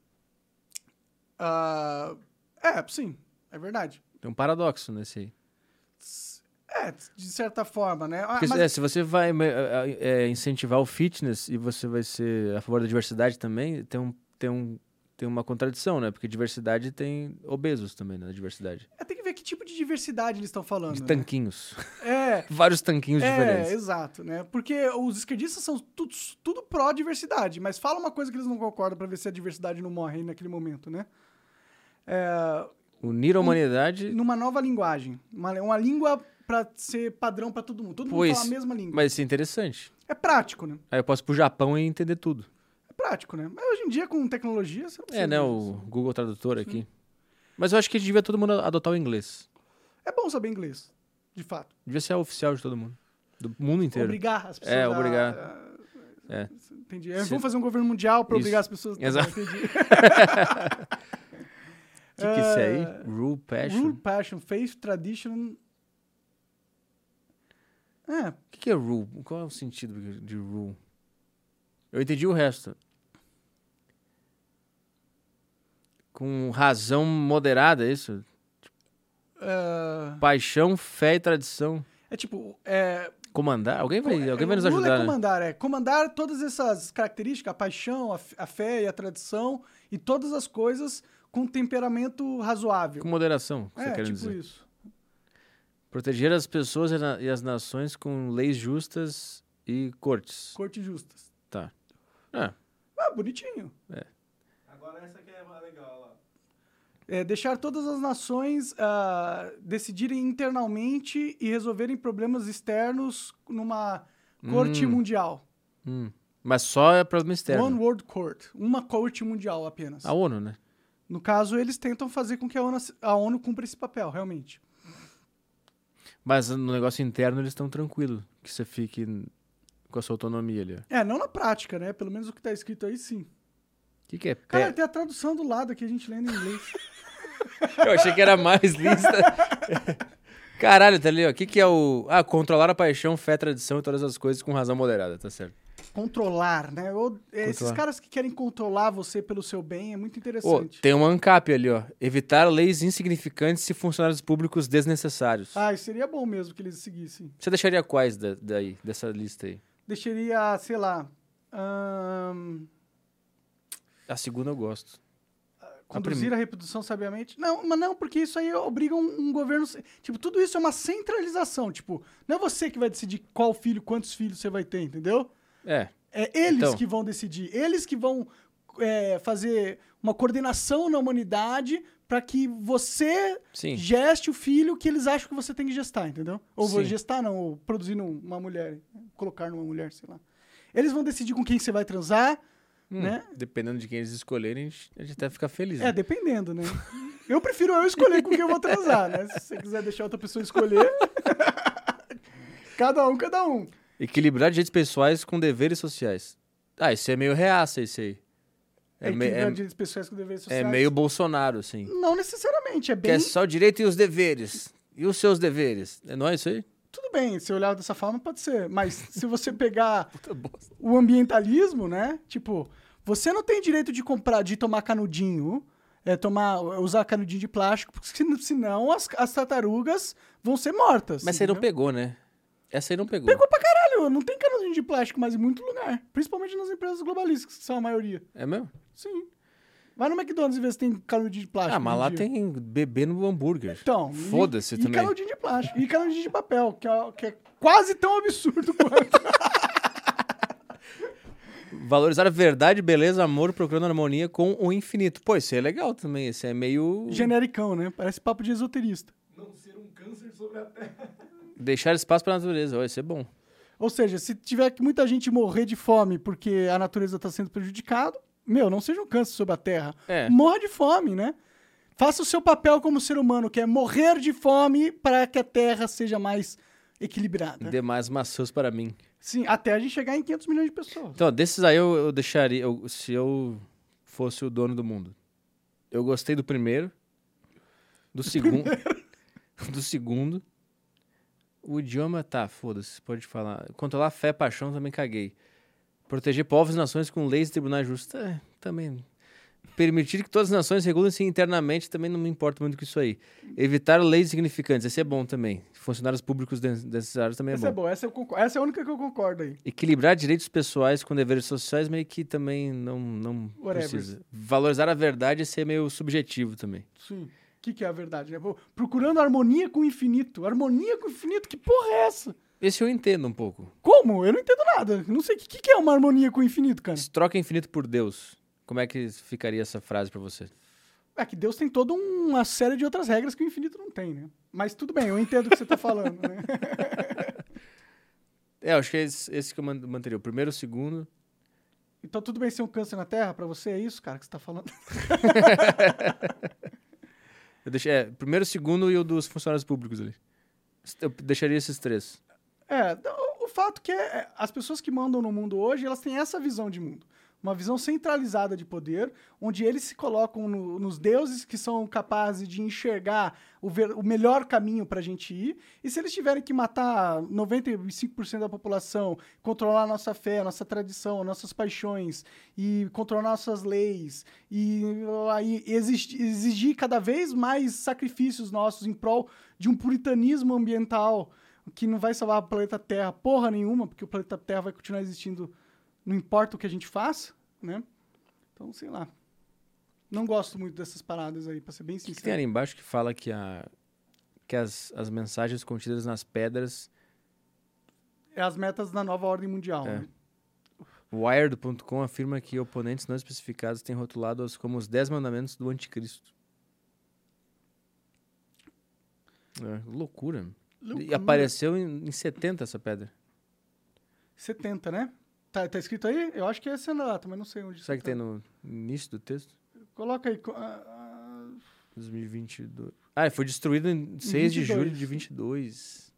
S1: Ah, é, sim, é verdade.
S2: Tem um paradoxo nesse aí.
S1: É, de certa forma, né? Ah,
S2: Porque
S1: mas-
S2: é, se você vai me- a- a- é, incentivar o fitness e você vai ser a favor da diversidade também, tem, um, tem, um, tem uma contradição, né? Porque diversidade tem obesos também na diversidade.
S1: É, tem que ver que tipo de diversidade eles estão falando.
S2: De
S1: né?
S2: tanquinhos. [laughs]
S1: É.
S2: Vários tanquinhos
S1: É,
S2: diferentes.
S1: exato, né? Porque os esquerdistas são tudo, tudo pró-diversidade, mas fala uma coisa que eles não concordam pra ver se a diversidade não morre aí naquele momento, né? É,
S2: Unir a humanidade.
S1: numa nova linguagem. Uma, uma língua pra ser padrão pra todo mundo. Todo mundo
S2: Pois,
S1: fala a mesma língua.
S2: Mas isso é interessante.
S1: É prático, né?
S2: Aí eu posso ir pro Japão e entender tudo.
S1: É prático, né? Mas hoje em dia, com tecnologia, você não
S2: É,
S1: precisa
S2: né?
S1: disso.
S2: O Google Tradutor aqui. Mas eu acho que devia todo mundo adotar o inglês.
S1: É bom saber inglês, de fato.
S2: Devia ser a oficial de todo mundo. Do mundo inteiro.
S1: Obrigar as pessoas
S2: É,
S1: a-
S2: obrigar.
S1: a-
S2: É.
S1: Entendi. É,
S2: Se-
S1: Vamos fazer um governo mundial pra
S2: Isso.
S1: obrigar as pessoas... Tá bom,
S2: Exato.
S1: entendi.
S2: [laughs] O que, que é isso aí? Rule Passion.
S1: Rule, passion, faith, tradition. É,
S2: O que, que é rule? Qual é o sentido de rule? Eu entendi o resto. Com razão moderada, é isso?
S1: é,
S2: Paixão, fé e tradição.
S1: é tipo. É,
S2: Comandar? Alguém vai, alguém vai nos
S1: Rule
S2: ajudar,
S1: é
S2: né?
S1: comandar, é. Comandar todas essas características, a paixão, a, f- a fé e a tradição, e todas as coisas com temperamento razoável.
S2: Com moderação, que
S1: é,
S2: você quer
S1: tipo
S2: dizer.
S1: isso.
S2: Proteger as pessoas e na- e as nações com leis justas e cortes.
S1: Corte justas.
S2: Tá. Ah,
S1: Ah, bonitinho.
S2: É.
S3: Agora essa que é a legal, ó lá.
S1: É, deixar todas as nações ah, decidirem internamente e resolverem problemas externos numa corte mundial.
S2: hum. Mas só é problema externo.
S1: One World Court. Uma corte mundial apenas.
S2: A ONU, né?
S1: No caso, eles tentam fazer com que a ONU, a ONU cumpra esse papel, realmente.
S2: Mas no negócio interno eles estão tranquilos que você fique com a sua autonomia ali. ó. O
S1: É, não na prática, né? Pelo menos o que tá escrito aí, sim.
S2: que, que é pé?
S1: Cara, tem a tradução do lado aqui, a gente lendo em inglês.
S2: [laughs] Eu achei que
S1: [laughs]
S2: era mais lista. Caralho, tá ali, ó. O que, que é o. Ah, controlar a paixão, fé, tradição e todas as coisas com razão moderada, tá certo.
S1: controlar, né? Ou, é, esses
S2: Controlar.
S1: caras que querem controlar você pelo seu bem é muito
S2: Ô,
S1: interessante.
S2: tem uma ANCAP ali, ó. Evitar leis insignificantes e funcionários públicos desnecessários.
S1: Ah, seria bom mesmo que eles seguissem.
S2: Você deixaria quais da- daí, dessa lista aí?
S1: Deixaria, sei lá. ahn,
S2: A segunda eu gosto.
S1: conduzir a reprodução sabiamente. Não, mas não, porque isso aí obriga um, um governo. Tipo, tudo isso é uma centralização. Tipo, não é você que vai decidir qual filho, quantos filhos você vai ter, entendeu?
S2: É.
S1: É eles
S2: Então.
S1: que vão decidir, eles que vão é, fazer uma coordenação na humanidade para que você
S2: Sim.
S1: geste o filho que eles acham que você tem que gestar, entendeu? Ou vou
S2: Sim.
S1: gestar, não, ou produzir num- numa mulher, colocar numa mulher, sei lá. Eles vão decidir com quem você vai transar,
S2: Hum,
S1: né?
S2: Dependendo de quem eles escolherem, a gente, a gente até fica feliz.
S1: É,
S2: né?
S1: dependendo, né? Eu prefiro eu escolher com quem eu vou transar, né? Se você quiser deixar outra pessoa escolher. [laughs] cada um, cada um.
S2: Equilibrar direitos pessoais com deveres sociais. Ah, isso é meio reaça, isso aí. É,
S1: É,
S2: me- é-
S1: de pessoas com deveres
S2: é
S1: sociais.
S2: meio Bolsonaro, assim.
S1: Não necessariamente, é
S2: Que
S1: bem.
S2: é só o direito e os deveres. E os seus deveres. É nóis isso aí?
S1: Tudo bem, se olhar dessa forma, pode ser. Mas se
S2: [laughs]
S1: você pegar o ambientalismo, né? Tipo, você não tem direito de comprar, de tomar canudinho, é, tomar, usar canudinho de plástico, porque sen- senão as, as tartarugas vão ser mortas.
S2: Mas você não
S1: entendeu?
S2: pegou, né? Essa aí não pegou.
S1: Pegou pra caralho, não tem canudinho de plástico mais em muito lugar. Principalmente nas empresas globalistas, que são a maioria.
S2: É mesmo?
S1: Sim. Vai no McDonald's e vê se tem canudinho de plástico.
S2: Ah, mas
S1: hoje em
S2: lá
S1: dia.
S2: tem bebê no hambúrguer.
S1: Então, e-
S2: Foda-se
S1: e
S2: também.
S1: canudinho de plástico. E canudinho de papel, que é, que é quase tão
S2: [laughs]
S1: absurdo quanto.
S2: Valorizar a verdade, beleza, amor, procurando harmonia com o infinito. Pô, isso é legal também. Isso é meio.
S1: Genericão, né? Parece papo de esoterista.
S3: Não ser um câncer sobre a terra.
S2: Deixar espaço pra natureza. Ó, isso é bom.
S1: Ou seja, se tiver que muita gente morrer de fome porque a natureza está sendo prejudicada, meu, não seja um câncer sobre a terra.
S2: É.
S1: Morra de fome, né? Faça o seu papel como ser humano, que é morrer de fome para que a terra seja mais equilibrada.
S2: Demais maçãs para mim.
S1: Sim, até a gente chegar em 500 milhões de pessoas.
S2: Então, desses aí eu, eu deixaria. eu- se eu fosse o dono do mundo. Eu gostei do primeiro. Do segundo. [laughs] do segundo. O idioma tá, foda-se, pode falar. Controlar fé, paixão, também caguei. Proteger povos e nações com leis e tribunais justos. É, também. Permitir que todas as nações regulem-se internamente também não me importa muito com isso aí. Evitar leis significantes, esse é bom também. Funcionários públicos des- necessários também é
S1: essa
S2: bom.
S1: é boa, essa, eu concordo, essa é a única que eu concordo aí.
S2: Equilibrar direitos pessoais com deveres sociais meio que também não, não
S1: Whatever.
S2: precisa. Valorizar a verdade e ser meio subjetivo também.
S1: Sim. O que, que é a verdade? né? Vou- Procurando harmonia com o infinito. Harmonia com o infinito? Que porra é essa?
S2: Esse eu entendo um pouco.
S1: Como? Eu não entendo nada. Não sei o que, que que é uma harmonia com o infinito, cara.
S2: Se troca infinito por Deus, como é que ficaria essa frase pra você?
S1: É que Deus tem toda uma série de outras regras que o infinito não tem, né? Mas tudo bem, eu entendo o que você tá falando, né?
S2: É, eu acho que é esse, esse que eu man- manteria. O primeiro, o segundo.
S1: Então tudo bem ser um câncer na Terra pra você? É isso, cara, que você tá falando?
S2: Eu deixei, é, primeiro, o segundo e o dos funcionários públicos ali. Eu deixaria esses três.
S1: É, o, o fato que é, é, as pessoas que mandam no mundo hoje, elas têm essa visão de mundo. Uma visão centralizada de poder, onde eles se colocam no- nos deuses que são capazes de enxergar o, ver- o melhor caminho pra gente ir. E se eles tiverem que matar 95% da população, controlar a nossa fé, a nossa tradição, nossas paixões, e controlar nossas leis, e, aí exi- exigir cada vez mais sacrifícios nossos em prol de um puritanismo ambiental que não vai salvar o planeta Terra porra nenhuma, porque o planeta Terra vai continuar existindo, não importa o que a gente faça, né? Então, sei lá. Não gosto muito dessas paradas aí, pra ser bem
S2: O que, que tem
S1: sincero.
S2: ali embaixo que fala que, a, que as, as mensagens contidas nas pedras
S1: É as metas da nova ordem mundial.
S2: É.
S1: né?
S2: Wired.com afirma que oponentes não especificados têm rotulado-os como os 10 mandamentos do anticristo. É, loucura. E
S1: Loucura.
S2: apareceu em, em 70 essa pedra.
S1: 70, né? Tá, tá escrito aí? Eu acho que é essa data, mas não sei onde.
S2: Será que
S1: tá.
S2: tem no início do texto?
S1: Coloca aí. co- ah, ah,
S2: 2022. Ah, foi destruído em 6 de julho
S1: 22.
S2: de 22.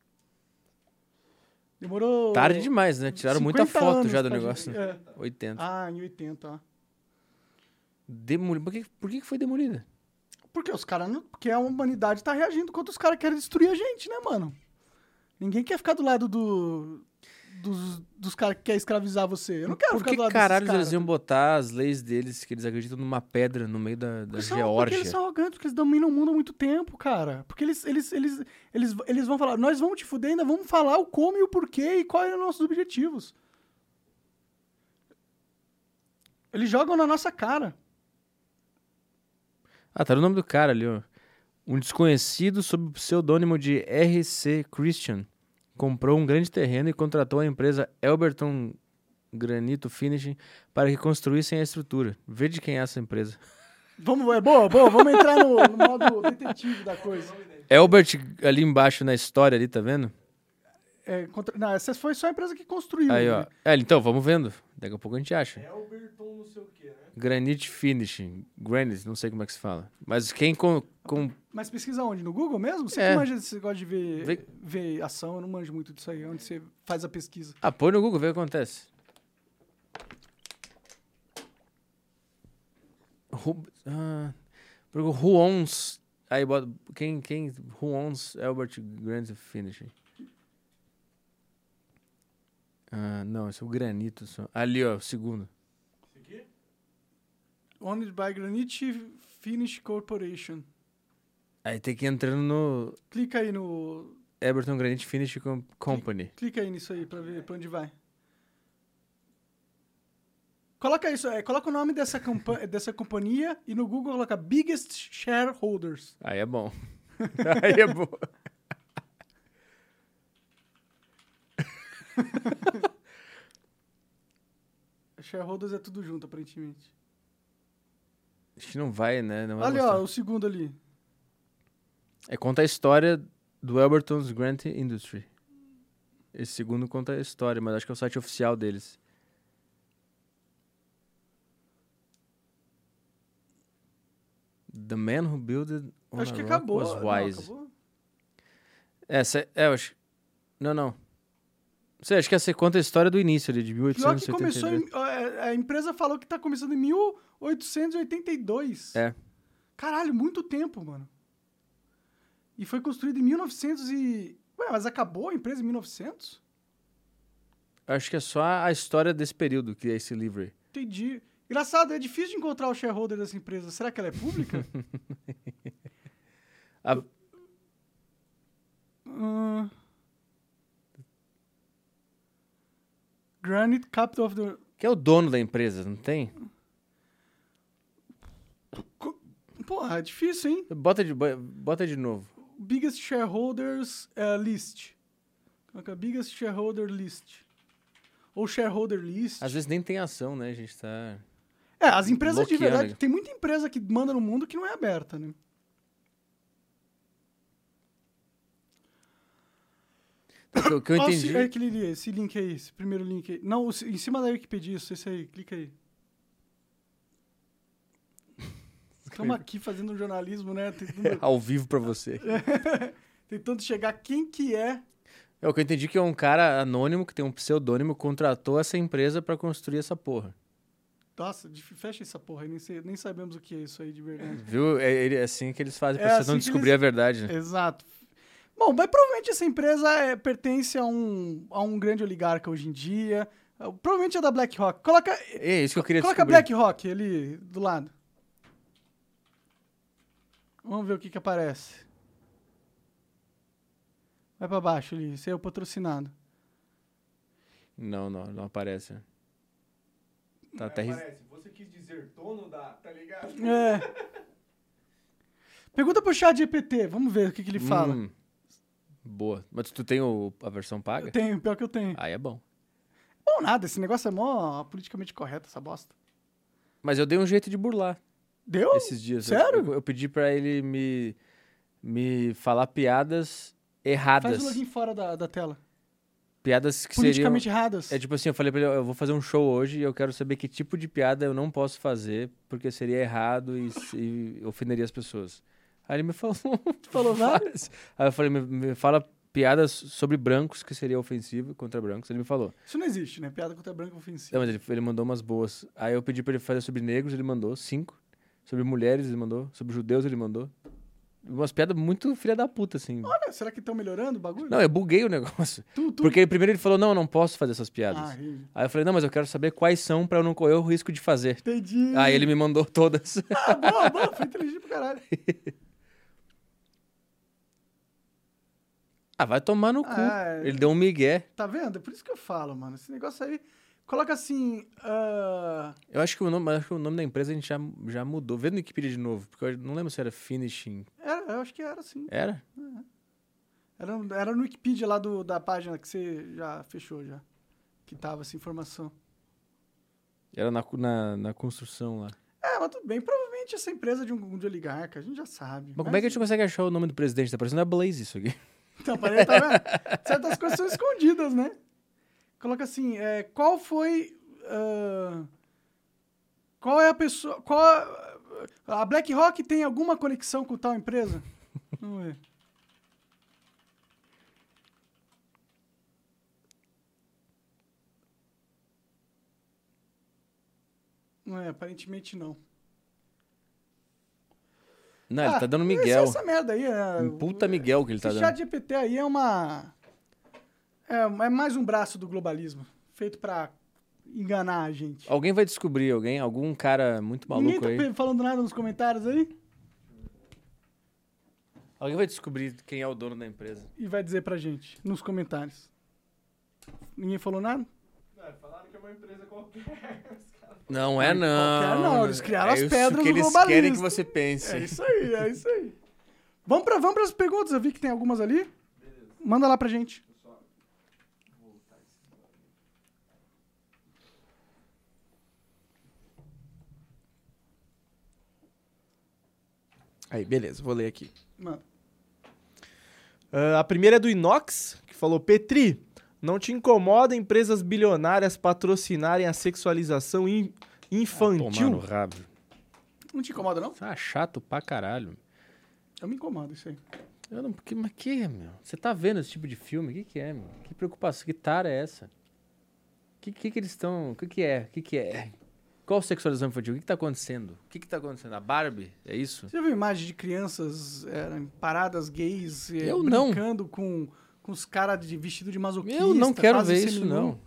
S1: Demorou.
S2: Tarde demais, né? Tiraram muita
S1: 50
S2: foto
S1: anos
S2: já do
S1: pra
S2: negócio.
S1: gente-
S2: né?
S1: é.
S2: 80.
S1: Ah, em 80, ó.
S2: Demoli... Por, que, por que que foi demolida?
S1: Porque os caras não. Porque a humanidade tá reagindo contra os caras que querem destruir a gente, né, mano? Ninguém quer ficar do lado do. Dos, dos caras que querem escravizar você. Eu não quero
S2: Por
S1: ficar
S2: que
S1: do lado
S2: caralho
S1: desses caras. né?
S2: eles iam botar as leis deles, que eles acreditam numa pedra no meio da, da
S1: Porque são- Porque
S2: Geórgia?
S1: eles são arrogantes, porque eles dominam o mundo há muito tempo, cara. Porque eles, eles, eles, eles, eles vão falar, nós vamos te fuder, ainda vamos falar o como e o porquê e quais são os nossos objetivos. Eles jogam na nossa cara.
S2: Ah, tá no nome do cara ali, ó. Um desconhecido sob o pseudônimo de RC Christian comprou um grande terreno e contratou a empresa Elberton Granito Finishing para que construíssem a estrutura. Vê de quem é essa empresa.
S1: Vamos, é boa, boa, vamos entrar no, no
S2: [laughs]
S1: modo detetive da coisa.
S2: Elbert ali embaixo na história ali, tá vendo?
S1: É, contra- não, essa foi só a empresa que construiu.
S2: Aí, ó.
S1: né?
S2: É, então, vamos vendo. Daqui a pouco a gente acha.
S3: Elberton não sei o que, né?
S2: Granite Finishing. Granite, não sei como é que se fala. Mas quem com, com
S1: Mas pesquisa onde? No Google mesmo? Você
S2: É.
S1: que manja, você gosta de ver,
S2: Vê-
S1: ver ação, eu não manjo muito disso aí, onde você faz a pesquisa.
S2: Ah, põe no Google, vê o que acontece. Ru... Ah, procura Ruons. Aí bota. Quem, quem? Ruons Albert Grand Finishing. Ah, não, esse é o granito só. Ali, ó, o segundo.
S3: Esse aqui?
S1: Owned by Granite Finish Corporation.
S2: Aí tem que ir entrando no
S1: Clica aí no.
S2: Everton Granite Finishing Com- Company.
S1: Clica aí nisso aí pra ver pra onde vai. Coloca isso, é, coloca o nome dessa, campa- [laughs] dessa companhia e no Google coloca Biggest Shareholders.
S2: Aí é bom. [laughs] Aí é bom.
S1: Shareholders é tudo junto, aparentemente.
S2: Acho que não vai, né? Não vai
S1: Olha,
S2: mostrar.
S1: ó, o segundo ali.
S2: É conta a história do Elberton's Grant Industry. Esse segundo conta a história, mas acho que é o site oficial deles. The man who built on
S1: Acho
S2: a
S1: que
S2: rock
S1: acabou.
S2: was
S1: Não,
S2: wise.
S1: acabou?
S2: Essa é, eu acho. Não, não. Você acho que essa conta a história do início ali de
S1: Pior que começou
S2: 1872.
S1: em, ó, é, a empresa falou que tá começando em 1882.
S2: É.
S1: Caralho, muito tempo, mano. E foi construído em 1900 e... Ué, mas acabou a empresa em 1900?
S2: Acho que é só a história desse período que é esse livro. aí.
S1: Entendi. Engraçado, é difícil de encontrar o shareholder dessa empresa. Será que ela é pública?
S2: A-
S1: Ahn. Granite Capital of the...
S2: que é o dono da empresa, não tem?
S1: Co- Porra, é difícil, hein?
S2: Bota de bota de novo.
S1: Biggest Shareholders eh, List. Coloca é? Biggest Shareholder List. Ou Shareholder List.
S2: Às vezes nem tem ação, né? A gente tá.
S1: É, as empresas de
S2: bloqueando,
S1: verdade...
S2: né?
S1: Tem muita empresa que manda no mundo que não é aberta, né?
S2: O Tá,
S1: [coughs]
S2: que eu
S1: Ó,
S2: entendi.
S1: se- é, aquele ali, esse link aí, esse primeiro link aí. Não, o se- em cima da Wikipedia, isso, esse aí, clica
S2: [laughs]
S1: aí. Estamos aqui fazendo jornalismo, né?
S2: [laughs]
S1: Tentando,
S2: [laughs] Ao vivo pra você.
S1: É. tentando chegar quem que é.
S2: É o que eu entendi que é um cara anônimo que tem um pseudônimo contratou essa empresa pra construir essa porra.
S1: Nossa, dif- fecha essa porra aí, nem, sei- nem sabemos o que é isso aí de verdade.
S2: Viu? É, ele- é assim que eles fazem pra
S1: É
S2: você
S1: assim
S2: não
S1: que
S2: descobrir
S1: eles-
S2: a verdade. né?
S1: Exato. Bom, mas provavelmente essa empresa é, pertence a um, a um grande oligarca hoje em dia. Ah, Provavelmente é da BlackRock. Coloca,
S2: É, isso que eu queria
S1: Coloca
S2: descobrir.
S1: BlackRock ali do lado. Vamos ver o que que aparece. Vai pra baixo ali, esse é o patrocinado.
S2: Não, não, não aparece. Tá até
S3: Aí
S2: ris...
S3: aparece, você quis dizer dono da, tá ligado?
S1: É. Pergunta pro chat GPT, vamos ver o que que ele fala.
S2: Hum, boa. Mas tu tem o- a versão paga?
S1: Eu tenho, pior que eu tenho.
S2: Aí é bom.
S1: Bom, nada, esse negócio é mó politicamente correto, essa bosta.
S2: Mas eu dei um jeito de burlar
S1: Deu?
S2: esses dias. Eu-
S1: Oh, sério?
S2: Eu, eu pedi pra ele me, me falar piadas erradas.
S1: Faz o login fora da, da tela.
S2: Piadas que seriam...
S1: Politicamente erradas.
S2: É tipo assim, eu falei pra ele, "Ó, eu vou fazer um show hoje e eu quero saber que tipo de piada eu não posso fazer, porque seria errado e, se- e ofenderia as pessoas. Aí ele me falou, [laughs]
S1: falou várias?
S2: várias. Aí eu falei, me, me fala piadas sobre brancos que seria ofensivo contra brancos. Ele me falou.
S1: Isso não existe, né? Piada contra branco ofensiva.
S2: Não, mas ele, ele mandou umas boas. Aí eu pedi pra ele fazer sobre negros, ele mandou cinco. Sobre mulheres, ele mandou. Sobre judeus, ele mandou. Umas piadas muito filha da puta, assim.
S1: Olha, será que estão melhorando o bagulho?
S2: Não, eu buguei o negócio.
S1: Tu- tu-
S2: Porque ele- primeiro ele falou, não, eu não posso fazer essas piadas.
S1: Ah, entendi.
S2: Aí eu falei, não, mas eu quero saber quais são pra eu não correr o risco de fazer.
S1: Entendi.
S2: Aí Ah, ele me mandou [laughs] todas.
S1: Ah, boa, boa, foi inteligente pra caralho.
S2: ah, vai tomar no cu.
S1: Ah, é.
S2: Ele deu um migué.
S1: Tá vendo? É por isso que eu falo, mano. Esse negócio aí. Coloca assim. ah,
S2: Eu acho que o nome, acho que o nome da empresa a gente já, já mudou. Vê no Wikipedia de novo, porque eu não lembro se era Finishing.
S1: Era, eu acho que era assim.
S2: Era?
S1: Era, era no Wikipedia lá do, da página que você já fechou já. Que tava essa informação.
S2: Era na, cu- na, na construção lá.
S1: É, mas tudo bem. Provavelmente essa empresa de um de oligarca, a gente já sabe.
S2: Mas como é que a gente consegue achar o nome do presidente? Tá parecendo a Blaze isso aqui. [laughs]
S1: Então, parei, tá vendo? [laughs] Certas coisas são escondidas, né? Coloca assim, é, qual foi... ah, qual é a pessoa... Qual, a BlackRock tem alguma conexão com tal
S2: [laughs]
S1: empresa? Vamos ver. Não é, aparentemente não.
S2: Não, ele tá dando
S1: isso é
S2: Miguel.
S1: Essa merda aí é...
S2: Um puta Miguel que ele tá
S1: Esse
S2: dando.
S1: chat GPT aí é uma. É, é mais um braço do globalismo. Feito pra enganar a gente.
S2: Alguém vai descobrir, alguém, algum cara muito
S1: Ninguém
S2: maluco
S1: tá
S2: aí.
S1: pe- falando nada nos comentários aí
S2: Alguém vai descobrir quem é o dono da empresa.
S1: e vai dizer pra gente nos comentários. Ninguém falou nada?
S3: Não, falaram que é uma empresa qualquer. Os caras
S2: Não é não.
S1: qualquer não, eles criaram
S2: é
S1: as
S2: isso
S1: pedras
S2: que
S1: do
S2: eles
S1: globalismo.
S2: querem que você pense.
S1: É isso aí, é isso aí. Vamos pra, vamos pras perguntas, eu vi que tem algumas ali. Manda lá pra gente.
S6: Aí, beleza, vou ler aqui.
S1: Manda.
S6: Ah, a primeira é do Inox, que falou: Petri, não te incomoda empresas bilionárias patrocinarem a sexualização in- Tá
S2: Tomar no
S6: infantil?
S2: rabo.
S1: Não te incomoda, não?
S2: Tá chato pra caralho.
S1: Eu me incomodo, isso aí.
S2: Eu não, que, mas que, meu? Você tá vendo esse tipo de filme? O que, que é, meu? Que preocupação, que tara é essa? O que, que, que eles estão. O que, que é? O que, que é? Qual sexualização infantil? O que, que tá acontecendo? O que, que tá acontecendo? A Barbie? É isso?
S1: Você já viu imagem de crianças é, em paradas gays é,
S2: Eu não.
S1: brincando com, com os caras de vestido de masoquista?
S2: Eu não quero
S1: quase
S2: ver isso,
S1: seminu?
S2: não.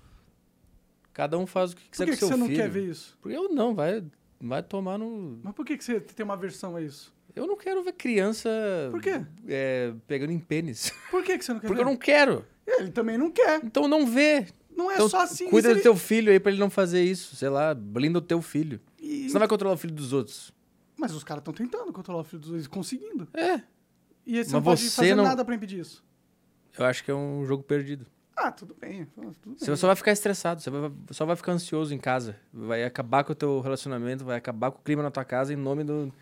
S2: Cada um faz o que
S1: Por
S2: quiser
S1: que, que
S2: com seu
S1: você não
S2: filho.
S1: quer ver isso?
S2: Porque eu não, vai, vai tomar no.
S1: Mas por que, que você tem uma aversão a isso?
S2: Eu não quero ver criança.
S1: Por quê?
S2: é, pegando em pênis.
S1: Por que, que você não [laughs] quer
S2: Porque
S1: ver?
S2: eu não quero.
S1: Ele também não quer.
S2: Então não vê.
S1: Não é
S2: então,
S1: só assim.
S2: Cuida
S1: se
S2: do
S1: ele-
S2: teu filho aí pra ele não fazer isso. Sei lá, blinda o teu filho.
S1: e-
S2: Você não vai controlar o filho dos outros.
S1: Mas os caras estão tentando controlar o filho dos dois, conseguindo.
S2: É.
S1: E aí você
S2: Mas
S1: não pode
S2: você
S1: fazer
S2: não-
S1: nada pra impedir isso.
S2: Eu acho que é um jogo perdido.
S1: Ah, tudo bem. Tudo bem.
S2: Você só vai ficar estressado, você vai- só vai ficar ansioso em casa. Vai acabar com o teu relacionamento, vai acabar com o clima na tua casa em nome do.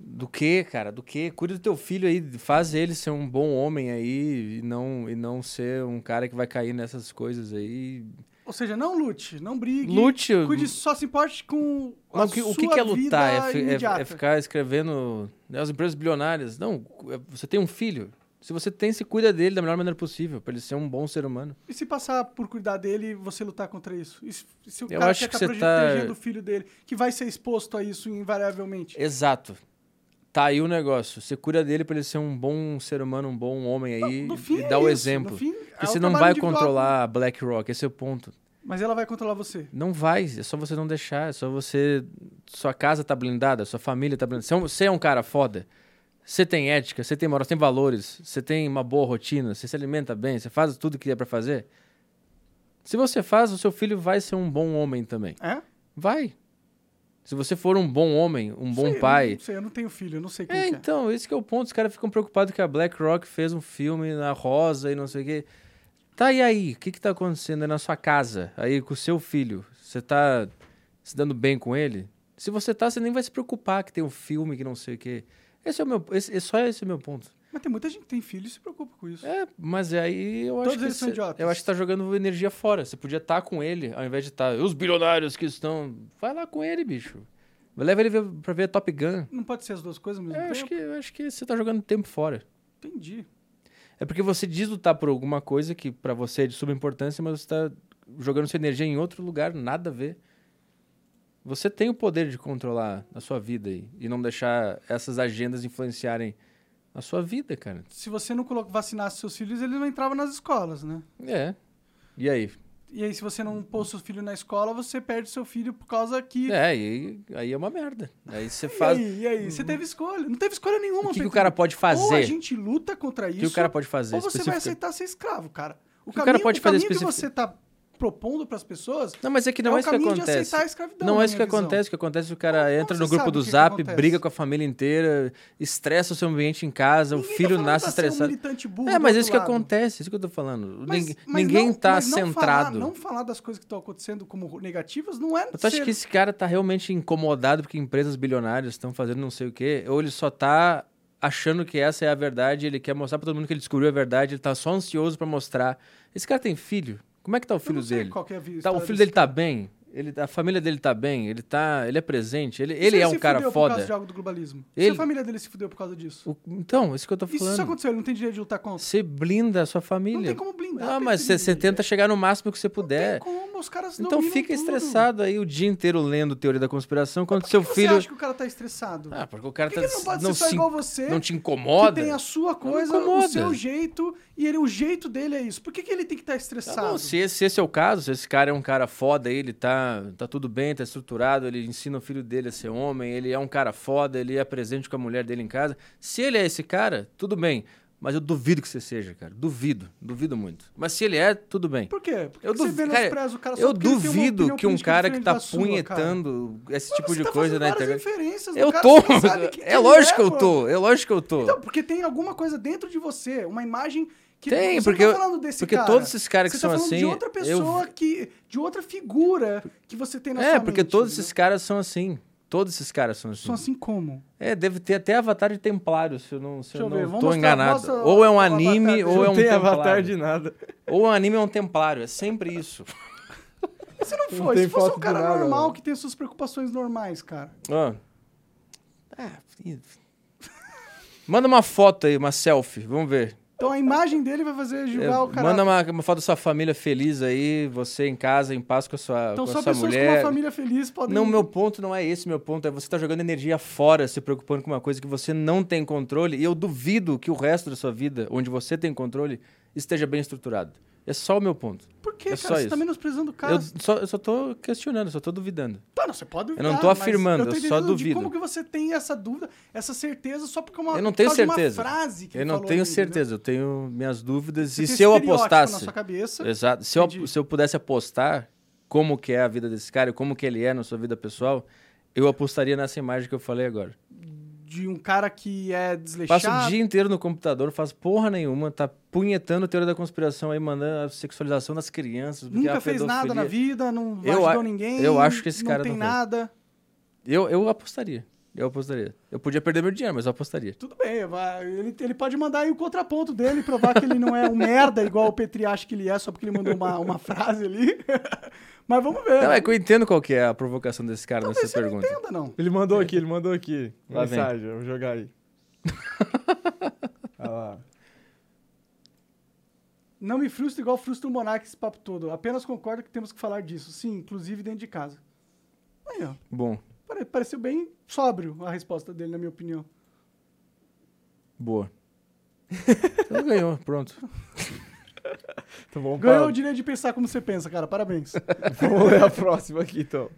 S2: Do que, cara? Do que? Cuida do teu filho aí, faz ele ser um bom homem aí e não, e não ser um cara que vai cair nessas coisas aí.
S1: Ou seja, não lute, não brigue.
S2: Lute.
S1: Cuide, só se importe com a
S2: Mas o que, o que
S1: sua
S2: que é lutar?
S1: vida
S2: É fi- É,
S1: imediata.
S2: é ficar escrevendo né, as empresas bilionárias. Não, cu- é- você tem um filho. Se você tem, se cuida dele da melhor maneira possível, pra ele ser um bom ser humano.
S1: E se passar por cuidar dele, você lutar contra isso? E se, se o
S2: Eu
S1: cara
S2: acho
S1: quer
S2: que
S1: tá
S2: você
S1: prote-
S2: tá-
S1: protegendo o filho dele, que vai ser exposto a isso invariavelmente.
S2: Exato. Tá aí o negócio. Você cuida dele pra ele ser um bom ser humano, um bom homem aí
S1: No fim
S2: e
S1: é
S2: dá o
S1: isso,
S2: exemplo.
S1: no fim, é
S2: Porque
S1: o
S2: você não
S1: trabalho
S2: vai
S1: individual.
S2: controlar a BlackRock, esse é o ponto.
S1: Mas ela vai controlar você.
S2: Não vai, é só você não deixar, é só você... Sua casa tá blindada, sua família tá blindada. Você é um, você é um cara foda. Você tem ética, você tem moral, você tem valores, você tem uma boa rotina, você se alimenta bem, você faz tudo que é pra fazer. Se você faz, o seu filho vai ser um bom homem também.
S1: É?
S2: Vai. Se você for um bom homem, um bom
S1: Sei, eu
S2: pai,
S1: Não sei, eu não tenho filho, eu não sei como
S2: é,
S1: que é.
S2: então, esse que é o ponto. Os caras ficam preocupados que a BlackRock fez um filme na rosa e não sei o quê. Tá, e aí? O que que tá acontecendo aí na sua casa? Aí com o seu filho? Você tá se dando bem com ele? Se você tá, você nem vai se preocupar que tem um filme que não sei o quê. Esse é o meu... Esse, é só esse é o meu ponto.
S1: Mas tem muita gente que tem filho e se preocupa com isso.
S2: É, mas aí eu acho
S1: Todos
S2: que...
S1: eles são
S2: você-
S1: idiotas.
S2: Eu acho que tá jogando energia fora. Você podia estar com ele, ao invés de estar... Os bilionários que estão... Vai lá com ele, bicho. Leva ele ver- pra ver Top Gun.
S1: Não pode ser as duas coisas ao mesmo tempo?
S2: Eu acho É, que, eu acho que você tá jogando tempo fora.
S1: Entendi.
S2: É porque você diz lutar por alguma coisa que pra você é de suma importância, mas você tá jogando sua energia em outro lugar, nada a ver. Você tem o poder de controlar a sua vida aí, e não deixar essas agendas influenciarem a sua vida, cara.
S1: Se você não colo- vacinasse seus filhos, eles não entravam nas escolas, né?
S2: É. E aí?
S1: E aí, se você não pôr seu filho na escola, você perde seu filho por causa que.
S2: É, e aí é uma merda. Aí você
S1: E
S2: faz.
S1: aí, e aí? Você teve escolha. Não teve escolha nenhuma.
S2: O que, que o
S1: Pedro.
S2: cara pode
S1: Ou a
S2: fazer?
S1: gente luta contra
S2: O
S1: isso.
S2: que o cara pode fazer?
S1: Ou você vai
S2: especifica-
S1: aceitar ser escravo, cara. O,
S2: que o
S1: caminho,
S2: cara pode
S1: o
S2: fazer
S1: caminho que
S2: especific-
S1: você tá propondo pras pessoas
S2: Não, mas é que não é,
S1: o
S2: isso que
S1: caminho de
S2: acontece.
S1: aceitar a escravidão.
S2: Não
S1: na
S2: é isso que
S1: minha visão.
S2: acontece. O que acontece é que o cara
S1: Como
S2: entra
S1: você
S2: no grupo
S1: sabe
S2: do
S1: o que
S2: Zap,
S1: acontece?
S2: briga com a família inteira, estressa o seu ambiente em casa,
S1: Ninguém
S2: o
S1: tá
S2: filho
S1: falando
S2: nasce
S1: pra ser um
S2: estressado.
S1: militante burro
S2: é, mas
S1: do
S2: isso que
S1: outro lado.
S2: acontece, isso que eu tô falando.
S1: Mas-
S2: Ningu-
S1: mas
S2: ninguém
S1: não-
S2: tá
S1: mas não falar-
S2: centrado.
S1: não falar das coisas que estão acontecendo como negativas não é.
S2: Eu acho
S1: ser-
S2: que esse cara tá realmente incomodado porque empresas bilionárias estão fazendo não sei o quê, ou ele só tá achando que essa é a verdade, ele quer mostrar pra todo mundo que ele descobriu a verdade, ele tá só ansioso pra mostrar. Esse cara tem filho? Como é que tá o
S1: Eu não
S2: filho
S1: sei
S2: dele?
S1: qual que é a vi-
S2: Tá, o
S1: história
S2: filho
S1: desse
S2: dele tá bem, ele, a família dele tá bem, ele tá, ele é presente, ele,
S1: Se
S2: ele é um
S1: se
S2: cara
S1: fudeu Por causa de
S2: foda.
S1: algo do globalismo. Se a
S2: Ele-
S1: família dele se fudeu por causa disso.
S2: O- então, isso que eu tô
S1: E se isso
S2: falando.
S1: aconteceu, ele não tem direito de lutar contra.
S2: Você blinda a sua família.
S1: Não tem como é blindar,
S2: Ah, mas
S1: Pedrinho.
S2: você, você tenta chegar no máximo que você
S1: Tem
S2: puder.
S1: como, os caras
S2: Então
S1: dominam
S2: fica
S1: tudo.
S2: estressado aí o dia inteiro lendo teoria da conspiração quando
S1: Por que
S2: seu
S1: que
S2: filho
S1: Você acha que o cara tá estressado?
S2: Ah, porque o cara
S1: Por
S2: tá
S1: que que ele não pode ser só
S2: se-
S1: igual você,
S2: não te
S1: que
S2: incomoda.
S1: tem a sua coisa, o
S2: incomoda.
S1: seu jeito, e ele, o jeito dele é isso. Por que, que ele tem que estar
S2: Tá
S1: estressado?
S2: bom, se esse, se esse é o caso, se esse cara é um cara foda, ele tá, tá tudo bem, tá estruturado, ele ensina o filho dele a ser homem, ele é um cara foda, ele é presente com a mulher dele em casa. Se ele é esse cara, tudo bem. Mas eu duvido que você seja, cara. Duvido. Duvido muito. Mas se ele é, tudo bem.
S1: Por quê? Por que
S2: Eu,
S1: que você
S2: duvi-
S1: menospreza
S2: cara,
S1: o cara só
S2: eu
S1: porque ele tem uma
S2: duvido
S1: opinião
S2: que um
S1: política
S2: cara que
S1: diferente
S2: tá
S1: da sua, cara?
S2: punhetando esse tipo
S1: Mas
S2: de
S1: você tá
S2: coisa
S1: fazendo
S2: na
S1: várias
S2: internet.
S1: inferências do
S2: Eu
S1: cara,
S2: tô!
S1: você não sabe quem que
S2: É lógico
S1: ele
S2: que eu
S1: pô.
S2: tô, é lógico que eu tô.
S1: Então, porque tem alguma coisa dentro de você, uma imagem que
S2: Tem,
S1: você
S2: porque
S1: não
S2: eu-
S1: tá falando desse
S2: porque
S1: cara.
S2: todos esses caras que
S1: você tá
S2: são
S1: falando de
S2: assim,
S1: outra
S2: eu-
S1: pessoa que de outra figura que você tem na sua
S2: É, porque
S1: mente,
S2: todos
S1: entendeu?
S2: esses caras são assim. Todos esses caras são assim.
S1: são assim como
S2: É, deve ter até avatar de templário, se eu não, se
S1: Deixa
S2: eu
S1: eu
S2: não
S1: ver, vamos
S2: tô
S1: mostrar-
S2: enganado.
S1: mostra
S2: ou é
S1: o
S2: um
S1: avatar
S2: anime,
S1: dele.
S2: ou é
S6: não
S2: um
S6: tem
S2: templário.
S6: avatar de nada.
S2: Ou um anime ou um templário, é sempre isso.
S1: Mas se não
S6: Não
S1: foi,
S6: tem
S1: se fosse um
S6: foto
S1: cara
S6: do nada,
S1: normal
S6: mano.
S1: que tem suas preocupações normais, cara.
S2: Ó. Ah, ih. Manda uma foto aí, uma selfie, vamos ver.
S1: Então a imagem dele vai fazer julgar
S2: É,
S1: o cara.
S2: manda uma, uma foto da sua família feliz aí, você em casa, em paz com a sua,
S1: então
S2: com a
S1: só
S2: sua
S1: pessoas
S2: mulher.
S1: com uma família feliz podem.
S2: Não, meu ponto não é esse, meu ponto é você tá jogando energia fora, se preocupando com uma coisa que você não tem controle, e eu duvido que o resto da sua vida, onde você tem controle, esteja bem estruturado. É só o meu ponto.
S1: Por que,
S2: é
S1: cara?
S2: só
S1: Você tá
S2: isso.
S1: menosprezando o cara.
S2: Eu só, eu só tô questionando, só tô duvidando.
S1: Tá, não, você pode
S2: não
S1: duvidar.
S2: tô
S1: mas
S2: afirmando,
S1: eu tô
S2: eu só
S1: entendendo de
S2: duvido.
S1: Como que você tem essa dúvida, essa certeza só porque é uma
S2: eu não
S1: por
S2: tenho
S1: causa de
S2: certeza.
S1: Uma frase que
S2: eu
S1: ele
S2: não
S1: falou
S2: tenho
S1: ali, entendeu?
S2: certeza, eu tenho minhas dúvidas.
S1: Você
S2: e
S1: tem
S2: se eu
S1: estereótipo
S2: apostasse.
S1: na sua cabeça.
S2: Exato. Se eu,
S1: Entendi.
S2: se eu pudesse apostar como que é a vida desse cara e como que ele é na sua vida pessoal, eu apostaria nessa imagem que eu falei agora.
S1: de um cara que é desleixado.
S2: Passa o dia inteiro no computador, faz porra nenhuma, tá punhetando a teoria da conspiração aí, mandando a sexualização das crianças. porque
S1: Nunca
S2: a
S1: fez
S2: pedofilia.
S1: nada na vida, não
S2: Eu
S1: ajudou
S2: a-
S1: ninguém.
S2: eu acho que esse cara
S1: não tem
S2: não fez.
S1: nada.
S2: Eu, eu apostaria. Eu apostaria. Eu podia perder meu dinheiro, mas eu apostaria.
S1: Tudo bem, vai- ele, ele pode mandar aí o contraponto dele, provar que ele não é um merda igual o Petri acha que ele é, só porque ele mandou uma, uma frase ali. [laughs] Mas vamos ver.
S2: Não, é que eu entendo qual que é a provocação desse cara
S1: Talvez
S2: nessa
S1: você não
S2: pergunta.
S1: entenda, não.
S6: Ele mandou aqui, ele mandou aqui.
S2: Lá vem.
S6: mensagem, eu vou
S2: [laughs]
S6: jogar aí. Olha lá.
S1: Não me frustra igual frustra o Monark esse papo todo. Apenas concordo que temos que falar disso. Sim, inclusive dentro de casa. Aí, ó.
S2: Bom,
S1: pare- Pareceu bem sóbrio a resposta dele, na minha opinião.
S2: boa. Então ganhou, pronto. Tá
S6: Então vamos, pra-
S1: Ganhou o direito de pensar como você pensa, cara. Parabéns.
S6: vamos ler a próxima aqui, então.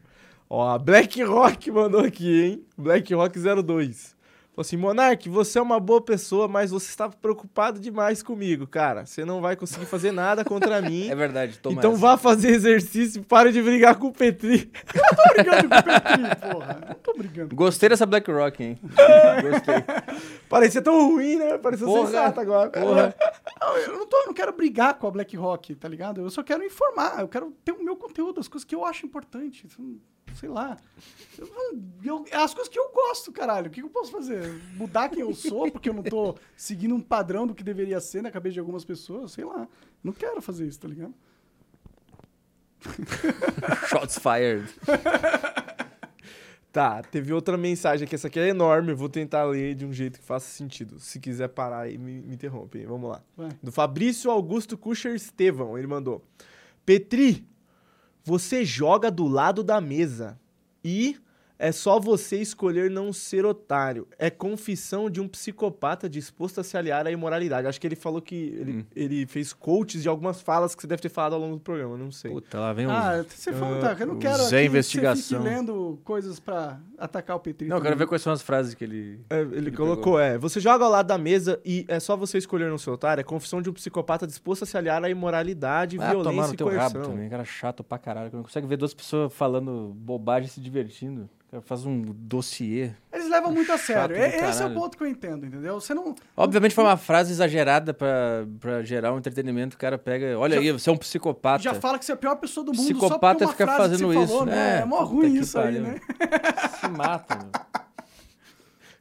S6: Ó, a Black Rock mandou aqui, hein? Black Rock 02. Falou assim, Monark, você é uma boa pessoa, mas você está preocupado demais comigo, cara. Você não vai conseguir fazer
S2: [laughs]
S6: nada contra mim.
S2: É verdade, toma
S6: então
S2: essa.
S6: vá fazer exercício e pare de brigar com o Petri. [laughs]
S1: tô brigando com o Petri, porra. Não tô brigando.
S2: Gostei dessa Black
S1: [laughs]
S2: Rock, hein? Gostei.
S6: Parecia tão ruim, né? Pareceu
S2: Porra,
S6: sensato agora.
S2: porra.
S1: Não, eu não, tô, eu não quero brigar com a BlackRock, tá ligado? Eu só quero informar, eu quero ter o meu conteúdo, as coisas que eu acho importante. isso não- Sei lá. Eu não- eu- é as coisas que eu gosto, caralho. O que, que eu posso fazer? Mudar quem eu sou porque eu não tô seguindo um padrão do que deveria ser na cabeça de algumas pessoas? Sei lá. Não quero fazer isso, tá ligado?
S2: Shots fired.
S6: [laughs] Tá, teve outra mensagem aqui. Essa aqui é enorme. Eu vou tentar ler de um jeito que faça sentido. Se quiser parar aí, me, me interrompe. aí. Vamos lá.
S1: Vai.
S6: Do Fabrício Augusto Kucher Estevão. Ele mandou: Petri, você joga do lado da mesa. E é só você escolher não ser otário. É confissão de um psicopata disposto a se aliar à imoralidade. Acho que ele falou que ele,
S2: Hum.
S6: ele fez coaches de algumas falas que você deve ter falado ao longo do programa. Não sei.
S2: Puta, lá vem um.
S1: Ah, você falou, tá, eu não
S2: o
S1: quero
S2: Zé
S1: aqui que você
S2: Investigação.
S1: fique lendo coisas pra atacar o Petri.
S2: não, eu quero ver
S1: também.
S2: quais são as frases que ele.
S6: É, ele,
S2: Ele
S6: colocou,
S2: pegou.
S6: é. Você joga ao lado da mesa e é só você escolher no seu otário. É confissão de um psicopata disposto a se aliar à imoralidade,
S2: Ah, tomar
S6: violência
S2: no
S6: e
S2: teu rabo
S6: coerção.
S2: também, cara chato pra caralho. que Não consegue ver duas pessoas falando bobagem e se divertindo. O cara faz um dossiê.
S1: Eles levam muito a
S2: Chato
S1: sério.
S2: do
S1: E- Esse é o
S2: caralho.
S1: ponto que eu entendo, entendeu? Você não.
S2: Obviamente foi uma frase exagerada pra, pra gerar um entretenimento. O cara pega. Olha aí, você é um psicopata.
S1: Já fala que você é a pior pessoa do mundo só porque
S2: Psicopata
S1: uma
S2: fica
S1: frase que
S2: fazendo
S1: você
S2: isso.
S1: falou, né? É, mó
S2: puta
S1: ruim
S2: que
S1: isso aí,
S2: pariu.
S1: né?
S2: [laughs] Se mata, meu. Eu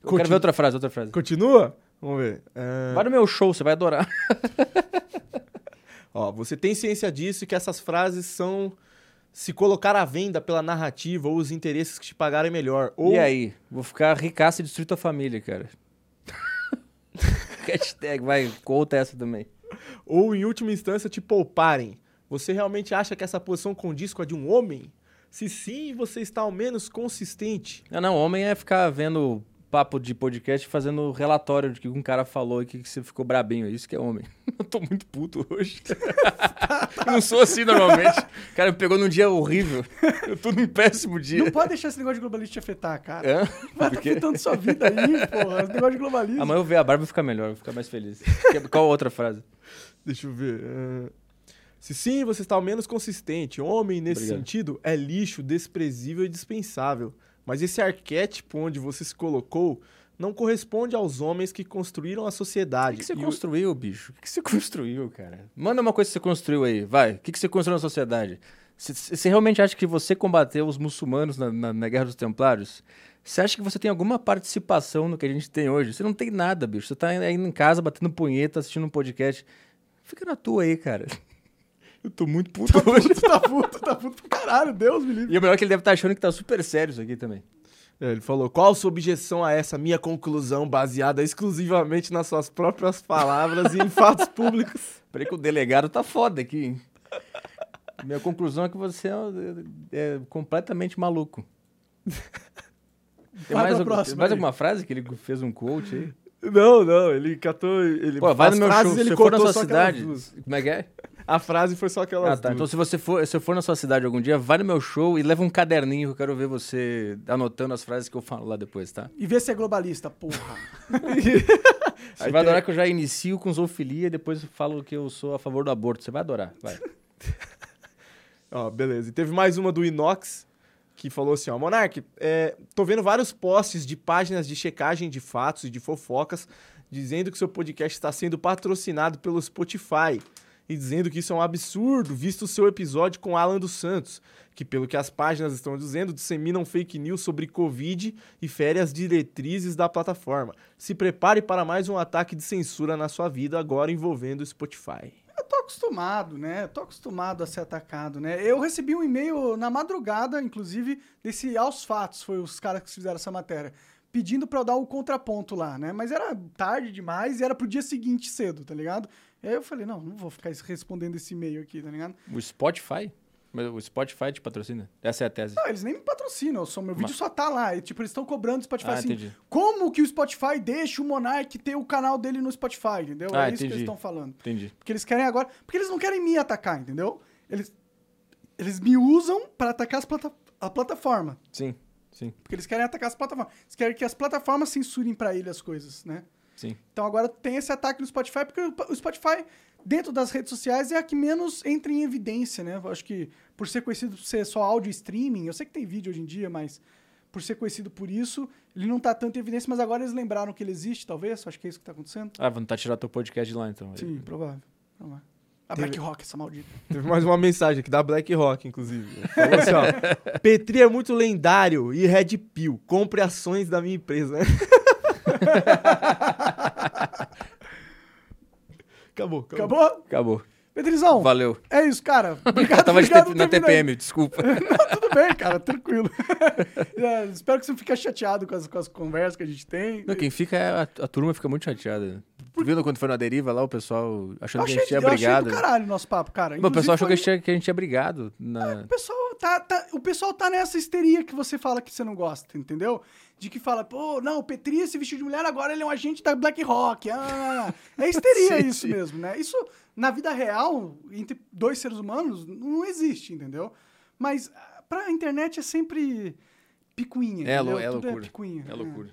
S6: Continua.
S2: quero ver outra frase, outra frase.
S6: Continua? Vamos ver. Ah,
S2: Vai no meu show, você vai adorar.
S6: ó, você tem ciência disso e que essas frases são se colocar à venda pela narrativa ou os interesses que te pagarem melhor. [laughs] Ou
S2: E aí? Vou ficar ricaço e destruir tua família, cara. [laughs] Hashtag, vai, conta essa também.
S6: ou em última instância te pouparem. Você realmente acha que essa posição condiz com a de um homem? Se sim, você está ao menos consistente.
S2: Não, não, homem é ficar vendo papo de podcast e fazendo relatório de que um cara falou e que você ficou brabinho. Isso que é homem. [laughs] Eu tô muito puto hoje. [laughs] Eu não sou assim normalmente. O cara me pegou num dia horrível. Eu tô num péssimo dia.
S1: Não pode deixar esse negócio de globalista te afetar, cara.
S2: Hã?
S1: Vai tá
S2: É? Por quê?
S1: afetando sua vida
S2: [laughs]
S1: aí, porra. Esse negócio de globalismo.
S2: Amanhã eu ver a barba e vou ficar melhor, vou ficar mais feliz. Que- Qual outra frase?
S6: Deixa eu ver.
S2: é.
S6: ah, Se sim, você está ao menos consistente. Homem, nesse
S2: Obrigado.
S6: sentido, é lixo, desprezível e dispensável. Mas esse arquétipo onde você se colocou não corresponde aos homens que construíram a
S2: O
S6: sociedade.
S2: que, que você
S6: E o-
S2: construiu, bicho? O [laughs] que, que você construiu, cara? Manda uma coisa que você construiu aí, vai. O que, que você construiu na sociedade? C- c- Você realmente acha que você combateu os muçulmanos na, na- na Guerra dos Templários? Você acha que você tem alguma participação no que a gente tem hoje? Você não tem nada, bicho. Você tá aí em casa batendo punheta, assistindo um podcast. Fica na tua aí, cara. Eu [laughs] tô muito puto hoje.
S1: Tá puto, tá puto pra caralho, Deus me livre.
S2: E o melhor é que ele deve estar achando que tá super sério isso aqui também.
S6: É, Ele falou: qual sua objeção a essa minha conclusão baseada exclusivamente nas suas próprias palavras e em [laughs] fatos públicos?
S2: Peraí que o delegado tá foda aqui, hein? Minha conclusão é que você é, é completamente maluco. Tem
S1: Vai
S2: mais,
S1: pra
S2: algum-
S1: próxima
S2: mais
S1: aí.
S2: alguma frase que ele fez um quote aí?
S6: Não, não, ele catou. Ele,
S2: Pô, vai
S6: as
S2: no meu
S6: frases
S2: show,
S6: ele
S2: se eu for na
S6: cortou
S2: sua
S6: só aquelas
S2: cidade.
S6: duas.
S2: Como é que é?
S6: A frase foi só aquelas
S2: Ah, tá. Então
S6: duas.
S2: se você for, se eu for na sua cidade algum dia, vai no meu show e leva um caderninho que eu quero ver você anotando as frases que eu falo lá depois, tá?
S1: E vê se é globalista, porra.
S6: [laughs]
S2: Você
S6: Aí
S2: vai
S6: tem-
S2: adorar que eu já inicio com zoofilia e depois eu falo que eu sou a favor do aborto. Você vai adorar,
S6: [laughs]
S2: vai.
S6: Ó, beleza. E teve mais uma do Inox, que falou assim, ó, Monark, é, tô vendo vários posts de páginas de checagem de fatos e de fofocas dizendo que seu podcast está sendo patrocinado pelo Spotify e dizendo que isso é um absurdo, visto o seu episódio com Alan dos Santos, que pelo que as páginas estão dizendo, disseminam fake news sobre Covid e fere as diretrizes da plataforma. Se prepare para mais um ataque de censura na sua vida, agora envolvendo o Spotify.
S1: Eu tô acostumado, né? Eu tô acostumado a ser atacado, né? Eu recebi um e-mail na madrugada, inclusive, desse Aos Fatos, foi os caras que fizeram essa matéria, pedindo pra eu dar o contraponto lá, né? Mas era tarde demais e era pro dia seguinte cedo, tá ligado? E aí eu falei, não, não vou ficar respondendo esse e-mail aqui, tá ligado?
S2: O Spotify? Mas o Spotify te patrocina? Essa é a tese.
S1: Não, eles nem me patrocinam, só, meu vídeo
S2: Mas-
S1: só tá lá. E, tipo, eles estão cobrando o Spotify
S2: Ah,
S1: assim.
S2: entendi.
S1: Como que o Spotify deixa o Monark ter o canal dele no Spotify, entendeu?
S2: Ah,
S1: é isso que eles
S2: entendi.
S1: estão falando.
S2: Entendi.
S1: Porque eles querem agora. Porque eles não querem me atacar, entendeu? Eles, eles me usam pra atacar as plata- a plataforma.
S2: Sim, sim,
S1: Porque eles querem atacar as plataformas. Eles querem que as plataformas censurem pra ele as coisas, né?
S2: sim.
S1: Então agora tem esse ataque no Spotify, porque o o Spotify, dentro das redes sociais, é a que menos entra em evidência, né? Eu acho que por ser conhecido por ser só áudio streaming, eu sei que tem vídeo hoje em dia, mas por ser conhecido por isso, ele não tá tanto em evidência, mas agora eles lembraram que ele existe, talvez. Acho que é isso que tá acontecendo.
S2: Ah, vão tentar tirar teu podcast de lá então.
S1: Sim, provável. Vamos lá. A
S6: Teve-
S1: Black Rock, essa maldita.
S6: Teve mais uma mensagem aqui da BlackRock, inclusive. Falou assim, ó. Petri é muito lendário e Red Pill. Compre ações da minha empresa. acabou, acabou.
S1: Acabou?
S2: Acabou.
S1: Pedrizão,
S2: Valeu.
S1: é isso, cara. Obrigado,
S2: [laughs] Eu tava de
S1: obrigado
S2: T-
S1: por
S2: na
S1: terminar. [laughs]
S2: TPM, desculpa.
S1: Tudo bem, cara, tranquilo. [laughs] É, espero que você não fique chateado com as, com as conversas que a gente tem.
S2: Não, quem fica, é- a, a turma fica muito chateada. Tu Viu quando foi na deriva lá, o pessoal
S1: Eu
S2: achando que
S1: achei,
S2: a gente tinha
S1: eu achei
S2: brigado.
S1: do caralho o nosso papo, cara.
S2: Mas o pessoal achou
S1: Inclusive,
S2: que a gente tinha, que a gente tinha brigado. Na...
S1: O pessoal tá, tá- o pessoal tá nessa histeria que você fala que você não gosta, entendeu? De que fala, pô, não, o Petri se vestiu de mulher, agora ele é um agente da BlackRock. Ah,
S2: [laughs]
S1: é histeria
S6: Sim,
S1: isso
S6: sim.
S1: mesmo, né? Isso, na vida real, entre dois seres humanos, não existe, entendeu? Mas ah, pra internet é sempre picuinha,
S2: É,
S1: entendeu?
S2: lou- é
S1: Tudo
S2: loucura.
S1: picuinha.
S2: É loucura.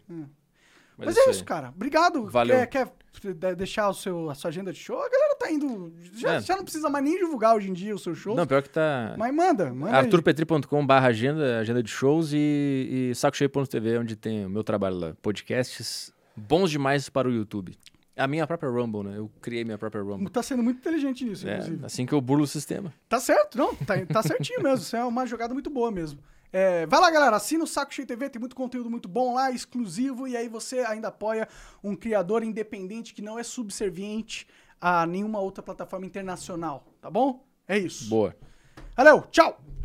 S1: Mas, é isso,
S2: aí.
S1: cara. Obrigado.
S2: Valeu.
S1: Quer, quer de- deixar o seu, a sua agenda de show? A galera tá indo... Já,
S2: É.
S1: já não precisa mais nem divulgar hoje em dia o seu show.
S2: Não, pior que tá.
S1: Mas é manda, manda aí.
S2: arturpetri.com.br agenda, agenda de shows e, e sacocheio.tv, onde tem o meu trabalho lá. Podcasts bons demais para o YouTube. A minha própria Rumble, né? Eu criei minha própria Rumble.
S1: Tá sendo muito inteligente nisso,
S2: É,
S1: inclusive.
S2: assim que eu burlo o sistema.
S1: Tá certo, não? Tá, tá certinho mesmo. Isso é uma jogada muito boa mesmo. É, vai lá, galera. Assina o Saco Cheio TV. Tem muito conteúdo muito bom lá, exclusivo. E aí você ainda apoia um criador independente que não é subserviente a nenhuma outra plataforma internacional. Tá bom? É isso.
S2: Boa.
S1: Valeu, tchau!